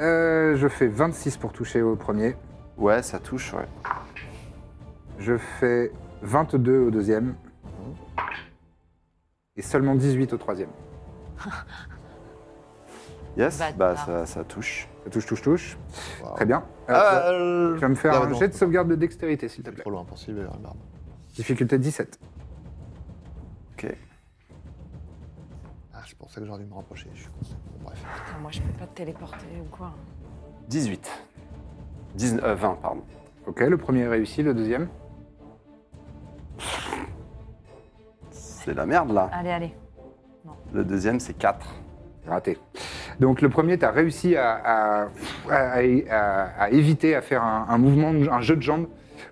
Speaker 1: Euh, je fais 26 pour toucher au premier.
Speaker 3: Ouais, ça touche, ouais.
Speaker 1: Je fais 22 au deuxième. Et seulement 18 au troisième.
Speaker 3: Yes,
Speaker 2: Bâtard.
Speaker 3: bah ça, ça touche.
Speaker 1: Ça touche, touche, touche.
Speaker 5: Wow.
Speaker 1: Très bien. Euh,
Speaker 5: Ah,
Speaker 1: tu
Speaker 5: euh,
Speaker 1: vas me faire
Speaker 5: ah,
Speaker 1: un
Speaker 5: non,
Speaker 1: jet de sauvegarde de dextérité, s'il te
Speaker 5: c'est
Speaker 1: plaît.
Speaker 5: Trop loin, pour hein, Sylvain, regarde.
Speaker 1: Difficulté 17.
Speaker 3: Ok.
Speaker 5: Ah, c'est pour ça que j'aurais dû me rapprocher. Je suis con. Bon, bref.
Speaker 2: Putain, moi, je peux pas te téléporter ou quoi.
Speaker 3: 18. 19, euh, 20, pardon.
Speaker 1: Ok, le premier est réussi, le deuxième.
Speaker 3: C'est la merde là.
Speaker 2: Allez, allez.
Speaker 3: Le deuxième, c'est 4.
Speaker 1: Raté. Donc le premier, tu as réussi à, à- à- à- à éviter, à faire un, un mouvement, de- un jeu de jambes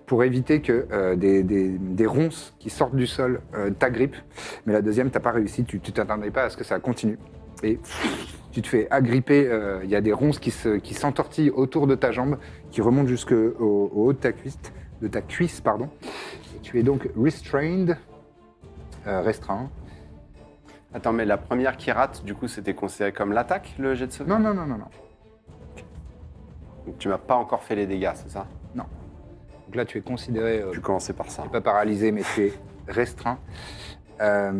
Speaker 1: pour éviter que euh, des, des- des ronces qui sortent du sol euh, t'agrippent. Mais la deuxième, t'as pas réussi, tu tu t'attendais pas à ce que ça continue. Et tu te fais agripper, euh, il y a des ronces qui se- qui s'entortillent autour de ta jambe, qui remontent jusqu'au au haut de ta cuisse. De ta cuisse pardon. Et tu es donc restrained, euh, restreint.
Speaker 3: Attends, mais la première qui rate, du coup, c'était considéré comme l'attaque, le jet de
Speaker 1: Non,
Speaker 3: sauvegarde
Speaker 1: non, non, non, non.
Speaker 3: Donc tu m'as pas encore fait les dégâts, c'est ça
Speaker 1: Donc là, tu es considéré euh,
Speaker 3: Tu commençais par ça.
Speaker 1: T'es pas paralysé, mais tu es restreint. Euh,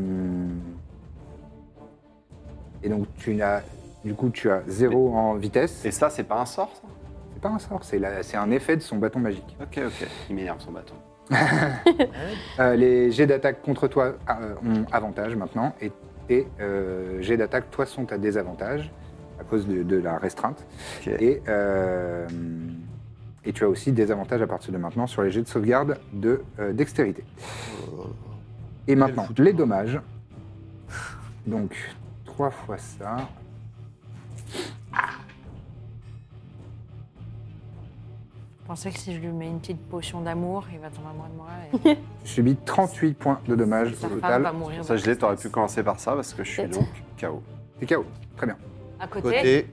Speaker 1: Et donc, tu as, du coup, tu as zéro en vitesse.
Speaker 3: Et ça, c'est pas un sort, ça
Speaker 1: C'est pas un sort, c'est la- c'est un effet de son bâton magique.
Speaker 3: Ok, ok. Il m'énerve son bâton.
Speaker 1: Euh, les jets d'attaque contre toi euh,
Speaker 3: Mm.
Speaker 1: ont avantage maintenant, et tes euh, jets d'attaque, toi, sont à désavantage à cause de, de la restreinte.
Speaker 3: Ok.
Speaker 1: Et, euh, et tu as aussi des avantages à partir de maintenant sur les jets de sauvegarde de euh, dextérité.
Speaker 3: Euh,
Speaker 1: Et maintenant, les dommages. Donc, 3 fois ça.
Speaker 2: Je pensais que si je lui mets une petite potion d'amour, il va tomber amoureux de moi. Et...
Speaker 1: Tu subis 38 points de dommages
Speaker 2: Sa
Speaker 1: au
Speaker 2: femme
Speaker 1: total.
Speaker 2: va mourir.
Speaker 3: Ça,
Speaker 2: de-
Speaker 3: je l'ai, t'aurais pu commencer par ça parce que je suis
Speaker 4: Peut-être.
Speaker 3: donc KO.
Speaker 1: T'es KO. Très bien.
Speaker 2: À côté.
Speaker 5: Côté.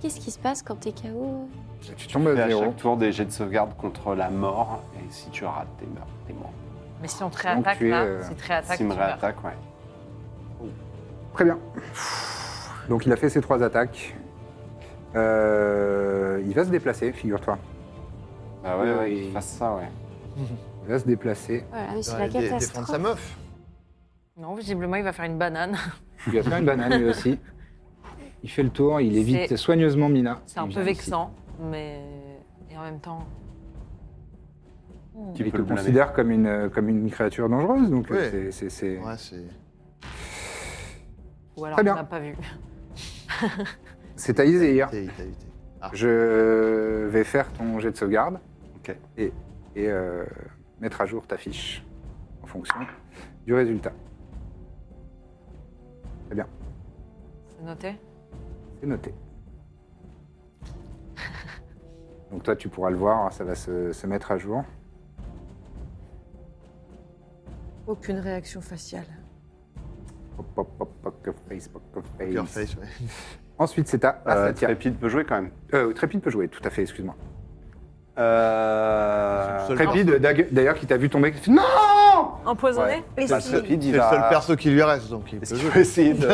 Speaker 4: Qu'est-ce qui se passe quand t'es KO
Speaker 1: Tu tombes à
Speaker 3: Fais à
Speaker 1: zéro.
Speaker 3: chaque tour des jets de sauvegarde contre la mort, et si tu rates, t'es mort. T'es mort.
Speaker 2: Mais si on te réattaque
Speaker 1: tu es,
Speaker 2: là,
Speaker 1: euh,
Speaker 2: si tu réattaques,
Speaker 3: S'il
Speaker 2: tu
Speaker 3: me
Speaker 2: meurs.
Speaker 3: réattaque, ouais.
Speaker 1: Très bien. Donc il a fait ses trois attaques. Euh, il va se déplacer, figure-toi.
Speaker 3: Bah ouais,
Speaker 1: Ouais,
Speaker 3: ouais,
Speaker 1: il-
Speaker 3: qu'il fasse ça, ouais.
Speaker 1: Il va se déplacer.
Speaker 4: Voilà, Ah, mais c'est
Speaker 5: Ouais,
Speaker 4: la
Speaker 5: dé- défendre sa
Speaker 4: catastrophe.
Speaker 5: meuf.
Speaker 2: Non, visiblement, il va faire une banane.
Speaker 1: Il a fait une banane lui aussi. Il fait le tour, il évite
Speaker 2: C'est-
Speaker 1: soigneusement Mina.
Speaker 2: C'est un
Speaker 1: Il
Speaker 2: peu
Speaker 1: vient ici.
Speaker 2: vexant, mais. Et en même temps.
Speaker 3: Tu
Speaker 1: Il
Speaker 3: peux
Speaker 1: te
Speaker 3: le blâmer.
Speaker 1: considère comme une, euh, comme une créature dangereuse, donc
Speaker 5: Ouais.
Speaker 1: euh, c'est- c'est... c'est-
Speaker 5: Ouais, c'est.
Speaker 2: Ou alors,
Speaker 1: Très bien.
Speaker 2: on n'a pas vu.
Speaker 1: C'est à Izehir.
Speaker 5: t'es- t'es- t'es-
Speaker 1: Je vais faire ton jet de sauvegarde.
Speaker 3: Ok.
Speaker 1: Et, et, euh, mettre à jour ta fiche en fonction du résultat.
Speaker 2: C'est noté
Speaker 1: C'est noté. Donc toi, tu pourras le voir, ça va se, se mettre à jour.
Speaker 7: Aucune réaction faciale.
Speaker 1: Pop, pop, pop, poker face, poker face.
Speaker 5: Poker face, ouais.
Speaker 1: Ensuite, c'est à
Speaker 3: Euh,
Speaker 1: Astatia.
Speaker 3: Trépide peut jouer quand même.
Speaker 1: Euh, Trépide peut jouer, tout à fait, excuse-moi.
Speaker 3: Euh...
Speaker 5: C'est le seul
Speaker 3: Trépide,
Speaker 1: Trépide, d'ag- d'ailleurs, qui t'a vu tomber, qui fait Non
Speaker 6: Empoisonné
Speaker 1: Ouais.
Speaker 7: Et
Speaker 3: bah,
Speaker 7: si-
Speaker 3: Trépide, il
Speaker 5: C'est le
Speaker 3: va...
Speaker 5: seul perso qui lui reste, donc il peut
Speaker 3: Est-ce qu'il
Speaker 5: jouer.
Speaker 3: peut essayer de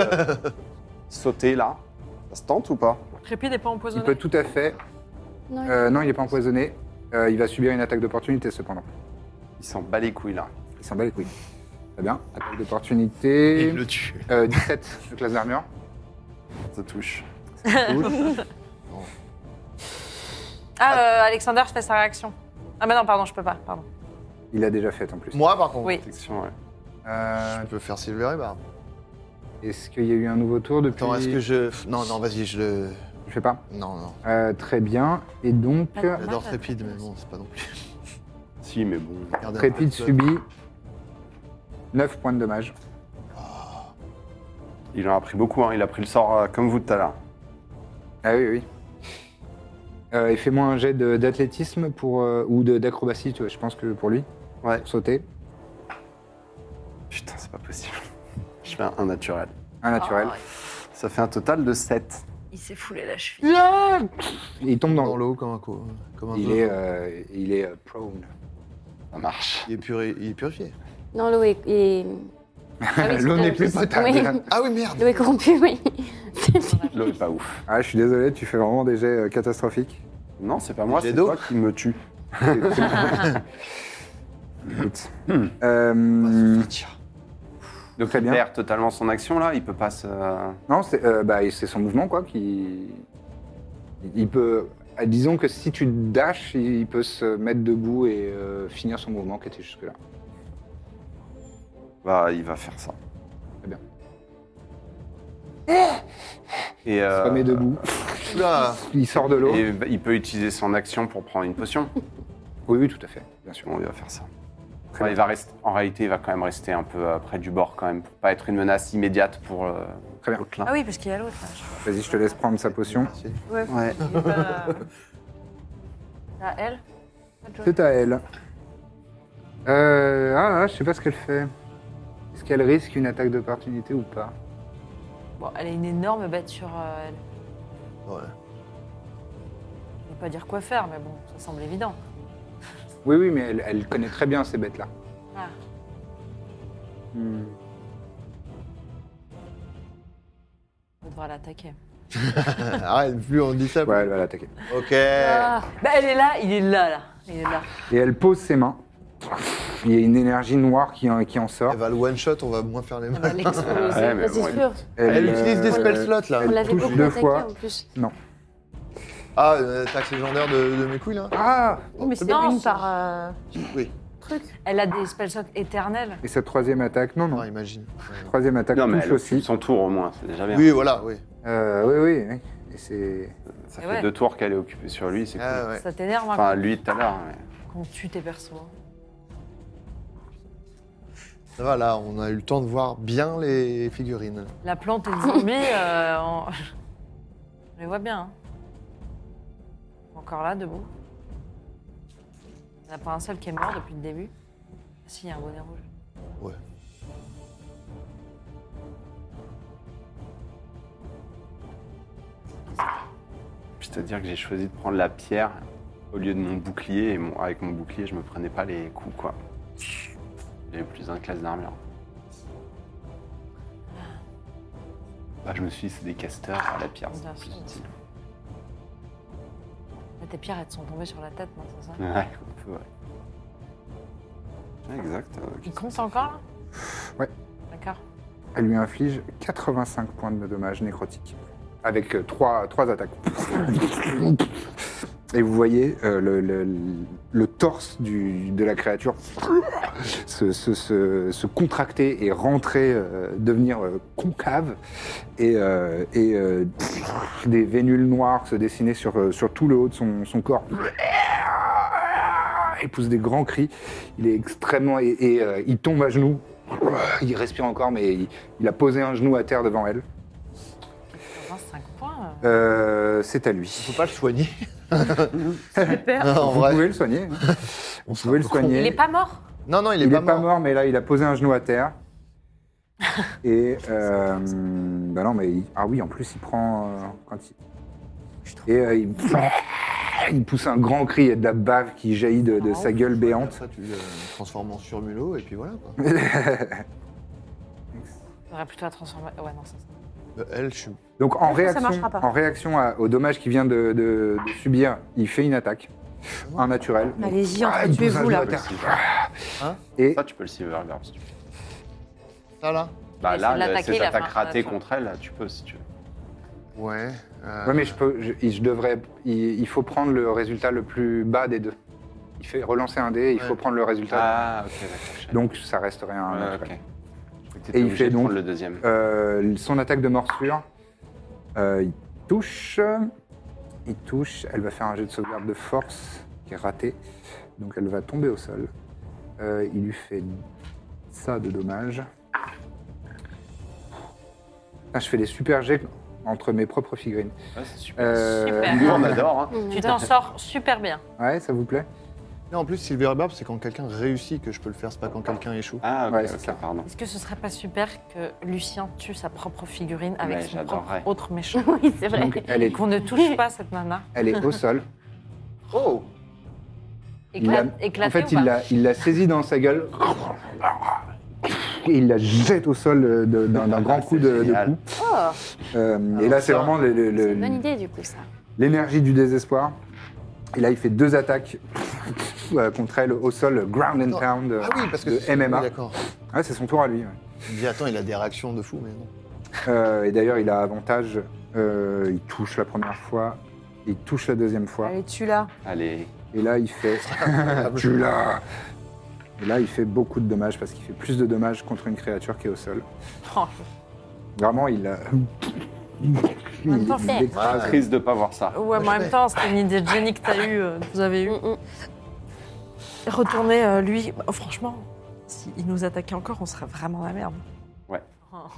Speaker 3: sauter là Ça se tente ou pas
Speaker 2: Trépide n'est pas
Speaker 1: Il
Speaker 2: empoisonné.
Speaker 1: peut tout à fait.
Speaker 4: Non, il-
Speaker 1: Euh, non, il n'est pas empoisonné. Euh, il va subir une attaque d'opportunité, cependant.
Speaker 3: Il s'en bat les couilles là.
Speaker 1: Il s'en bat les couilles. Très bien. Attaque
Speaker 5: Et
Speaker 1: d'opportunité.
Speaker 5: il le tue.
Speaker 1: Euh, 17 de classe d'armure.
Speaker 3: Ça touche.
Speaker 2: Ah, euh, Alexander fait sa réaction. Ah, mais non, pardon, je peux pas. Pardon.
Speaker 1: Il l'a déjà fait en plus.
Speaker 5: Moi, par contre,
Speaker 2: Oui.
Speaker 3: Protection, ouais.
Speaker 1: Euh,
Speaker 5: je peux faire Silver et Barb.
Speaker 1: est-ce qu'il y a eu un nouveau tour depuis
Speaker 5: Attends, est-ce que je. Non, non, vas-y, je le.
Speaker 1: Je sais pas.
Speaker 5: Non, non.
Speaker 1: Euh, très bien. Et donc,
Speaker 2: Pas de-
Speaker 5: J'adore
Speaker 2: Moi,
Speaker 5: Trépide,
Speaker 2: ça
Speaker 5: mais bon, c'est pas non plus.
Speaker 3: Si, mais bon.
Speaker 5: Regardez,
Speaker 1: Trépide
Speaker 5: un peu.
Speaker 1: subit 9 points de dommage.
Speaker 3: Il en a pris beaucoup, hein. il a pris le sort euh, comme vous tout à l'heure.
Speaker 1: Ah oui, oui. Euh, et fais-moi un jet de- d'athlétisme pour euh, ou de- d'acrobatie, tu vois, je pense que pour lui,
Speaker 3: Ouais.
Speaker 1: pour sauter.
Speaker 3: Putain, c'est pas possible. Je fais un, un naturel.
Speaker 1: Un naturel.
Speaker 3: Ça fait un total de 7.
Speaker 6: Il s'est foulé la cheville.
Speaker 1: Il tombe dans,
Speaker 5: Dans
Speaker 1: l'eau.
Speaker 5: l'eau comme un co. Comme un
Speaker 1: Il
Speaker 5: zoo.
Speaker 1: est, euh, il est euh, prone.
Speaker 3: Ça marche.
Speaker 5: Il est, puri- il est purifié.
Speaker 4: Non, l'eau est. est- Ah oui,
Speaker 1: L'eau
Speaker 4: c'est-
Speaker 1: n'est plus potable.
Speaker 4: Oui.
Speaker 5: Ah oui, merde
Speaker 4: L'eau est corrompue, oui.
Speaker 3: L'eau est pas ouf.
Speaker 1: Ah, je suis désolé, tu fais vraiment des jets euh, catastrophiques.
Speaker 3: Non, c'est pas moi,
Speaker 5: Jet
Speaker 3: c'est
Speaker 5: d'eau.
Speaker 3: toi qui me tue.
Speaker 1: Écoute.
Speaker 5: Hmm. On va se
Speaker 1: Euh,
Speaker 5: sortir.
Speaker 1: donc très
Speaker 3: Il
Speaker 1: bien.
Speaker 3: perd totalement son action là, il peut pas se.
Speaker 1: Non, c'est euh, bah, c'est son mouvement quoi qui. Il peut. ah, Disons que si tu dashes, il peut se mettre debout et euh, finir son mouvement qui était jusque-là.
Speaker 3: Bah, il va faire ça.
Speaker 1: Très bien.
Speaker 3: Et,
Speaker 1: Il
Speaker 3: euh,
Speaker 1: se remet debout,
Speaker 5: Oula
Speaker 1: il sort de l'eau.
Speaker 3: et bah, il peut utiliser son action pour prendre une potion.
Speaker 1: Oui, oui, tout à fait, bien sûr.
Speaker 3: Bon, il va faire ça.
Speaker 1: Très
Speaker 3: Ouais,
Speaker 1: bien.
Speaker 3: il va rester, en réalité, il va quand même rester un peu euh, près du bord quand même pour pas être une menace immédiate pour euh,
Speaker 1: Très bien.
Speaker 3: le clin.
Speaker 2: Ah oui, parce qu'il y a l'autre. là.
Speaker 1: Vas-y, je te laisse prendre sa potion.
Speaker 5: Merci.
Speaker 3: Ouais.
Speaker 2: Ah, elle
Speaker 1: C'est à elle. Euh, ah, je sais pas ce qu'elle fait. Est-ce qu'elle risque une attaque d'opportunité ou pas
Speaker 2: Bon, elle a une énorme bête sur euh, elle.
Speaker 5: Ouais.
Speaker 2: Je ne veux pas dire quoi faire, mais bon, ça semble évident.
Speaker 1: Oui, oui, mais elle, elle connaît très bien ces bêtes-là.
Speaker 2: Ah.
Speaker 1: Hmm.
Speaker 2: On devra l'attaquer.
Speaker 5: Arrête, plus on dit ça. plus-
Speaker 1: Ouais, elle va l'attaquer.
Speaker 5: Ok.
Speaker 1: Euh.
Speaker 2: Ah, bah, elle est là, il est là, là. Il est là.
Speaker 1: Et elle pose ses mains il y a une énergie noire qui en, qui en sort.
Speaker 5: Elle va le one shot, on va moins faire les mains.
Speaker 1: Ouais, mais
Speaker 4: l'exploser, ça,
Speaker 1: bon,
Speaker 4: Bah, c'est
Speaker 1: elle-
Speaker 4: sûr.
Speaker 5: Elle, utilise des
Speaker 1: euh,
Speaker 5: spell slots là.
Speaker 4: On l'avait
Speaker 1: touche
Speaker 4: beaucoup
Speaker 1: deux
Speaker 4: attaqué
Speaker 1: fois.
Speaker 4: en plus.
Speaker 5: Ah, euh, taxe légendaire de, de mes couilles là
Speaker 1: Ah
Speaker 7: Oui, Oh, mais c'est
Speaker 2: Non,
Speaker 7: une
Speaker 2: c'est-
Speaker 7: par euh,
Speaker 5: Oui.
Speaker 7: truc.
Speaker 2: Elle a des spells slots éternels.
Speaker 1: Et cette troisième attaque, non, non.
Speaker 5: Ouais, Ah, imagine.
Speaker 1: Troisième attaque
Speaker 3: Non, mais
Speaker 1: touche
Speaker 3: elle occupe
Speaker 1: aussi.
Speaker 3: son tour au moins, c'est déjà bien.
Speaker 5: Oui, voilà, oui.
Speaker 1: Euh, oui, oui, oui. Et c'est.
Speaker 3: Ça
Speaker 2: Et
Speaker 3: fait
Speaker 2: ouais.
Speaker 3: deux tours qu'elle est occupée sur lui, c'est cool.
Speaker 5: Ah, ouais.
Speaker 2: Ça t'énerve hein,
Speaker 3: Enfin, lui tout à l'heure. mais-
Speaker 2: qu'on tue tes persos. hein.
Speaker 5: Ça va, là, on a eu le temps de voir bien les figurines.
Speaker 2: La plante et le zombie, euh, on... on les voit bien. hein. Encore là, debout. Il n'y en a pas un seul qui est mort depuis le début. Ah, si, il y a un bonnet rouge.
Speaker 5: Ouais.
Speaker 3: Puis c'est-à-dire que j'ai choisi de prendre la pierre au lieu de mon bouclier, et mon- avec mon bouclier, je me prenais pas les coups, quoi. J'avais plus un classe d'armure. Bah, je me suis dit, c'est des casteurs, la pierre,
Speaker 2: Bien
Speaker 3: c'est plus
Speaker 2: sûr.
Speaker 3: utile.
Speaker 2: Là, tes pierres, elles te sont tombées sur la tête, non, c'est ça
Speaker 3: Ouais, un peu, ouais. Ouais, Exact. euh,
Speaker 2: Il compte encore, là
Speaker 1: Ouais.
Speaker 2: D'accord.
Speaker 1: Elle lui inflige 85 points de dommages nécrotiques. Avec euh, trois, trois attaques. Et vous voyez euh, le, le- le torse du- de la créature se, se- se- se contracter et rentrer, euh, devenir euh, concave. Et, euh, et, euh, des vénules noires se dessiner sur, euh, sur tout le haut de son, son corps. Il pousse des grands cris. Il est extrêmement. Et, et, euh, il tombe à genoux. Il respire encore, mais il, il a posé un genou à terre devant elle.
Speaker 2: 25 points. euh.
Speaker 1: Euh, c'est à lui.
Speaker 5: Faut pas le soigner.
Speaker 7: Super.
Speaker 5: en
Speaker 1: Vous
Speaker 5: vrai.
Speaker 1: pouvez le soigner. hein.
Speaker 5: On
Speaker 1: Vous pouvez le soigner.
Speaker 2: Il n'est pas mort
Speaker 5: Non, non, il est,
Speaker 1: Il
Speaker 5: pas,
Speaker 1: est pas
Speaker 5: mort.
Speaker 1: mort, mais là, il a posé un genou à terre. Et. euh, bah non, mais. il- ah oui, en plus, il prend. euh, quand il... Et euh, il... il pousse un grand cri. Il y a de la bave qui jaillit de,
Speaker 7: Ah
Speaker 1: de sa gueule béante.
Speaker 5: Ça, tu le transformes en surmulot et puis voilà. Quoi.
Speaker 2: On aurait plutôt la transformer. Ouais, non, ça. ça.
Speaker 5: Euh, Elle, je suis.
Speaker 1: Donc, en
Speaker 7: Ça
Speaker 1: réaction,
Speaker 7: marchera pas.
Speaker 1: en réaction à- au dommage qu'il vient de, de- de subir, il fait une attaque.
Speaker 5: Ah
Speaker 1: Un naturel.
Speaker 7: Allez-y,
Speaker 1: Ah, il pousse un
Speaker 7: entretuez-vous
Speaker 1: genou
Speaker 7: là.
Speaker 1: à terre.
Speaker 2: Hein
Speaker 3: c'est-
Speaker 1: Et
Speaker 3: Ça, tu peux le Silver Garb, si tu veux.
Speaker 5: Ça là
Speaker 3: Bah
Speaker 2: Mais c'est
Speaker 3: là,
Speaker 2: de
Speaker 3: là,
Speaker 2: l'attaquer,
Speaker 3: ces
Speaker 2: la
Speaker 3: attaques
Speaker 2: fin-
Speaker 3: ratées
Speaker 2: la fin.
Speaker 3: contre elle, là, tu peux si tu veux.
Speaker 5: Ouais. euh,
Speaker 1: Ouais, mais je peux, je, je devrais, il, il faut prendre le résultat le plus bas des deux. Il fait relancer un dé, il faut
Speaker 5: Ouais.
Speaker 1: prendre le résultat.
Speaker 3: Ah, ok, d'accord.
Speaker 1: Donc ça resterait un
Speaker 3: Ouais,
Speaker 1: naturel.
Speaker 3: ok. Je crois que
Speaker 1: Et
Speaker 3: t'étais
Speaker 1: il
Speaker 3: obligé
Speaker 1: fait
Speaker 3: de
Speaker 1: donc-
Speaker 3: prendre le deuxième.
Speaker 1: Euh, son attaque de morsure, euh, il touche, il touche. Elle va faire un jet de sauvegarde de force qui est raté, donc elle va tomber au sol. Euh, il lui fait ça de dommage. Putain, je fais des super jets entre mes propres figurines.
Speaker 3: Ouais, c'est super.
Speaker 1: Euh,
Speaker 2: Super.
Speaker 3: Nous, on adore, hein.
Speaker 2: Tu t'en sors super bien.
Speaker 1: Ouais, ça vous plaît
Speaker 5: Non, en plus, Silver Barb, c'est quand quelqu'un réussit que je peux le faire, c'est pas quand quelqu'un échoue.
Speaker 3: Ah, ok,
Speaker 1: Ouais, c'est
Speaker 3: ok,
Speaker 1: ça.
Speaker 3: pardon.
Speaker 2: Est-ce que ce serait pas super que Lucien tue sa propre figurine avec
Speaker 3: Mais
Speaker 2: son
Speaker 3: j'adorerais.
Speaker 2: propre autre méchant
Speaker 4: Oui, c'est vrai.
Speaker 1: Donc elle est,
Speaker 2: Qu'on ne touche pas cette nana.
Speaker 1: elle est au sol.
Speaker 5: Oh
Speaker 1: Il l'a-
Speaker 2: Éclate, éclatée
Speaker 1: en fait,
Speaker 2: ou pas
Speaker 1: il l'a, il l'a saisi dans sa gueule. Et il la jette au sol euh, de- d'un d'un grand coup de,
Speaker 3: C'est
Speaker 1: de
Speaker 3: génial.
Speaker 1: coup. Euh, et
Speaker 5: Alors
Speaker 1: là, c'est
Speaker 5: ça-
Speaker 1: vraiment le- le-
Speaker 4: C'est
Speaker 1: le-
Speaker 4: une bonne idée, du coup, ça.
Speaker 1: l'énergie du désespoir. Et là, il fait deux attaques euh, contre elle au sol, ground and
Speaker 5: Attends.
Speaker 1: pound euh,
Speaker 5: Ah oui, parce que.
Speaker 1: de
Speaker 5: c'est-
Speaker 1: MMA.
Speaker 5: oui, D'accord.
Speaker 1: Ouais, c'est son tour à lui. ouais.
Speaker 5: Il dit, attends, il a des réactions de fou, mais non.
Speaker 1: Euh, et d'ailleurs, il a avantage. Euh, il touche la première fois, il touche la deuxième fois.
Speaker 7: Allez, tu là.
Speaker 3: Allez,
Speaker 1: Et là, il fait. tu l'as Et là, il fait beaucoup de dommages parce qu'il fait plus de dommages contre une créature qui est au sol.
Speaker 2: Oh,
Speaker 1: Vraiment, il. a- Il,
Speaker 4: même temps,
Speaker 1: il
Speaker 4: c'est-
Speaker 1: écrase.
Speaker 3: triste de pas voir ça.
Speaker 2: Ouais, mais en même temps, c'était une idée de génie que t'as eue, euh, que vous avez eue. Retourner, euh, lui, bah, franchement, s'il nous attaquait encore, on serait vraiment dans la merde.
Speaker 3: Ouais.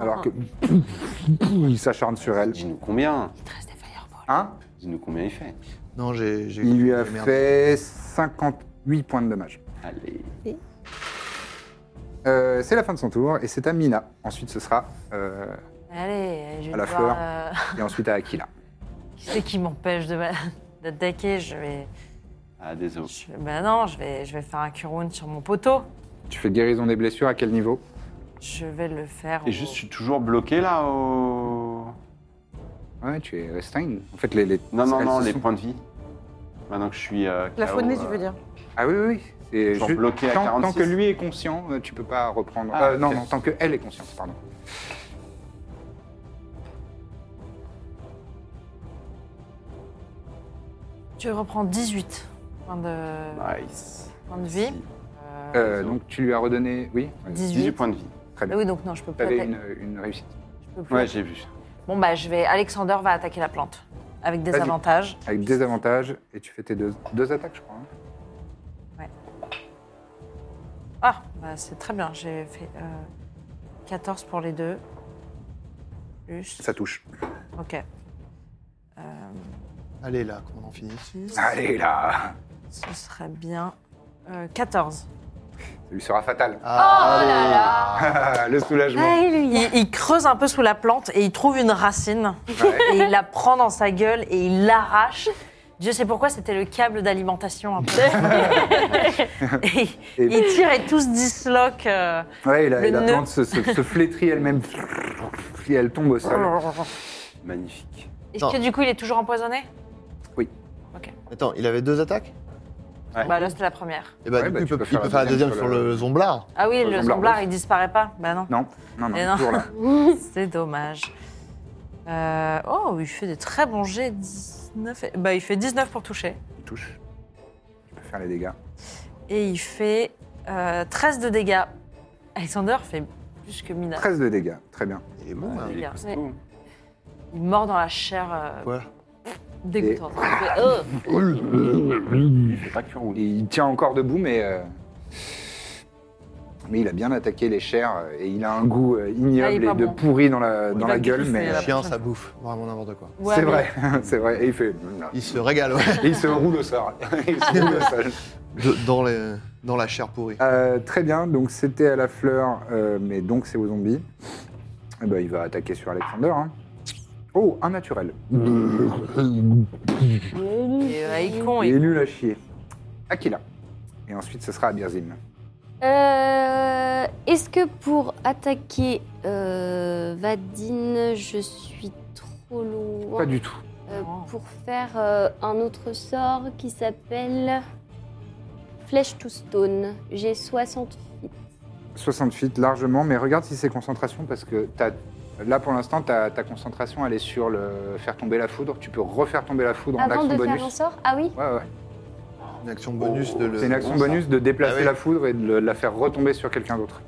Speaker 1: Alors que. Il s'acharne sur elle.
Speaker 3: Dis-nous combien
Speaker 2: Il te reste des fireballs.
Speaker 1: Hein
Speaker 3: Dis-nous combien il fait.
Speaker 5: Non, j'ai. j'ai-
Speaker 1: Il lui a
Speaker 5: j'ai merdé.
Speaker 1: fait 58 points de dommages.
Speaker 3: Allez.
Speaker 1: Euh, c'est la fin de son tour et c'est à Mina. Ensuite, ce sera. euh,
Speaker 2: Allez, je
Speaker 1: À la
Speaker 2: vais voir. euh,
Speaker 1: et ensuite à Aquila.
Speaker 2: qui c'est qui m'empêche de m'a- d'attaquer Je vais.
Speaker 3: Ah, désolé.
Speaker 2: je- bah non, je vais, je vais faire un Kurun sur mon poteau.
Speaker 1: Tu fais guérison des blessures à quel niveau
Speaker 2: Je vais le faire.
Speaker 3: Et
Speaker 2: au-
Speaker 3: juste, je suis toujours bloqué là au.
Speaker 1: Ouais, tu es restreint. En fait, les. les-
Speaker 3: Non, non,
Speaker 1: elles
Speaker 3: non,
Speaker 1: se
Speaker 3: les
Speaker 1: sont-
Speaker 3: points de vie. Maintenant que je suis. euh,
Speaker 7: La
Speaker 3: KO,
Speaker 7: faune,
Speaker 3: euh,
Speaker 7: tu veux dire
Speaker 1: Ah oui, oui, oui. C'est
Speaker 3: Genre
Speaker 1: ju-
Speaker 3: bloqué à
Speaker 1: tant,
Speaker 3: 46.
Speaker 1: tant que lui est conscient, euh, tu peux pas reprendre.
Speaker 3: Ah,
Speaker 1: Euh, Non,
Speaker 3: ok.
Speaker 1: non, tant que elle est consciente, pardon.
Speaker 2: Tu reprends 18 points de,
Speaker 3: euh, Nice.
Speaker 2: points de vie.
Speaker 3: Merci.
Speaker 1: Ah, Euh, donc tu lui as redonné, oui,
Speaker 2: 18.
Speaker 3: 18 points de vie.
Speaker 1: très
Speaker 2: Ah
Speaker 1: bien.
Speaker 2: oui, donc non, je peux plus.
Speaker 1: T'avais
Speaker 2: atta-
Speaker 1: une, une réussite.
Speaker 2: je peux plus.
Speaker 3: Ouais, j'ai vu.
Speaker 2: Bon, bah, je vais. Alexander va attaquer la plante. Avec des
Speaker 1: Vas-y.
Speaker 2: avantages.
Speaker 1: Avec des avantages, et tu fais tes deux, deux attaques, je crois. hein.
Speaker 2: Ah, bah, c'est très bien. J'ai fait euh, 14 pour les deux. Plus.
Speaker 1: Ça touche.
Speaker 2: Ok.
Speaker 5: Allez là, qu'on en
Speaker 2: Oh
Speaker 5: finisse.
Speaker 1: Allez là
Speaker 2: Ce serait bien. euh, 14.
Speaker 1: Ça lui sera fatal.
Speaker 5: Ah, allez.
Speaker 1: Ah, Le soulagement.
Speaker 4: Alléluia.
Speaker 2: Il, il creuse un peu sous la plante et il trouve une racine.
Speaker 1: Ouais.
Speaker 2: et il la prend dans sa gueule et il l'arrache. Dieu sait pourquoi, c'était le câble d'alimentation un peu. et, il tire et tout se disloque. euh,
Speaker 1: Ouais, et la,
Speaker 2: Le
Speaker 1: et la
Speaker 2: nœud.
Speaker 1: plante se, se- se flétrit elle-même et elle tombe au
Speaker 2: Oh.
Speaker 1: sol.
Speaker 3: Magnifique.
Speaker 2: Est-ce que du coup, il est toujours empoisonné
Speaker 5: Attends, il avait deux attaques
Speaker 3: Ouais.
Speaker 2: Bah là, c'était la première.
Speaker 5: Et bah,
Speaker 1: Ouais,
Speaker 5: du
Speaker 1: bah,
Speaker 5: coup, il
Speaker 1: tu
Speaker 5: peut,
Speaker 1: peux
Speaker 5: il
Speaker 1: faire
Speaker 5: peut
Speaker 1: la
Speaker 5: faire la
Speaker 1: deuxième
Speaker 5: deuxième sur
Speaker 1: sur le-
Speaker 5: le zomblard.
Speaker 2: Ah oui,
Speaker 1: Le
Speaker 2: le
Speaker 1: zomblard
Speaker 2: zomblard,
Speaker 1: rouge.
Speaker 2: il disparaît pas. Bah non,
Speaker 1: Non, non, non,
Speaker 2: Mais non.
Speaker 1: toujours là.
Speaker 2: c'est dommage. Euh, oh, il fait des très bons jets. 19 et- Bah, il fait 19 pour toucher.
Speaker 1: Tu touches. Tu peux faire les dégâts.
Speaker 2: Et il fait euh, 13 de dégâts. Alexander fait plus que Mina.
Speaker 1: 13 de dégâts, très bien.
Speaker 5: Il est bon, là.
Speaker 1: hein.
Speaker 3: Il est
Speaker 2: bien.
Speaker 3: costaud.
Speaker 2: Il mord dans la chair euh,
Speaker 5: Ouais.
Speaker 2: dégoûtante. Il fait, Oh
Speaker 3: Il fait pas que rouler.
Speaker 1: Il tient encore debout, mais. euh, Mais il a bien attaqué les chairs euh, et il a un goût euh,
Speaker 2: Ah, il
Speaker 1: ignoble
Speaker 2: est
Speaker 1: et
Speaker 2: pas
Speaker 1: de
Speaker 2: bon.
Speaker 1: pourri dans la, dans
Speaker 2: va
Speaker 1: la gueule,
Speaker 2: griffer,
Speaker 1: mais
Speaker 2: là.
Speaker 1: euh,
Speaker 5: Chien, ça bouffe vraiment n'importe quoi.
Speaker 2: Ouais,
Speaker 1: c'est
Speaker 2: mais-
Speaker 1: vrai, c'est vrai. Et il fait.
Speaker 5: Il se régale, ouais.
Speaker 1: Et il se roule au sol. Il se roule au sol.
Speaker 5: De- dans, les- dans la chair pourrie.
Speaker 1: Euh, très bien, donc c'était à la fleur, euh, mais donc c'est aux zombies. Eh ben, il va attaquer sur Alexander. hein. Oh, un naturel.
Speaker 2: Il est euh, il est con,
Speaker 1: Il est
Speaker 2: il-
Speaker 1: nul à chier. Aquila. Et ensuite, ce sera à Birzim.
Speaker 4: Euh, Est-ce que pour attaquer euh, Vadine, je suis trop loin
Speaker 1: Pas du tout.
Speaker 4: Euh, pour faire euh, un autre sort qui s'appelle Flèche to Stone. J'ai 60 feet.
Speaker 1: 60 feet largement, mais regarde si c'est concentration parce que t'as- là pour l'instant ta, ta concentration elle est sur le faire tomber la foudre. Tu peux refaire tomber la foudre en
Speaker 4: Avant
Speaker 1: action
Speaker 4: de
Speaker 1: bonus.
Speaker 4: faire un sort Ah oui
Speaker 1: Ouais, ouais.
Speaker 5: Une action bonus de
Speaker 1: Ah.
Speaker 5: le.
Speaker 1: C'est une action
Speaker 5: bon, ça.
Speaker 1: bonus de déplacer
Speaker 5: Ah oui.
Speaker 1: la foudre et de le- la faire retomber sur quelqu'un d'autre.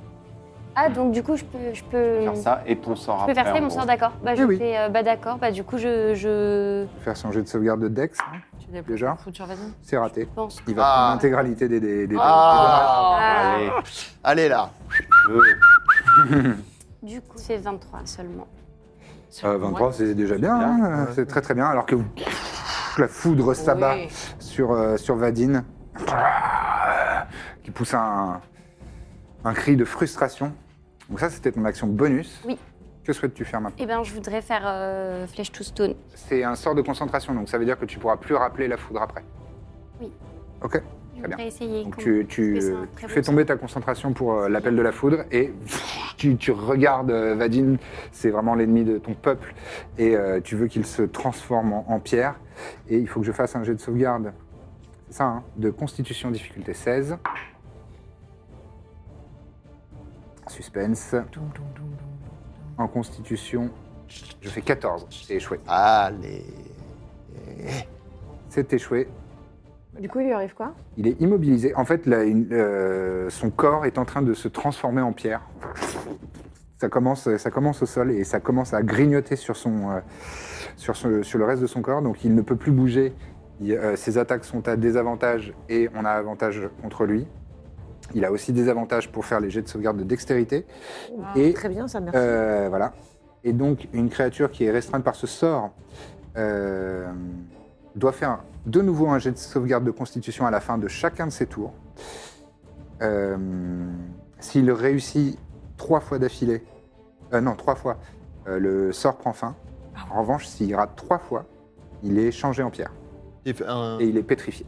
Speaker 4: Ah, donc du coup, je peux. Je peux...
Speaker 3: Faire ça et ton sort
Speaker 4: Je
Speaker 3: après.
Speaker 4: Mm. peux faire ça,
Speaker 3: en
Speaker 4: mon
Speaker 3: gros.
Speaker 4: sort, d'accord. Bah, je
Speaker 1: Eh oui.
Speaker 4: fais, euh, bah, d'accord. Bah, du coup, je, je
Speaker 1: Faire son jet de sauvegarde de Dex, hein,
Speaker 2: Tu l'as pris,
Speaker 1: déjà,
Speaker 2: foutu sur Vadine
Speaker 1: c'est raté.
Speaker 4: pense.
Speaker 1: Il va prendre
Speaker 5: Ah.
Speaker 1: l'intégralité des, des, des-
Speaker 2: Ah.
Speaker 3: Allez,
Speaker 5: Allez là.
Speaker 3: je-
Speaker 4: Du coup, c'est 23 seulement.
Speaker 1: Euh, 23, c'est déjà bien,
Speaker 3: C'est bien,
Speaker 1: hein, c'est très très bien. Alors que vous- la foudre s'abat
Speaker 2: Oui.
Speaker 1: sur, euh, sur Vadine, qui pousse un, un cri de frustration. Donc ça, c'était ton action bonus.
Speaker 4: Oui.
Speaker 1: Que souhaites-tu faire maintenant
Speaker 4: Eh ben, je voudrais faire euh, Flèche to Stone.
Speaker 1: C'est un sort de concentration, donc ça veut dire que tu pourras plus rappeler la foudre après.
Speaker 4: Oui.
Speaker 1: Ok.
Speaker 4: Je
Speaker 1: Très bien.
Speaker 4: voudrais essayer.
Speaker 1: Donc
Speaker 4: quand-
Speaker 1: tu, tu,
Speaker 4: Est-ce que c'est un
Speaker 1: euh, tu
Speaker 4: très bon
Speaker 1: fais
Speaker 4: sort
Speaker 1: tomber ta concentration pour euh, l'appel de la foudre et tu, tu regardes euh, Vadine, c'est vraiment l'ennemi de ton peuple et euh, tu veux qu'il se transforme en, en pierre et il faut que je fasse un jet de sauvegarde. C'est ça, hein, de constitution difficulté 16. Suspense. En constitution, je fais 14, c'est échoué.
Speaker 5: Allez.
Speaker 1: C'est échoué,
Speaker 7: Du coup, il lui arrive quoi
Speaker 1: Il est immobilisé. En fait, là, une- euh, son corps est en train de se transformer en pierre. Ça commence, ça commence au sol et ça commence à grignoter sur, son, euh, sur, ce- sur le reste de son corps. Donc, il ne peut plus bouger. Il- euh, ses attaques sont à désavantage et on a avantage contre lui. Il a aussi des avantages pour faire les jets de sauvegarde de dextérité. Et
Speaker 7: Très bien, ça, merci.
Speaker 1: euh, voilà. Et donc, une créature qui est restreinte par ce sort euh, doit faire de nouveau un jet de sauvegarde de constitution à la fin de chacun de ses tours. Euh, S'il réussit trois fois d'affilée, euh, non, trois fois, euh, le sort prend fin. En revanche, s'il rate trois fois, il est changé en pierre
Speaker 5: Il fait un-
Speaker 1: et il est pétrifié.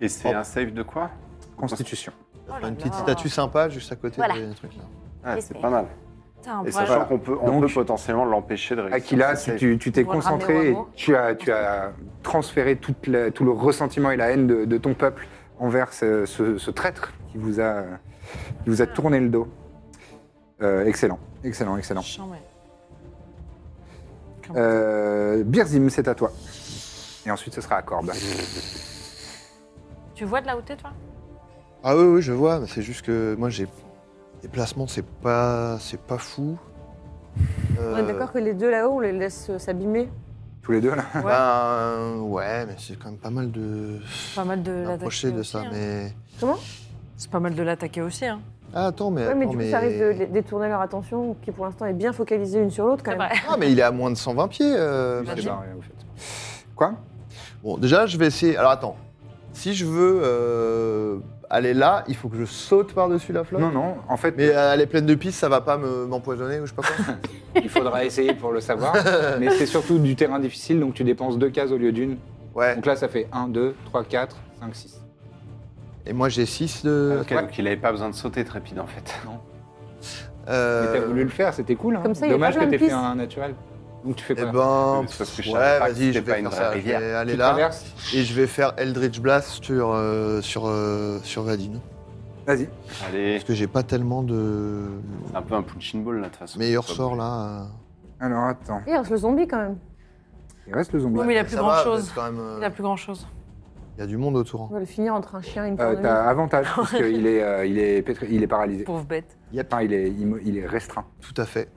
Speaker 3: Et c'est un save de quoi
Speaker 1: Constitution.
Speaker 2: Oh
Speaker 5: il fait une petite statue sympa juste à côté
Speaker 4: Voilà.
Speaker 5: des trucs là.
Speaker 3: Ah, c'est
Speaker 4: J'espère.
Speaker 3: pas mal.
Speaker 2: Putain,
Speaker 3: Et
Speaker 2: voilà.
Speaker 3: sachant qu'on peut, on
Speaker 1: Donc-
Speaker 3: peut potentiellement l'empêcher de réussir.
Speaker 1: Aquila,
Speaker 3: ce
Speaker 1: tu
Speaker 3: save.
Speaker 1: tu- tu t'es
Speaker 2: Pour le
Speaker 1: concentré
Speaker 2: ramener
Speaker 1: et
Speaker 2: au hameau.
Speaker 1: tu as, tu as transféré toute la- tout le ressentiment et la haine de, de ton peuple envers ce, ce- ce traître qui vous a, qui vous a tourné le dos. Euh, excellent, excellent, excellent.
Speaker 6: Chambre.
Speaker 1: Euh, Birzim, c'est à toi. Et ensuite, ce sera à Corbe.
Speaker 2: Tu vois de là où t'es, toi
Speaker 5: Ah oui, oui, je vois, mais c'est juste que moi j'ai. Les placements, c'est pas. C'est pas fou. Euh,
Speaker 7: On est d'accord que les deux là-haut, on les laisse euh, s'abîmer.
Speaker 1: Tous les deux, là.
Speaker 5: Ouais. Ben, ouais, mais c'est quand même pas mal de.
Speaker 2: Pas mal de l'attaquer.
Speaker 5: Approcher de
Speaker 2: aussi,
Speaker 5: ça,
Speaker 2: hein.
Speaker 5: mais.
Speaker 2: C'est pas mal de l'attaquer aussi. Hein.
Speaker 5: Ah, attends, mais.
Speaker 7: Ouais, mais
Speaker 5: attends,
Speaker 7: du coup, ça risque de les- détourner leur attention, qui pour l'instant est bien focalisée une sur l'autre quand
Speaker 2: C'est
Speaker 7: même.
Speaker 2: vrai.
Speaker 5: Ah, mais il est à moins de 120 pieds. euh,
Speaker 1: Je sais
Speaker 5: Birzim.
Speaker 1: pas, rien, vous faites. Quoi
Speaker 5: Bon, déjà, je vais essayer. Alors attends. Si je veux euh, aller là, il faut que je saute par-dessus la flotte.
Speaker 1: Non, non, en fait,
Speaker 5: Mais euh, elle est pleine de pistes, ça va pas me- m'empoisonner ou je sais pas quoi.
Speaker 1: il faudra essayer pour le savoir. Mais c'est surtout du terrain difficile, donc tu dépenses deux cases au lieu d'une.
Speaker 5: Ouais.
Speaker 1: Donc là, ça fait 1, 2, 3, 4, 5, 6.
Speaker 5: Et moi j'ai 6 de.
Speaker 1: Ok.
Speaker 3: Ok, donc il avait pas besoin de sauter trépide en fait.
Speaker 5: Euh,
Speaker 1: Mais t'as voulu le faire, c'était cool. hein.
Speaker 7: Comme ça, il y a
Speaker 1: Dommage
Speaker 7: pas
Speaker 1: que
Speaker 7: plein de
Speaker 1: t'aies fait
Speaker 7: pistes.
Speaker 1: un naturel. Donc tu fais
Speaker 5: Eh
Speaker 1: quoi
Speaker 5: ben,
Speaker 3: Mais c'est parce que je
Speaker 5: ouais,
Speaker 3: savais pas que
Speaker 5: vas-y, je
Speaker 3: c'était
Speaker 5: vais
Speaker 3: pas une
Speaker 5: faire
Speaker 3: vraie
Speaker 5: ça. Je
Speaker 3: rivière.
Speaker 5: vais aller
Speaker 1: Tu
Speaker 5: là
Speaker 1: traverses
Speaker 5: et je vais faire Eldritch Blast sur euh, sur euh, sur Vadine.
Speaker 1: Vas-y.
Speaker 3: Allez,
Speaker 5: Parce que j'ai pas tellement de
Speaker 3: c'est un peu un punching ball là de toute façon.
Speaker 5: meilleurs
Speaker 3: Pas
Speaker 5: sorts là.
Speaker 1: Alors attends,
Speaker 7: Il reste le zombie quand même.
Speaker 1: il reste le zombie.
Speaker 2: Oui, mais il a plus grand chose.
Speaker 5: Il quand même, euh,
Speaker 2: Il a plus grand chose.
Speaker 5: il y a du monde autour. hein.
Speaker 7: On va le finir entre un chien et une
Speaker 1: Euh,
Speaker 7: cornemuse.
Speaker 1: t'as avantage, parce qu'il est, euh, il est, pétri- il est paralysé.
Speaker 2: Pauvre bête.
Speaker 1: Enfin, il est, immo- il est restreint.
Speaker 5: Tout à fait.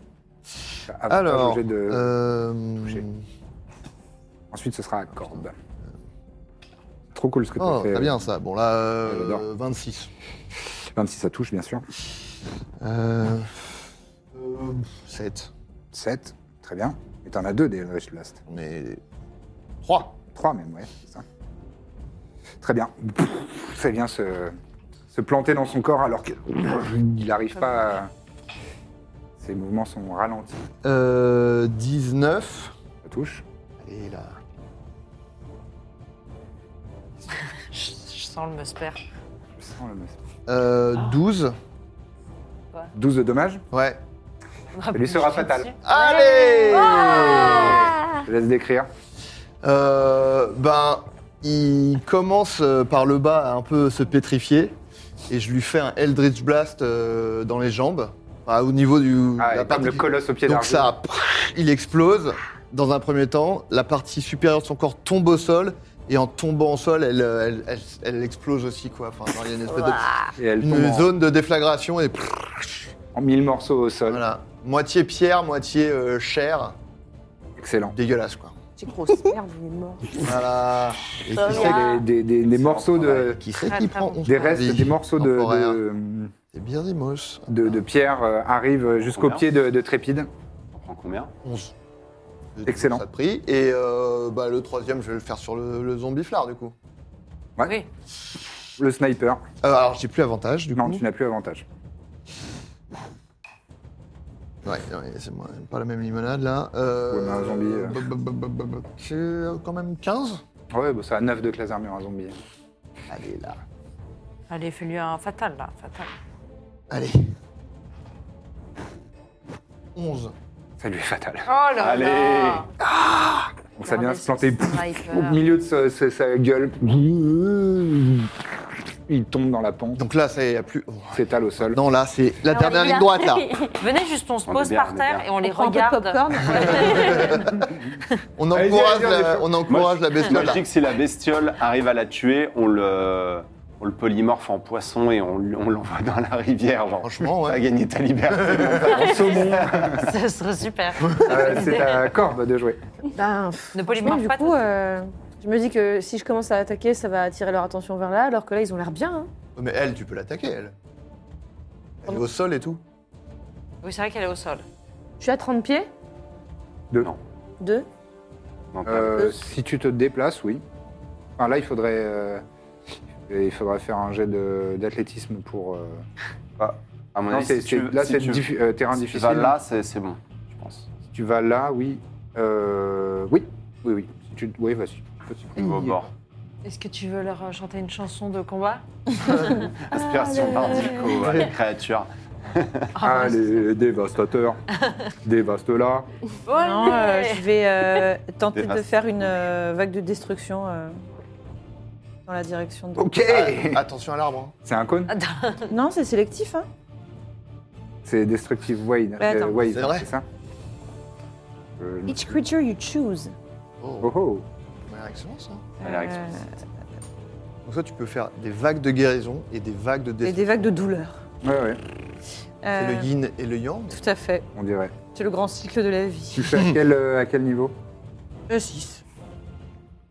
Speaker 1: Ah, T'as avantage au
Speaker 5: Alors,
Speaker 1: jet de-
Speaker 5: euh,
Speaker 1: toucher. Ensuite, ce sera à corde. Trop cool ce que tu
Speaker 5: oh,
Speaker 1: fait.
Speaker 5: très bien ça. Bon là, euh,
Speaker 1: J'adore.
Speaker 5: 26.
Speaker 1: 26, ça touche, bien sûr.
Speaker 5: Euh, 7.
Speaker 1: 7, très bien. Et t'en as deux des Eldritch Blast.
Speaker 5: On est
Speaker 1: 3. 3 même, ouais, c'est ça. Très bien. Pff, Ça vient se, se planter dans son corps alors qu'il n'arrive pas à... Ses mouvements sont ralentis.
Speaker 5: euh, 19.
Speaker 1: Ça touche.
Speaker 5: Allez là.
Speaker 2: Je, je sens le musper.
Speaker 1: Je sens le-
Speaker 5: Euh, 12.
Speaker 1: 12 de dommages.
Speaker 5: Ouais.
Speaker 2: Ça
Speaker 1: lui sera fatal.
Speaker 5: Allez
Speaker 4: Ah.
Speaker 1: Je laisse décrire.
Speaker 5: Euh, Ben, il commence euh, par le bas à un peu se pétrifier. Et je lui fais un Eldritch Blast euh, dans les jambes. Enfin, au niveau du.
Speaker 1: Ah,
Speaker 5: la
Speaker 1: et comme le
Speaker 5: partie-
Speaker 1: colosse au pied
Speaker 5: Donc
Speaker 1: d'argile.
Speaker 5: ça, pff, il explose. Dans un premier temps, la partie supérieure de son corps tombe au sol. Et en tombant au sol, elle, euh, elle, elle- elle explose aussi, quoi. Enfin, genre, il y a une espèce de.
Speaker 1: Et elle tombe
Speaker 5: Une
Speaker 1: en,
Speaker 5: zone de déflagration et pff,
Speaker 1: en mille morceaux au sol.
Speaker 5: voilà. Moitié pierre, moitié euh, chair.
Speaker 1: Excellent.
Speaker 5: Dégueulasse, quoi.
Speaker 7: Petite grosse merde, il est mort.
Speaker 5: Voilà. Et qui
Speaker 1: C'est des, des- des- des morceaux de...
Speaker 5: Qui c'est
Speaker 2: Très,
Speaker 5: qui
Speaker 2: très
Speaker 5: prend
Speaker 2: bon.
Speaker 1: Des restes, des morceaux de,
Speaker 5: Temporaire.
Speaker 1: de,
Speaker 5: C'est bien des mosses.
Speaker 1: de- de pierre euh, arrivent jusqu'au
Speaker 3: Combien
Speaker 1: pied de, de Trépide.
Speaker 3: On prend combien
Speaker 5: 11.
Speaker 1: Excellent.
Speaker 5: Ça te prie. Et euh, bah, le troisième, je vais le faire sur le, le zombie flare, du coup.
Speaker 2: Oui.
Speaker 1: Le sniper.
Speaker 5: Euh, alors, j'ai plus avantage, du
Speaker 1: Non,
Speaker 5: coup.
Speaker 1: tu n'as plus avantage.
Speaker 5: Ouais, ouais, c'est moi, pas la même limonade, là. Euh,
Speaker 1: Ouais, mais un zombie, euh.
Speaker 5: bah, bah, bah, bah, bah, bah, C'est euh, quand même 15
Speaker 1: Ouais, bah, ça a 9 de classe armure à zombie.
Speaker 5: Allez, là.
Speaker 2: Allez, fais-lui un fatal, là. Fatal.
Speaker 5: Allez. 11.
Speaker 1: Ça lui est fatal.
Speaker 2: Oh là
Speaker 3: Allez.
Speaker 2: là
Speaker 1: Donc ça vient
Speaker 2: Regardez
Speaker 1: se planter
Speaker 2: ce
Speaker 1: pff,
Speaker 2: sniper.
Speaker 1: au milieu de sa, sa- sa gueule. Il tombe dans la pente,
Speaker 5: Donc là, ça y est, y a plus. oh.
Speaker 1: s'étale au sol.
Speaker 5: Non, là, c'est la
Speaker 4: Alors,
Speaker 5: dernière
Speaker 4: il a-
Speaker 5: ligne droite, là.
Speaker 2: Venez juste, on se
Speaker 3: On est
Speaker 2: pose
Speaker 3: bien,
Speaker 2: par
Speaker 3: on est
Speaker 2: terre
Speaker 3: bien.
Speaker 2: et on les
Speaker 7: prend un peu de
Speaker 2: regarde.
Speaker 5: On
Speaker 1: Allez-y,
Speaker 5: encourage,
Speaker 1: allez-y, on est
Speaker 5: la,
Speaker 1: chaud.
Speaker 5: on encourage la
Speaker 3: Moi
Speaker 5: bestiole,
Speaker 3: je
Speaker 5: là.
Speaker 3: dis que si la bestiole arrive à la tuer, on le, on le polymorphe en poisson et on, l- on l'envoie dans la rivière. Genre,
Speaker 5: Franchement,
Speaker 3: t'as
Speaker 5: ouais.
Speaker 3: gagné ta liberté. mon frère.
Speaker 2: Ce serait super.
Speaker 1: Euh, c'est à Corbe de jouer.
Speaker 7: Ben,
Speaker 2: Ne
Speaker 7: franchement,
Speaker 2: polymorphe
Speaker 7: du
Speaker 2: pas
Speaker 7: coup,
Speaker 2: tout.
Speaker 7: euh, je me dis que si je commence à attaquer, ça va attirer leur attention vers là, alors que là, ils ont l'air bien. hein.
Speaker 5: Mais elle, tu peux l'attaquer, elle. Elle est
Speaker 7: Pardon
Speaker 5: au sol et tout.
Speaker 2: Oui, c'est vrai qu'elle est au sol.
Speaker 7: Je suis à 30 pieds.
Speaker 1: Deux.
Speaker 3: Non.
Speaker 7: Deux.
Speaker 3: Non, t'as-
Speaker 1: Euh, si tu te déplaces, oui. Enfin, là, il faudrait, euh, il faudrait faire un jet de- d'athlétisme pour. euh,
Speaker 3: à mon
Speaker 1: Non,
Speaker 3: avis,
Speaker 1: c'est-
Speaker 3: si
Speaker 1: c'est-
Speaker 3: tu veux-
Speaker 1: là,
Speaker 3: si
Speaker 1: c'est
Speaker 3: tu-
Speaker 1: diffi- euh, terrain
Speaker 3: si tu
Speaker 1: difficile.
Speaker 3: vas là, c'est c'est bon, je pense.
Speaker 1: Si tu vas là, oui. Euh, oui, oui, oui. Si tu, oui, vas-y. Petit
Speaker 3: On va au bord.
Speaker 2: Est-ce que tu veux leur euh, chanter une chanson de combat
Speaker 3: Aspiration par Dico, ouais, les créatures.
Speaker 1: Ah, les dévastateurs. Dévaste là.
Speaker 7: Non, euh, je vais euh, tenter de
Speaker 3: Dévaste.
Speaker 7: faire une euh, vague de destruction. euh. dans la direction de.
Speaker 1: Ok
Speaker 5: Ah, attention à l'arbre. hein.
Speaker 1: C'est un cône
Speaker 7: Non, c'est sélectif, hein.
Speaker 1: C'est Destructive Wave,
Speaker 7: Mais attends.
Speaker 1: wave,
Speaker 5: C'est vrai
Speaker 1: c'est ça Euh,
Speaker 7: Each creature you choose.
Speaker 5: hein.
Speaker 1: Oh oh
Speaker 5: Ça m'a l'air excellent, ça.
Speaker 3: Ça a l'air
Speaker 7: Euh,
Speaker 3: explicite.
Speaker 5: hein. Donc toi, tu peux faire des vagues de guérison et des vagues de
Speaker 7: et
Speaker 5: destruction.
Speaker 7: des vagues de douleur.
Speaker 1: Ouais, ouais,
Speaker 5: C'est
Speaker 7: Euh,
Speaker 5: le yin et le yang.
Speaker 7: Tout à fait.
Speaker 1: on dirait.
Speaker 7: C'est le grand cycle de la vie. Euh,
Speaker 1: Tu fais à quel, euh, à quel niveau
Speaker 7: Le 6.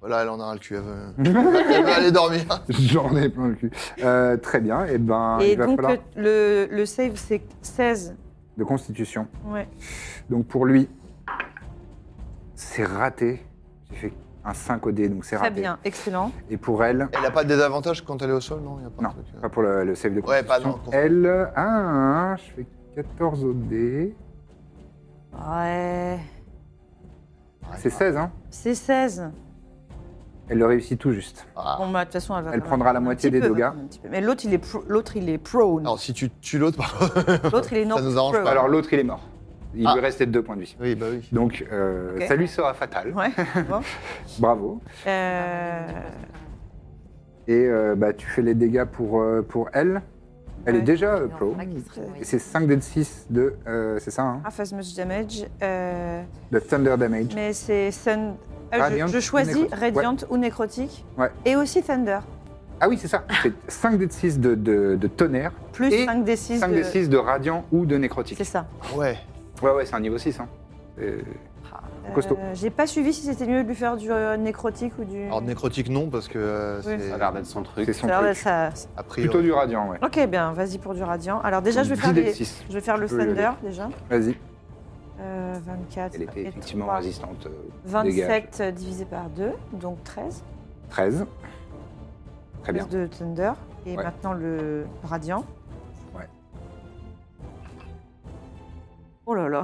Speaker 5: Voilà, elle en a ras le cul. Elle veut, elle veut aller dormir.
Speaker 1: J'en ai plein le cul. Euh, très bien, et ben
Speaker 7: Et
Speaker 1: il va
Speaker 7: donc, euh,
Speaker 1: falloir
Speaker 7: le, le, le save, c'est 16.
Speaker 1: de constitution.
Speaker 7: Ouais.
Speaker 1: Donc pour lui, c'est raté. J'ai fait un 5 au dé, donc c'est
Speaker 7: Très
Speaker 1: raté.
Speaker 7: bien, excellent.
Speaker 1: Et pour elle,
Speaker 5: Elle a pas de désavantage quand elle est au sol, non Il y a pas
Speaker 1: Non.
Speaker 5: de truc, euh.
Speaker 1: pas pour le, le save de
Speaker 5: Ouais, pas
Speaker 1: constitution.
Speaker 5: non.
Speaker 1: elle, euh, ah, je fais 14 au dé.
Speaker 7: Ouais.
Speaker 1: C'est 16, hein
Speaker 7: C'est 16.
Speaker 1: Elle le réussit tout juste.
Speaker 5: Ah.
Speaker 7: Bon, bah, de toute façon, elle va.
Speaker 1: Elle
Speaker 7: quand
Speaker 1: prendra
Speaker 7: même
Speaker 1: la
Speaker 7: un
Speaker 1: moitié
Speaker 7: petit
Speaker 1: des
Speaker 7: peu,
Speaker 1: dégâts.
Speaker 7: un petit peu. Mais l'autre, il est, pro- l'autre, il est prone.
Speaker 5: Alors, si tu tues l'autre, par contre.
Speaker 7: L'autre, il est non.
Speaker 5: Ça nous arrange
Speaker 7: prone.
Speaker 5: pas.
Speaker 1: Alors l'autre, il est mort. Il
Speaker 5: Ah.
Speaker 1: lui restait deux points de vie.
Speaker 5: Oui, bah oui.
Speaker 1: Donc euh,
Speaker 7: Ok.
Speaker 1: ça lui sera fatal.
Speaker 7: Ouais, bon.
Speaker 1: Bravo.
Speaker 7: Euh,
Speaker 1: Et euh, bah, tu fais les dégâts pour, euh, pour elle. Elle
Speaker 7: Ouais.
Speaker 1: est déjà euh, pro.
Speaker 4: Ah, qui se réveille.
Speaker 1: Et c'est 5 d 6 de... euh, c'est ça, hein
Speaker 7: half as much Ah, damage. euh,
Speaker 1: De Thunder Damage.
Speaker 7: mais c'est Sun. Ah, je-
Speaker 1: Radiant
Speaker 7: je,
Speaker 1: ou
Speaker 7: choisis
Speaker 1: nécrotique.
Speaker 7: Radiant ou Nécrotique.
Speaker 1: Ouais.
Speaker 7: Et aussi Thunder.
Speaker 1: Ah oui, c'est ça. C'est 5 d 6 de, de, de tonnerre.
Speaker 7: Plus
Speaker 1: Et
Speaker 7: 5d6.
Speaker 1: 5
Speaker 7: de...
Speaker 1: d 6 de radiant ou de nécrotique.
Speaker 7: C'est ça.
Speaker 5: Ah Ouais.
Speaker 1: Ouais, ouais, c'est un niveau 6. Hein. Euh, costaud.
Speaker 7: Euh, J'ai pas suivi si c'était mieux de lui faire du euh, nécrotique ou du.
Speaker 5: Alors, nécrotique, non, parce que euh,
Speaker 7: Oui.
Speaker 5: c'est.
Speaker 3: Ça a l'air d'être son truc.
Speaker 1: c'est son
Speaker 7: Ça a l'air
Speaker 1: truc.
Speaker 7: d'être ça.
Speaker 5: a priori.
Speaker 1: Plutôt du radiant, ouais.
Speaker 7: Ok, bien, vas-y pour du radiant. Alors déjà, je vais
Speaker 1: 10
Speaker 7: faire,
Speaker 1: des
Speaker 7: les-
Speaker 1: six.
Speaker 7: je vais faire le
Speaker 1: Tu peux y aller.
Speaker 7: thunder déjà.
Speaker 1: Vas-y.
Speaker 7: Euh, 24.
Speaker 1: Elle était
Speaker 7: et
Speaker 1: effectivement
Speaker 7: trois.
Speaker 1: résistante. euh, au dégât.
Speaker 7: 27 divisé par 2, donc 13.
Speaker 1: 13. Très bien.
Speaker 7: 13 de thunder. Et
Speaker 1: Ouais.
Speaker 7: maintenant le radiant.
Speaker 1: Ouais.
Speaker 7: Oh là là.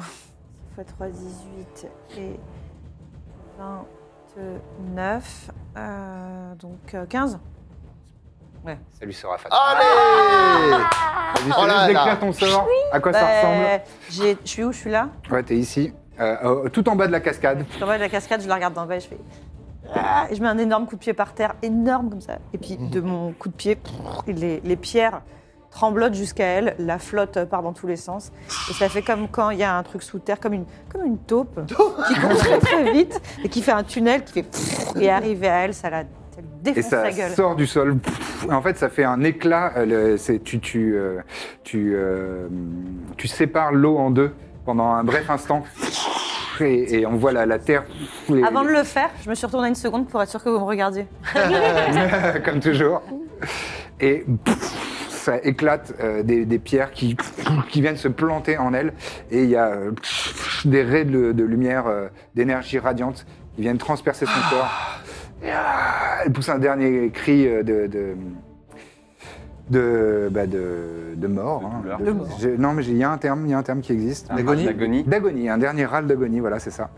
Speaker 7: 6 x 3, 18 et 29. euh, donc euh, 15.
Speaker 1: Ça lui sera
Speaker 7: Ah
Speaker 1: fatal.
Speaker 5: Allez
Speaker 1: Vas-y, je te
Speaker 5: Oh là
Speaker 1: laisse
Speaker 5: là.
Speaker 1: décrire ton sort. À quoi ça ressemble
Speaker 7: Bah, j'ai- Je suis où Je suis là
Speaker 1: Ouais, t'es ici. Euh, euh, tout en bas de la cascade.
Speaker 7: Je suis en bas de la cascade, je la regarde d'en bas et je fais. Ah Et je mets un énorme coup de pied par terre, énorme comme ça. Et puis de mon coup de pied, prrr, les, les pierres tremblotent jusqu'à elle, la flotte part dans tous les sens. Et ça fait comme quand il y a un truc sous terre, comme une, comme une taupe qui court très très vite et qui fait un tunnel qui fait. prrr, Et arrivé à elle, ça la ça lui
Speaker 1: Et
Speaker 7: défonce
Speaker 1: ça
Speaker 7: la gueule.
Speaker 1: sort du sol. Pfff. En fait, ça fait un éclat. euh, le- c'est- tu, tu, euh, tu, euh, tu sépares l'eau en deux pendant un bref instant. Et, et on voit la, la terre. les-
Speaker 7: Avant de le faire, je me suis retournée une seconde pour être sûre que vous me regardiez.
Speaker 1: comme toujours. Et pff, ça éclate euh, des, des pierres qui, qui viennent se planter en elle. Et il y a euh, des raies de, de lumière, euh, d'énergie radiante qui viennent transpercer son corps. Et, ah, elle pousse un dernier cri euh, de. de de, bah, de, de mort.
Speaker 3: De
Speaker 1: hein.
Speaker 3: douleur.
Speaker 1: De-
Speaker 3: De mort.
Speaker 1: j'ai- Non, mais j'ai- il y a un terme, il y a un terme qui existe.
Speaker 3: L'agonie
Speaker 7: Mmh.
Speaker 1: D'agonie, un dernier râle d'agonie, voilà, c'est ça.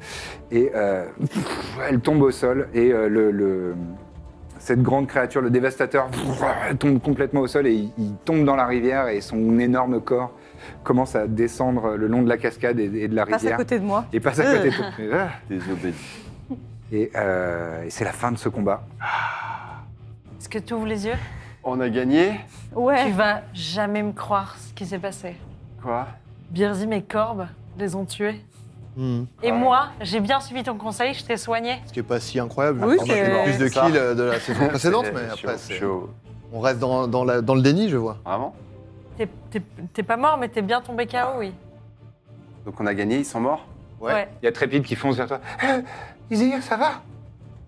Speaker 1: Et euh, pff, elle tombe au sol et euh, le, le- cette grande créature, le dévastateur, pff, tombe complètement au sol et il, il tombe dans la rivière et son énorme corps commence à descendre le long de la cascade et, et de la
Speaker 7: Passe à
Speaker 1: rivière.
Speaker 7: côté de moi.
Speaker 1: Et passe à côté. de toi. Et, ah,
Speaker 3: Désobédi.
Speaker 1: Et, euh, et c'est la fin de ce combat.
Speaker 2: Est-ce que tu ouvres les yeux
Speaker 3: On a gagné
Speaker 2: Tu
Speaker 7: Ouais.
Speaker 2: vas jamais me croire ce qui s'est passé.
Speaker 3: Quoi
Speaker 2: Birzim et Corbe les ont tués.
Speaker 5: Hmm.
Speaker 2: Et
Speaker 3: Ouais.
Speaker 2: moi, j'ai bien suivi ton conseil, je t'ai soigné.
Speaker 5: Ce qui est pas si incroyable.
Speaker 7: Oui,
Speaker 5: Enfin, moi, j'ai
Speaker 7: c'est-
Speaker 5: plus de
Speaker 3: Ça.
Speaker 5: kills euh, de la saison précédente,
Speaker 3: C'est-
Speaker 5: mais
Speaker 3: je suis
Speaker 5: après,
Speaker 3: au- je
Speaker 5: c'est-
Speaker 3: suis au-
Speaker 5: on reste dans, dans la- dans le déni, je vois.
Speaker 3: Vraiment
Speaker 2: T'es- T'es t'es pas mort, mais t'es bien tombé KO, oui.
Speaker 3: Donc on a gagné, ils sont morts
Speaker 5: Ouais.
Speaker 1: Il y a Trépide qui fonce vers toi. Eh, Izir, ça va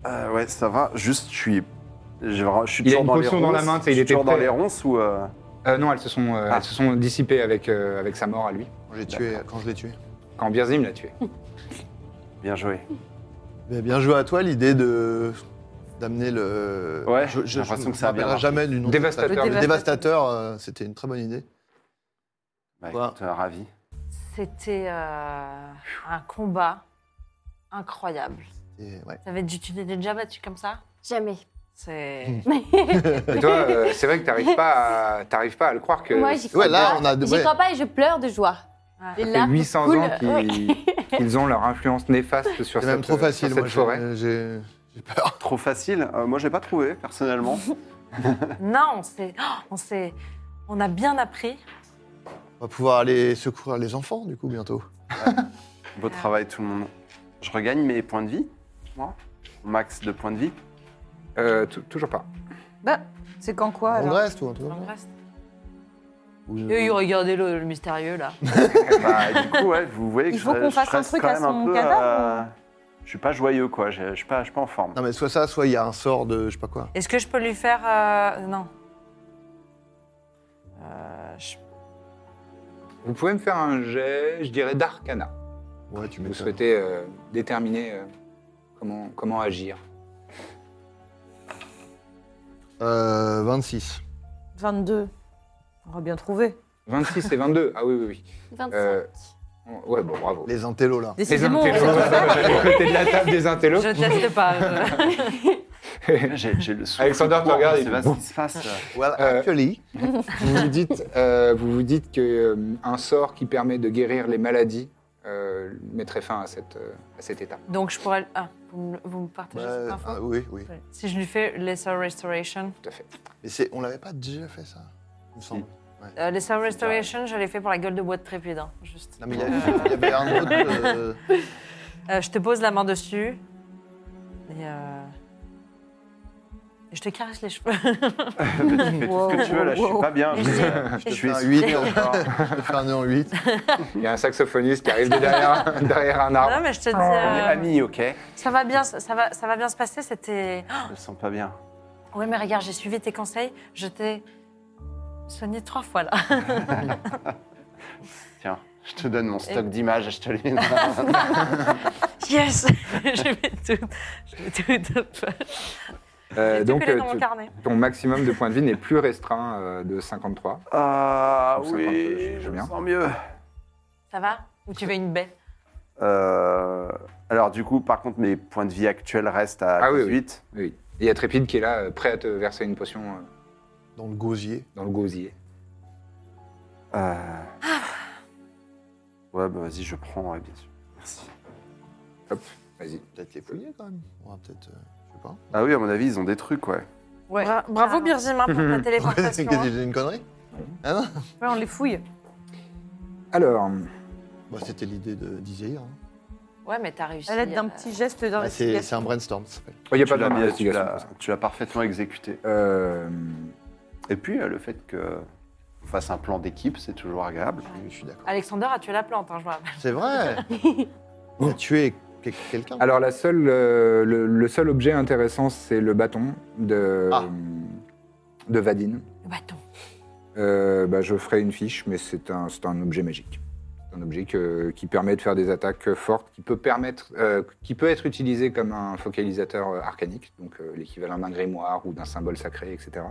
Speaker 3: Euh, Ouais, ça va. Juste, je suis. Je, je suis
Speaker 1: Il a
Speaker 3: toujours
Speaker 1: une
Speaker 3: dans les
Speaker 1: potion dans la
Speaker 3: ronces.
Speaker 1: main, tu sais, il
Speaker 3: Je suis
Speaker 1: était
Speaker 3: toujours dans
Speaker 1: prêt.
Speaker 3: les ronces ou. euh,
Speaker 1: Euh, Non, elles se sont, euh,
Speaker 3: Ah.
Speaker 1: elles se sont dissipées avec, euh, avec sa mort à lui,
Speaker 5: Quand, j'ai tué, quand je l'ai tué.
Speaker 1: quand Birzim l'a tué.
Speaker 3: Bien joué.
Speaker 5: Mais bien joué à toi, l'idée de d'amener le.
Speaker 3: Ouais,
Speaker 5: je,
Speaker 3: j'ai l'impression
Speaker 5: me
Speaker 3: que ça a bien
Speaker 5: rappellerai
Speaker 3: marché.
Speaker 5: jamais du nom. de cette
Speaker 1: Dévastateur.
Speaker 5: attaque.
Speaker 7: Le
Speaker 5: Le dévastateur, euh, c'était une très bonne idée.
Speaker 3: Bah,
Speaker 5: Ouais.
Speaker 3: écoute, euh, ravi.
Speaker 2: C'était euh, un combat incroyable.
Speaker 5: Et ouais.
Speaker 2: Ça va être- tu t'es déjà battu comme ça
Speaker 4: Jamais.
Speaker 2: C'est.
Speaker 1: Et toi, euh, c'est vrai que t'arrives pas, à- t'arrives pas à le croire que
Speaker 4: Moi, j'y crois
Speaker 5: Ouais, là,
Speaker 4: pas.
Speaker 5: on a-
Speaker 4: J'y
Speaker 5: ouais.
Speaker 4: crois pas et je pleure de joie.
Speaker 2: Ah.
Speaker 4: Des
Speaker 1: Ça fait
Speaker 4: larmes
Speaker 1: 800
Speaker 4: coulent.
Speaker 1: ans qu'ils
Speaker 4: Ouais.
Speaker 1: qu'ils ont leur influence néfaste sur
Speaker 5: C'est
Speaker 1: cette,
Speaker 5: même trop
Speaker 1: euh,
Speaker 5: facile.
Speaker 1: sur cette
Speaker 5: moi, j'ai-
Speaker 1: forêt.
Speaker 5: J'ai
Speaker 3: Trop facile. Euh, moi, j'ai pas trouvé personnellement.
Speaker 2: Non, on s'est, oh, on s'est- on a bien appris.
Speaker 5: On va pouvoir aller secourir les enfants, du coup, bientôt.
Speaker 3: Beau travail tout le monde. Je regagne mes points de vie. Moi, Mon max de points de vie.
Speaker 1: Euh, tou- toujours pas.
Speaker 7: Bah, c'est quand quoi
Speaker 5: On
Speaker 7: alors
Speaker 5: reste ou un truc comme
Speaker 2: On
Speaker 5: ça
Speaker 2: reste.
Speaker 5: Ou je-
Speaker 2: Et regardez le, le mystérieux là.
Speaker 3: Bah, du coup, ouais, vous voyez que
Speaker 7: Il faut
Speaker 3: je,
Speaker 7: qu'on
Speaker 3: je
Speaker 7: fasse un
Speaker 3: reste
Speaker 7: truc
Speaker 3: quand
Speaker 7: à
Speaker 3: même un
Speaker 7: son
Speaker 3: peu, euh,
Speaker 7: cadavre, hein.
Speaker 3: Je suis pas joyeux, quoi. Je je suis pas, je suis pas en forme.
Speaker 5: Non, mais soit ça, soit il y a un sort de je sais pas quoi.
Speaker 2: Est-ce que je peux lui faire euh, Non. Euh, je-
Speaker 1: Vous pouvez me faire un jet, je dirais, d'arcana.
Speaker 5: Ouais, tu
Speaker 1: Vous
Speaker 5: m'étonnes.
Speaker 1: souhaitez euh, déterminer euh, comment, comment agir.
Speaker 5: Euh, 26.
Speaker 7: 22. On aura bien trouvé.
Speaker 1: 26 et 22. Ah oui, oui, oui.
Speaker 4: 25.
Speaker 1: Euh, Ouais, bon, bravo.
Speaker 5: Les intellos, là.
Speaker 7: Décidément,
Speaker 1: intellos.
Speaker 7: on-
Speaker 1: J'avais le côté de la table des intellos.
Speaker 2: Je teste pas. Euh, je-
Speaker 3: J'ai j'ai le souffle.
Speaker 1: Alexander
Speaker 3: court,
Speaker 1: te regarde
Speaker 3: je
Speaker 1: et
Speaker 3: sais
Speaker 1: dit,
Speaker 3: pas ce
Speaker 1: bon.
Speaker 3: qui se passe.
Speaker 5: Well,
Speaker 1: Euh,
Speaker 5: actually,
Speaker 1: vous vous dites, euh, vous vous dites que euh, un sort qui permet de guérir les maladies euh, mettrait fin à, cette, euh, à cet état.
Speaker 2: Donc je pourrais. Ah, vous, me, vous me partagez
Speaker 5: bah,
Speaker 2: cette info
Speaker 5: ah, oui, oui.
Speaker 2: Ouais. Si je lui fais Lesser Restoration.
Speaker 1: Tout à fait.
Speaker 5: Mais c'est- on l'avait pas déjà fait, ça, il me semble.
Speaker 2: Euh, Lesser Restoration, je l'ai fait pour la gueule de bois de Trépide. hein, juste.
Speaker 5: Non, mais il y avait, il y avait un autre. euh,
Speaker 2: Euh, je te pose la main dessus. Et, euh, et je te caresse les cheveux.
Speaker 3: Tu fais tout ce que tu veux, là. Je suis pas bien. Je, je suis
Speaker 5: fais un
Speaker 3: essoufflé
Speaker 5: huit.
Speaker 3: encore.
Speaker 5: je vais faire un nœud en 8.
Speaker 1: Il y a un saxophoniste qui arrive de derrière, derrière un arbre.
Speaker 2: non, mais je te dis.
Speaker 3: On est
Speaker 1: Ah.
Speaker 2: euh,
Speaker 3: amis, ok
Speaker 2: ça, va bien, ça, va, ça va bien se passer. C'était. oh,
Speaker 3: Je me sens pas bien.
Speaker 2: Ouais, mais regarde, j'ai suivi tes conseils. Je t'ai soigné trois fois là.
Speaker 3: Tiens, je te donne mon stock d'images, je te les.
Speaker 2: Yes Je mets tout. Je mets tout.
Speaker 1: Euh,
Speaker 2: donc,
Speaker 1: donc, euh,
Speaker 2: dans mon
Speaker 1: tu-
Speaker 2: carnet.
Speaker 1: ton maximum de points de vie n'est plus restreint euh, de 53.
Speaker 3: Ah
Speaker 1: Ou 50,
Speaker 3: oui,
Speaker 1: je
Speaker 3: je
Speaker 1: veux
Speaker 3: me
Speaker 1: bien.
Speaker 3: sens mieux.
Speaker 2: Ça va Ou tu veux une baie
Speaker 3: Euh, alors, du coup, par contre, mes points de vie actuels restent à
Speaker 1: Ah oui, oui.
Speaker 3: 18.
Speaker 1: Oui. Et Il y a Trépide qui est là, euh, prêt à te verser une potion euh,
Speaker 5: Dans le gosier.
Speaker 1: dans le gosier.
Speaker 3: Euh, Ouais, bah vas-y, je prends, ouais, bien sûr. Merci.
Speaker 1: Hop, vas-y.
Speaker 5: Peut-être les fouiller, quand même. On va peut-être. euh, je sais pas.
Speaker 3: Ah oui, à mon avis, ils ont des trucs, ouais.
Speaker 2: Ouais. bravo Birzima pour ta téléportation.
Speaker 5: Qu'est-ce que j'ai dit, une connerie Ah non
Speaker 7: Ouais, on les fouille.
Speaker 1: Alors, oh,
Speaker 5: Bah, C'était l'idée de d'Isaïr. hein.
Speaker 2: Ouais, mais t'as réussi.
Speaker 7: À l'aide d'un
Speaker 2: euh,
Speaker 7: petit geste
Speaker 5: Ah, c'est c'est
Speaker 7: d'investigation.
Speaker 5: un brainstorm, ça s'appelle.
Speaker 1: il n'y a pas
Speaker 3: Tu
Speaker 1: de mal
Speaker 3: l'as bien- tu
Speaker 1: d'investigation.
Speaker 3: l'as- tu l'as parfaitement exécuté.
Speaker 1: Euh,
Speaker 3: Et puis, euh, le fait que on fasse un plan d'équipe, c'est toujours agréable.
Speaker 5: Je suis d'accord.
Speaker 2: Alexander a tué la plante, hein, je me rappelle.
Speaker 5: C'est vrai On a tué que- quelqu'un.
Speaker 1: alors, la seule, euh, le, le seul objet intéressant, c'est le bâton de,
Speaker 5: Ah.
Speaker 1: de Vadine.
Speaker 2: Le bâton.
Speaker 1: Euh, bah, je ferai une fiche, mais c'est un, c'est un objet magique. C'est un objet que- qui permet de faire des attaques fortes, qui peut, permettre, euh, qui peut être utilisé comme un focalisateur euh, arcanique, donc euh, l'équivalent d'un grimoire ou d'un symbole sacré, etc.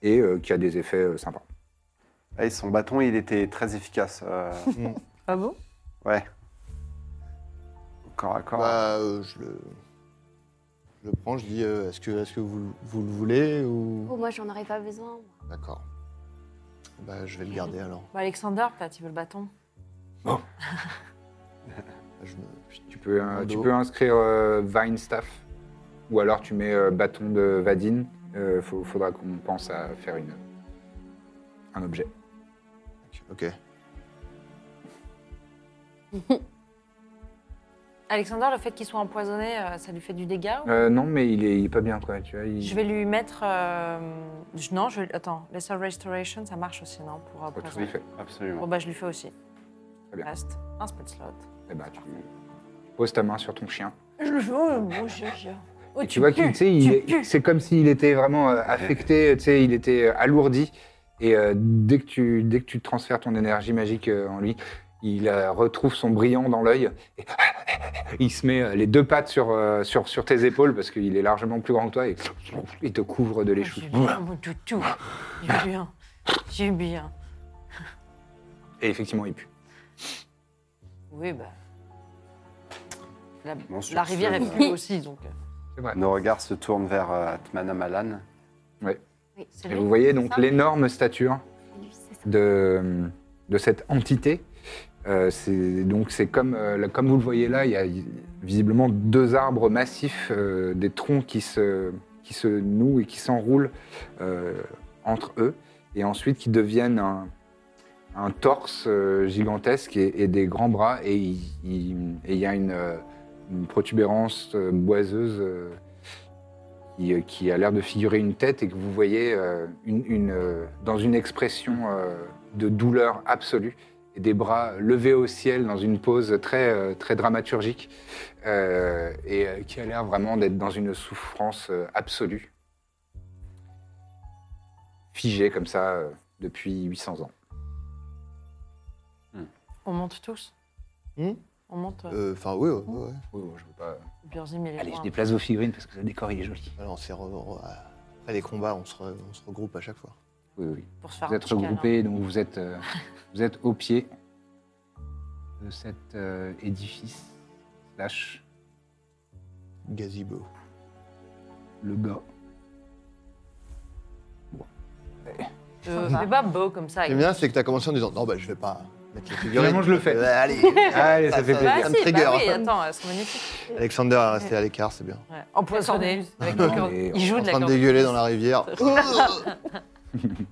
Speaker 1: Et euh, qui a des effets euh, sympas.
Speaker 3: Ah, et son bâton, il était très efficace. euh,
Speaker 1: Mm.
Speaker 7: Ah bon
Speaker 3: ouais. Corps à corps.
Speaker 5: Bah, euh, je le. Je le prends, je dis euh, est-ce que, est que vous, vous le voulez ou.
Speaker 4: Oh, moi, j'en aurais pas besoin.
Speaker 5: D'accord. Bah, je vais le garder alors.
Speaker 2: Bah, Alexander, peut-être, il veut le bâton.
Speaker 5: Je me-
Speaker 1: Tu peux, euh,
Speaker 5: Un
Speaker 1: tu
Speaker 5: dos.
Speaker 1: peux inscrire euh, Vine Staff, ou alors tu mets euh, bâton de Vadine. Il faudra qu'on pense à faire une, un objet.
Speaker 5: Ok.
Speaker 2: Alexander, le fait qu'il soit empoisonné, euh, ça lui fait du dégât ou-
Speaker 1: Euh, non, mais il est, il est pas bien, quoi. Tu vois, il-
Speaker 2: Je vais lui mettre. euh, je- Non, je vais. Attends, Lesser Restoration, ça marche aussi, non Pour
Speaker 1: Oh, tout
Speaker 2: empoisonner.
Speaker 1: à fait.
Speaker 3: Absolument.
Speaker 2: Bon, bah, je lui fais aussi.
Speaker 1: Très bien.
Speaker 2: Reste un spell slot.
Speaker 1: Eh ben, tu poses ta main sur ton chien.
Speaker 2: Je le fais, oh, mon Dieu.
Speaker 1: Et tu, vois qu'il, tu sais, il
Speaker 2: Oh, tu
Speaker 1: est-
Speaker 2: pues.
Speaker 1: c'est comme s'il était vraiment euh, affecté, tu sais, il était euh, alourdi. Et euh, dès, que tu, dès que tu transfères ton énergie magique euh, en lui, il euh, retrouve son brillant dans l'œil. Et il se met euh, les deux pattes sur, euh, sur, sur tes épaules parce qu'il est largement plus grand que toi et il te couvre de l'échou.
Speaker 2: Ah, J'ai bien, mon toutou. J'ai bien. J'ai bien.
Speaker 1: Et effectivement, il pue.
Speaker 2: Oui, bah. La,
Speaker 3: Bon, sur
Speaker 2: la
Speaker 3: ce,
Speaker 2: rivière est
Speaker 3: euh,
Speaker 2: plus aussi, donc. euh,
Speaker 1: C'est vrai.
Speaker 3: Nos regards se tournent vers euh, Atman Amalan.
Speaker 2: c'est
Speaker 1: Et
Speaker 2: lui.
Speaker 1: vous voyez
Speaker 2: C'est
Speaker 1: donc
Speaker 2: ça
Speaker 1: l'énorme stature
Speaker 4: Lui, c'est ça.
Speaker 1: de, de cette entité Euh, c'est- donc c'est comme, euh, là- comme vous le voyez là, il y a visiblement deux arbres massifs, euh, des troncs qui se, qui se nouent et qui s'enroulent euh, entre eux, et ensuite qui deviennent un, un torse euh, gigantesque et, et des grands bras, et il il- et il y a une, euh, une protubérance euh, boiseuse euh, qui, euh, qui a l'air de figurer une tête et que vous voyez euh, une- une, euh, dans une expression euh, de douleur absolue et des bras levés au ciel dans une pose très, euh, très dramaturgique euh, et euh, qui a l'air vraiment d'être dans une souffrance euh, absolue, figée comme ça euh, depuis 800 ans.
Speaker 2: On monte tous.
Speaker 5: Hmm
Speaker 2: On monte. Euh...
Speaker 5: Euh, Enfin, oui, ouais, ouais, ouais.
Speaker 1: Oui, bon, je veux pas-
Speaker 2: Birzim, il est
Speaker 1: Allez,
Speaker 2: loin.
Speaker 1: je déplace vos figurines parce que le décor il est joli.
Speaker 5: Alors, on s'est re- re- Après les combats, on se, re- on se regroupe à chaque fois.
Speaker 1: Oui, oui.
Speaker 2: Pour se faire
Speaker 1: Vous
Speaker 2: un
Speaker 1: êtes
Speaker 2: petit câlin.
Speaker 1: regroupés, donc vous êtes, euh, vous êtes au pied de cet euh, édifice, slash
Speaker 5: Gazebo.
Speaker 1: le gars.
Speaker 2: Euh, fais pas beau comme ça.
Speaker 5: Ce qui est bien, c'est que t'as commencé en disant Non, bah, je vais pas mettre les figurines.
Speaker 1: Finalement, je le fais.
Speaker 5: Euh, allez,
Speaker 1: Allez, Ah, ça fait
Speaker 2: Bah,
Speaker 1: plaisir.
Speaker 5: ça me
Speaker 2: si,
Speaker 5: trigger. hein.
Speaker 2: bah oui, attends, elles sont magnifiques.
Speaker 5: Alexander a resté à l'écart, c'est bien.
Speaker 2: Ouais. Empoisonné. Avec
Speaker 1: Non,
Speaker 2: la corde.
Speaker 1: mais
Speaker 2: Il joue
Speaker 5: En
Speaker 2: de la
Speaker 5: train de
Speaker 2: corde.
Speaker 5: dégueuler dans la rivière.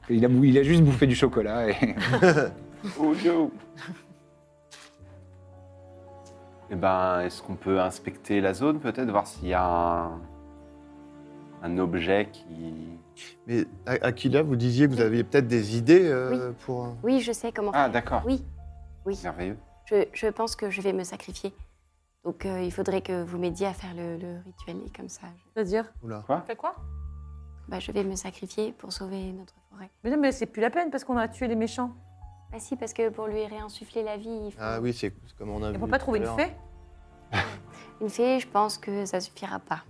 Speaker 1: Il a, bou- il a juste bouffé du chocolat et
Speaker 3: Oh no Eh ben, est-ce qu'on peut inspecter la zone, peut-être, voir s'il y a un, un objet qui...
Speaker 5: Mais A- Aquila, vous disiez que vous aviez peut-être des idées euh, pour. euh,
Speaker 4: Oui, je sais comment.
Speaker 3: Ah, d'accord.
Speaker 4: Oui, oui.
Speaker 3: Merveilleux.
Speaker 4: Je, je pense que je vais me sacrifier. Donc euh, il faudrait que vous m'aidiez à faire le, le rituel et comme ça. je-
Speaker 7: C'est-à-dire
Speaker 5: Oula.
Speaker 2: Fais quoi
Speaker 4: bah, je vais me sacrifier pour sauver notre forêt.
Speaker 7: Mais non, mais c'est plus la peine parce qu'on a tué les méchants.
Speaker 4: Bah si, parce que pour lui réinsuffler la vie, il faut...
Speaker 5: Ah oui, c'est c'est comme on a
Speaker 7: Et
Speaker 5: vu.
Speaker 7: on peut pas
Speaker 5: tout
Speaker 7: trouver
Speaker 5: à
Speaker 7: une
Speaker 5: l'heure.
Speaker 7: fée
Speaker 4: une fée, je pense que ça suffira pas.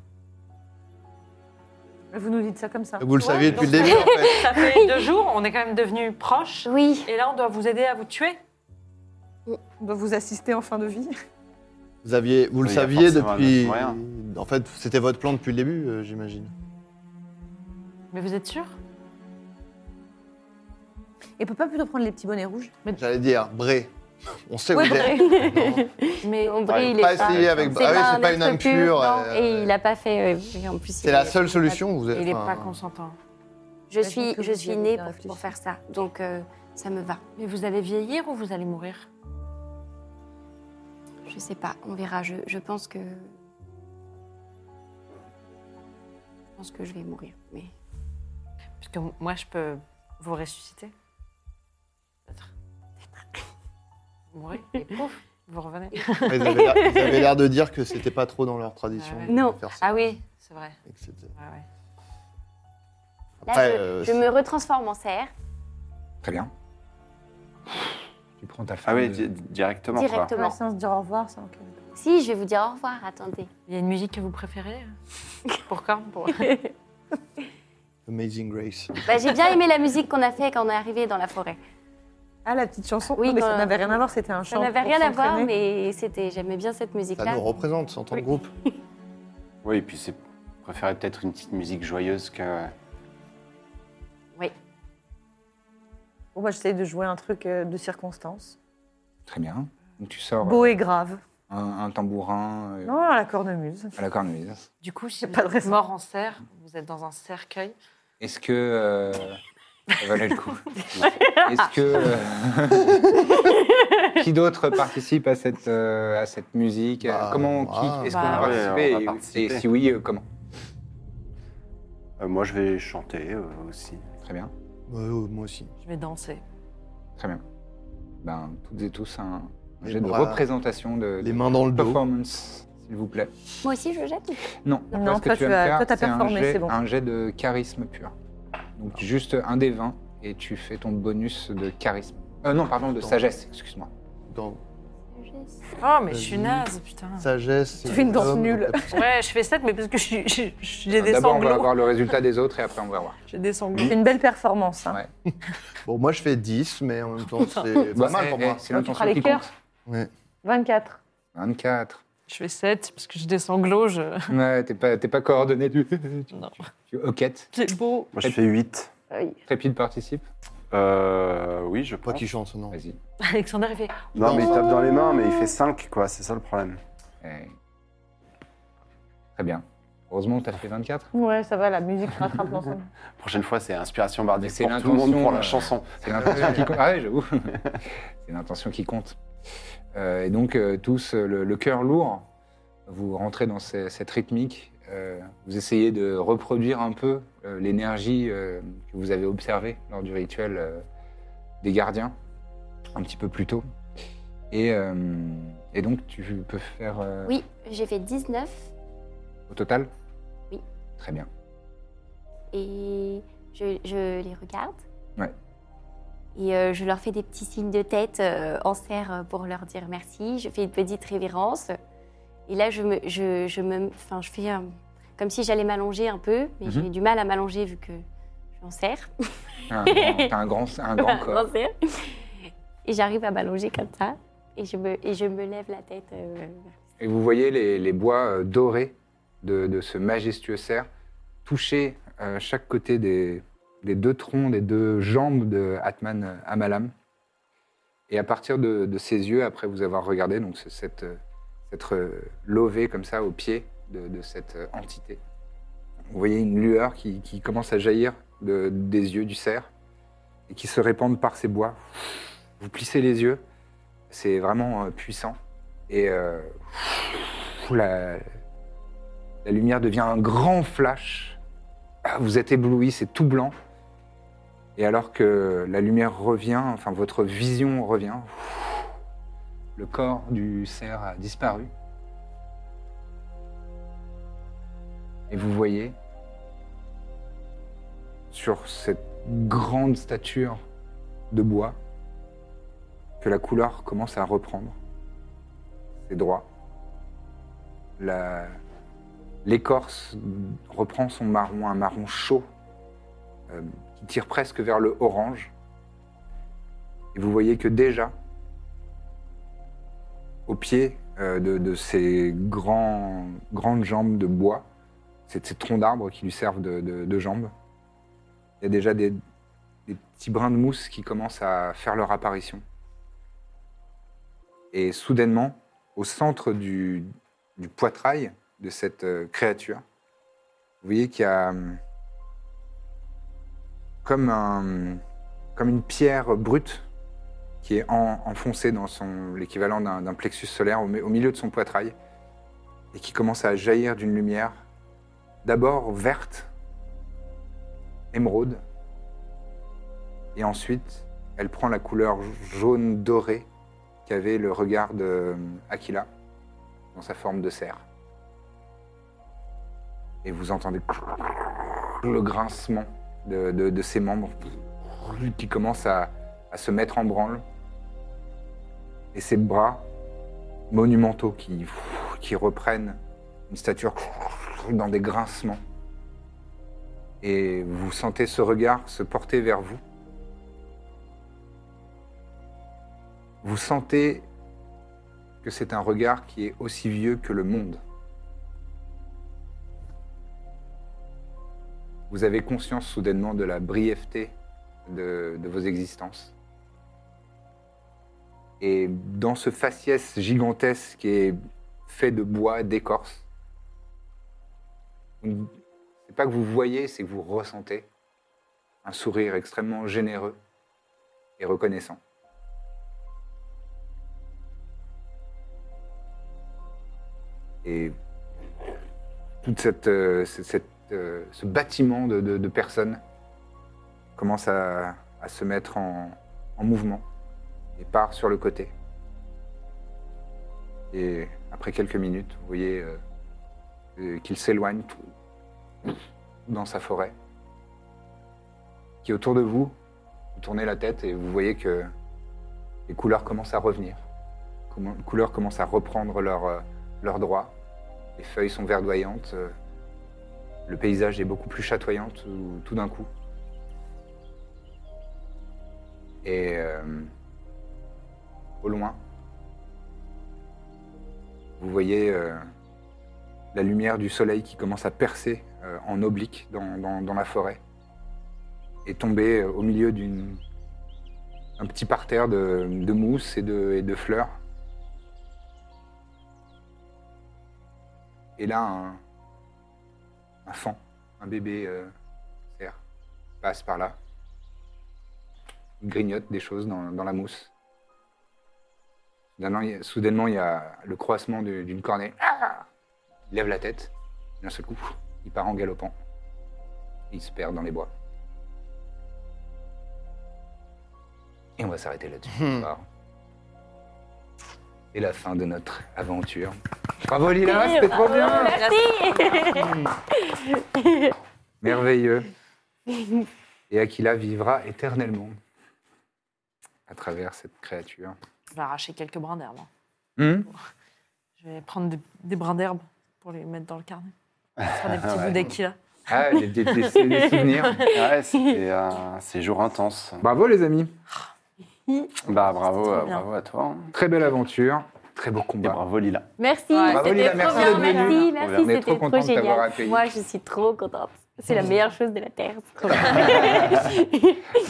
Speaker 7: Mais Vous nous dites ça comme ça.
Speaker 5: Vous le
Speaker 2: Ouais,
Speaker 5: saviez depuis le
Speaker 2: donc-
Speaker 5: début, en fait.
Speaker 2: Ça fait deux jours, on est quand même devenus proches.
Speaker 4: Oui,
Speaker 2: Et là, on doit vous aider à vous tuer.
Speaker 7: On doit vous assister en fin de vie.
Speaker 5: Vous, aviez, vous le
Speaker 3: Oui, il y a
Speaker 5: saviez
Speaker 3: forcément un
Speaker 5: depuis.
Speaker 3: autre moyen.
Speaker 5: En fait, c'était votre plan depuis le début, euh, j'imagine.
Speaker 2: Mais vous êtes sûr
Speaker 7: Et on peut pas plutôt prendre les petits bonnets rouges
Speaker 5: J'allais dire, Bré. On sait où
Speaker 7: Ouais,
Speaker 5: il est. Non.
Speaker 2: Mais
Speaker 4: on
Speaker 3: Ah,
Speaker 4: brille, il est
Speaker 5: pas
Speaker 4: pas...
Speaker 5: essayé avec.
Speaker 4: C'est
Speaker 5: Ah oui,
Speaker 4: pas
Speaker 5: c'est pas
Speaker 4: un
Speaker 5: une
Speaker 4: être
Speaker 5: âme
Speaker 4: pur,
Speaker 5: pure.
Speaker 4: non,
Speaker 5: euh,
Speaker 4: et il n'a pas fait... euh, en plus,
Speaker 5: C'est
Speaker 4: il
Speaker 5: la
Speaker 4: est-
Speaker 5: seule solution. Vous avez-
Speaker 2: il est
Speaker 5: enfin,
Speaker 2: pas consentant.
Speaker 4: Je
Speaker 7: J'imagine
Speaker 4: suis,
Speaker 7: que
Speaker 4: je
Speaker 7: vous y
Speaker 4: suis
Speaker 7: avez
Speaker 4: née
Speaker 7: bien
Speaker 4: pour,
Speaker 7: réfléchi.
Speaker 4: pour faire ça, donc euh, ça me va.
Speaker 2: Mais vous allez vieillir ou vous allez mourir
Speaker 4: Je sais pas, on verra. Je, je pense que... Je pense que je vais mourir, mais...
Speaker 2: Parce que moi, je peux vous ressusciter. Peut-être. Mourir et pouf, vous revenez.
Speaker 5: Ils avaient l'air- ils avaient l'air de dire que c'était pas trop dans leur tradition.
Speaker 2: Ah ouais.
Speaker 5: de
Speaker 4: Non.
Speaker 5: faire ça,
Speaker 2: Ah oui, c'est vrai.
Speaker 5: et que c'était-
Speaker 2: Ouais, ouais.
Speaker 4: Là,
Speaker 5: Après,
Speaker 4: je,
Speaker 5: euh,
Speaker 4: je
Speaker 5: c'est-
Speaker 4: me retransforme en cerf
Speaker 1: très bien. Tu prends ta femme.
Speaker 3: Ah oui,
Speaker 1: de-
Speaker 3: di- directement, quoi.
Speaker 4: directement.
Speaker 7: Ouais, on se dira au revoir, ça. ok.
Speaker 4: Si, je vais vous dire au revoir, attendez.
Speaker 2: Il y a une musique que vous préférez Pour quand Pour-
Speaker 5: Amazing Grace.
Speaker 4: Bah, J'ai bien aimé la musique qu'on a fait quand on est arrivé dans la forêt.
Speaker 7: Ah, la petite chanson
Speaker 4: Oui,
Speaker 7: Oui, mais
Speaker 4: quand-
Speaker 7: ça n'avait rien à voir, c'était un chant.
Speaker 4: Ça n'avait
Speaker 7: pour
Speaker 4: rien à voir,
Speaker 7: s'entraîner.
Speaker 4: mais c'était j'aimais bien cette
Speaker 5: Ça
Speaker 4: musique-là.
Speaker 5: nous représente en tant que
Speaker 4: Oui.
Speaker 5: groupe.
Speaker 3: Oui, et puis c'est préférer peut-être une petite musique joyeuse que...
Speaker 4: Oui.
Speaker 7: Bon, bah, j'essaye de jouer un truc euh, de circonstance.
Speaker 1: Très bien. Donc tu sors
Speaker 7: Beau et grave.
Speaker 1: un, un tambourin euh,
Speaker 7: Non, à la cornemuse.
Speaker 1: à la cornemuse.
Speaker 2: Du coup, si vous
Speaker 7: pas de
Speaker 2: êtes
Speaker 7: raison.
Speaker 2: mort en cerf, vous êtes dans un cercueil.
Speaker 1: Est-ce que. euh, ça valait le coup. Est-ce que. euh, qui d'autre participe à cette, euh, à cette musique
Speaker 5: Bah,
Speaker 1: Comment. qui-
Speaker 5: moi.
Speaker 1: Est-ce qu'on
Speaker 2: Bah,
Speaker 1: va
Speaker 3: ouais, on va
Speaker 1: participer Et-
Speaker 3: participer.
Speaker 1: Et si oui, euh, comment
Speaker 3: Euh, moi, je vais chanter euh, aussi.
Speaker 1: Très bien.
Speaker 5: Ouais, ouais, moi aussi.
Speaker 2: Je vais danser.
Speaker 1: Très bien. Ben, toutes et tous, un un
Speaker 5: Les
Speaker 1: jet de
Speaker 5: bras-
Speaker 1: représentation de,
Speaker 5: Les
Speaker 1: de
Speaker 5: mains dans le dos.
Speaker 1: performance, s'il vous plaît.
Speaker 4: Moi aussi, je jette.
Speaker 1: Non,
Speaker 7: Non,
Speaker 1: parce que
Speaker 7: toi,
Speaker 1: tu
Speaker 7: tu
Speaker 1: vas me
Speaker 7: as-
Speaker 1: faire,
Speaker 7: toi, t'as
Speaker 1: c'est un
Speaker 7: performé,
Speaker 1: jet-
Speaker 7: c'est bon.
Speaker 1: un jet de charisme pur. Donc juste un des 20 et tu fais ton bonus de charisme. Euh, non, pardon, de
Speaker 5: Attends.
Speaker 1: sagesse, excuse-moi.
Speaker 5: Dans
Speaker 2: Oh, mais je suis
Speaker 5: Vas-y.
Speaker 2: naze, putain.
Speaker 5: sagesse.
Speaker 7: Tu fais une danse
Speaker 5: homme,
Speaker 7: nulle.
Speaker 2: Ouais, je fais 7, mais parce que je- je- je- j'ai des
Speaker 1: Ah, D'abord, on va
Speaker 2: sanglots.
Speaker 1: avoir le résultat des autres et après, on va voir.
Speaker 2: J'ai des sanglots.
Speaker 7: C'est une belle performance. hein.
Speaker 1: Ouais.
Speaker 5: Bon, moi je fais 10, mais en même temps c'est pas
Speaker 1: Bah,
Speaker 5: mal pour
Speaker 1: eh,
Speaker 5: moi.
Speaker 1: eh, C'est l'intention
Speaker 7: feras les
Speaker 1: qui
Speaker 7: cœurs.
Speaker 1: compte.
Speaker 7: 24.
Speaker 1: 24.
Speaker 2: Je fais 7 parce que j'ai des sanglots. Je...
Speaker 1: Ouais, t'es pas, t'es pas coordonné. Tu, tu,
Speaker 2: Non.
Speaker 1: tu hoquettes.
Speaker 2: C'est beau.
Speaker 3: Moi, je fais 8.
Speaker 1: Trépide participe.
Speaker 3: Euh, oui, je
Speaker 5: Pas
Speaker 3: pense.
Speaker 5: qu'il chante, non.
Speaker 1: Vas-y.
Speaker 2: Alexander, il fait
Speaker 3: Non, mais il tape dans les mains, mais il fait 5, quoi. C'est ça le problème.
Speaker 1: Eh. Très bien. Heureusement, t'as fait 24.
Speaker 7: Ouais, ça va, la musique rattrape l'ensemble.
Speaker 3: Prochaine fois, c'est inspiration bardique
Speaker 1: C'est
Speaker 3: pour tout le monde
Speaker 1: l'intention,
Speaker 3: pour
Speaker 1: euh,
Speaker 3: la chanson.
Speaker 1: C'est l'intention qui compte. Ah ouais, j'avoue. C'est l'intention qui compte. Euh, et donc, euh, tous, euh, le, le cœur lourd, vous rentrez dans ce- cette rythmique. euh, vous essayez de reproduire un peu euh, l'énergie euh, que vous avez observée lors du rituel euh, des gardiens, un petit peu plus tôt. Et, euh, et donc, tu peux faire euh,
Speaker 4: Oui, j'ai fait 19
Speaker 1: au total
Speaker 4: Oui.
Speaker 1: Très bien.
Speaker 4: et je, je les regarde.
Speaker 1: Ouais.
Speaker 4: Et euh, je leur fais des petits signes de tête euh, en serre euh, pour leur dire merci. Je fais une petite révérence. Et là, je, me, je, je me, enfin, je fais euh, comme si j'allais m'allonger un peu, mais
Speaker 5: Mm-hmm.
Speaker 1: Mhm.
Speaker 4: j'ai du mal à m'allonger vu que je suis en serre.
Speaker 1: T'as un, grand- t'as un grand, un grand corps.
Speaker 4: Grand serre. Et j'arrive à m'allonger comme ça. Et je me, et je me lève la tête. euh, vers-
Speaker 1: Et vous voyez les, les bois euh, dorés de, de ce majestueux cerf toucher euh, chaque côté des, des deux troncs, des deux jambes de Atman euh, Amalam. Et à partir de, de ses yeux, après vous avoir regardé, donc c'est cette, euh, cette euh, levée comme ça au pied de, de cette euh, entité, vous voyez une lueur qui, qui commence à jaillir de- des yeux du cerf et qui se répandent par ses bois. Vous plissez les yeux, c'est vraiment euh, puissant. Et euh, la, la lumière devient un grand flash. Ah, Vous êtes ébloui, c'est tout blanc. Et alors que la lumière revient, enfin votre vision revient, le corps du cerf a disparu. Et vous voyez sur cette grande stature de bois que la couleur commence à reprendre ses droits la- l'écorce reprend son marron, un marron chaud, euh, qui tire presque vers le orange. Et vous voyez que déjà, au pied euh, de, de ces grands, grandes jambes de bois, c'est ces troncs d'arbres qui lui servent de, de- de jambes, il y a déjà des, des petits brins de mousse qui commencent à faire leur apparition. Et soudainement, au centre du, du poitrail de cette euh, créature, vous voyez qu'il y a hum, comme, un, comme une pierre brute qui est en- enfoncée dans son- l'équivalent d'un d'un plexus solaire au, mi- au milieu de son poitrail et qui commence à jaillir d'une lumière d'abord verte, émeraude, et ensuite elle prend la couleur jaune dorée qu'avait le regard de hum, Aquila dans sa forme de serre. Et vous entendez le grincement de, de- de ses membres qui commencent à, à se mettre en branle. Et ses bras monumentaux qui, qui reprennent une stature dans des grincements. Et vous sentez ce regard se porter vers vous. Vous sentez que c'est un regard qui est aussi vieux que le monde. Vous avez conscience soudainement de la brièveté de, de vos existences. Et dans ce faciès gigantesque qui est fait de bois, d'écorce, vous ne- c'est pas que vous voyez, c'est que vous ressentez un sourire extrêmement généreux et reconnaissant. et tout cette, euh, ce- cette, euh, ce bâtiment de, de- de personnes commence à, à se mettre en, en mouvement et part sur le côté. Et après quelques minutes, vous voyez euh, euh, qu'il s'éloigne tout- dans sa forêt, qui est autour de vous. Vous tournez la tête et vous voyez que les couleurs commencent à revenir. Comment- Les couleurs commencent à reprendre leur... euh, leurs droits. Les feuilles sont verdoyantes. euh, Le paysage est beaucoup plus chatoyant tout, tout d'un coup. Et euh, au loin, vous voyez euh, la lumière du soleil qui commence à percer euh, en oblique dans, dans- dans la forêt et tomber au euh, milieu d'une un petit parterre de, de mousse et de, et de fleurs. Et là, un, un fan, un bébé euh, cerf, passe par là. Il grignote des choses dans, dans la mousse. Soudainement, il y a- soudainement, il y a le croissement du- d'une cornée. Ah il lève la tête. D'un seul coup, il part en galopant. Et il se perd dans les bois. Et on va s'arrêter là-dessus. ce soir. Et la fin de notre aventure. Bravo Lila, c'était trop bien Merveilleux. Et Aquila vivra éternellement à travers cette créature.
Speaker 2: Je vais arracher quelques brins d'herbe. hein.
Speaker 1: Hmm
Speaker 2: Je vais prendre des, des brins d'herbe pour les mettre dans le carnet. Ce sera des petits
Speaker 3: Ouais.
Speaker 2: bouts d'aquila.
Speaker 1: ah, les, les- les- les souvenirs.
Speaker 3: Ouais, c'était un séjour intense.
Speaker 1: Bravo les amis.
Speaker 3: Bah, bravo,
Speaker 2: trop
Speaker 3: euh,
Speaker 2: bien.
Speaker 3: bravo à toi. hein. Bah.
Speaker 1: Très belle aventure. Très beau
Speaker 3: Et
Speaker 1: combat.
Speaker 3: bravo, Lila.
Speaker 4: Merci,
Speaker 2: Ouais.
Speaker 1: Bravo, Lila, Bah,
Speaker 4: c'était
Speaker 1: merci
Speaker 4: trop bien,
Speaker 1: d'être venue.
Speaker 3: On
Speaker 4: merci,
Speaker 3: est
Speaker 4: merci,
Speaker 1: trop
Speaker 4: c'était trop,
Speaker 1: contents de t'avoir
Speaker 4: génial.
Speaker 1: accueilli.
Speaker 4: Moi, je suis trop contente. C'est la meilleure chose de la Terre. c'est trop bien.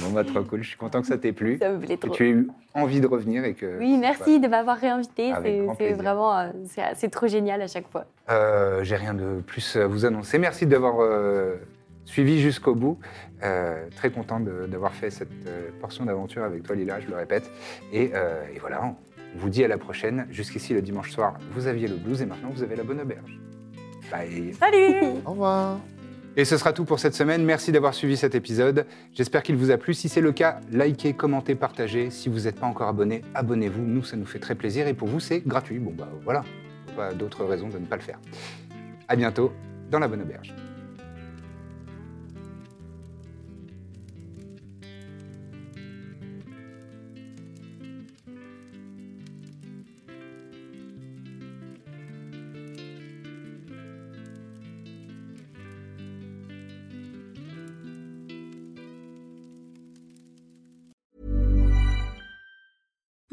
Speaker 1: Bon bah trop cool. Je suis content que ça t'ait plu.
Speaker 4: Ça me plaît
Speaker 1: Que
Speaker 4: trop.
Speaker 1: tu aies eu envie de revenir et que.
Speaker 4: Oui, merci de m'avoir réinvité.
Speaker 1: Avec
Speaker 4: C'est
Speaker 1: grand
Speaker 4: c'est
Speaker 1: plaisir.
Speaker 4: vraiment, euh, c'est c'est trop génial à chaque fois.
Speaker 1: Euh, J'ai rien de plus à vous annoncer. Merci d'avoir euh, suivi jusqu'au bout. Euh, très content de- d'avoir fait cette euh, portion d'aventure avec toi, Lila, je le répète. Et, euh, et voilà, on vous dit à la prochaine. Jusqu'ici, le dimanche soir, vous aviez le blues et maintenant, vous avez la bonne auberge. Bye.
Speaker 5: Au revoir.
Speaker 1: Et ce sera tout pour cette semaine. Merci d'avoir suivi cet épisode. J'espère qu'il vous a plu. Si c'est le cas, likez, commentez, partagez. Si vous n'êtes pas encore abonné, abonnez-vous. Nous, ça nous fait très plaisir. Et pour vous, c'est gratuit. Bon, bah voilà. Pas d'autres raisons de ne pas le faire. À bientôt dans la bonne auberge.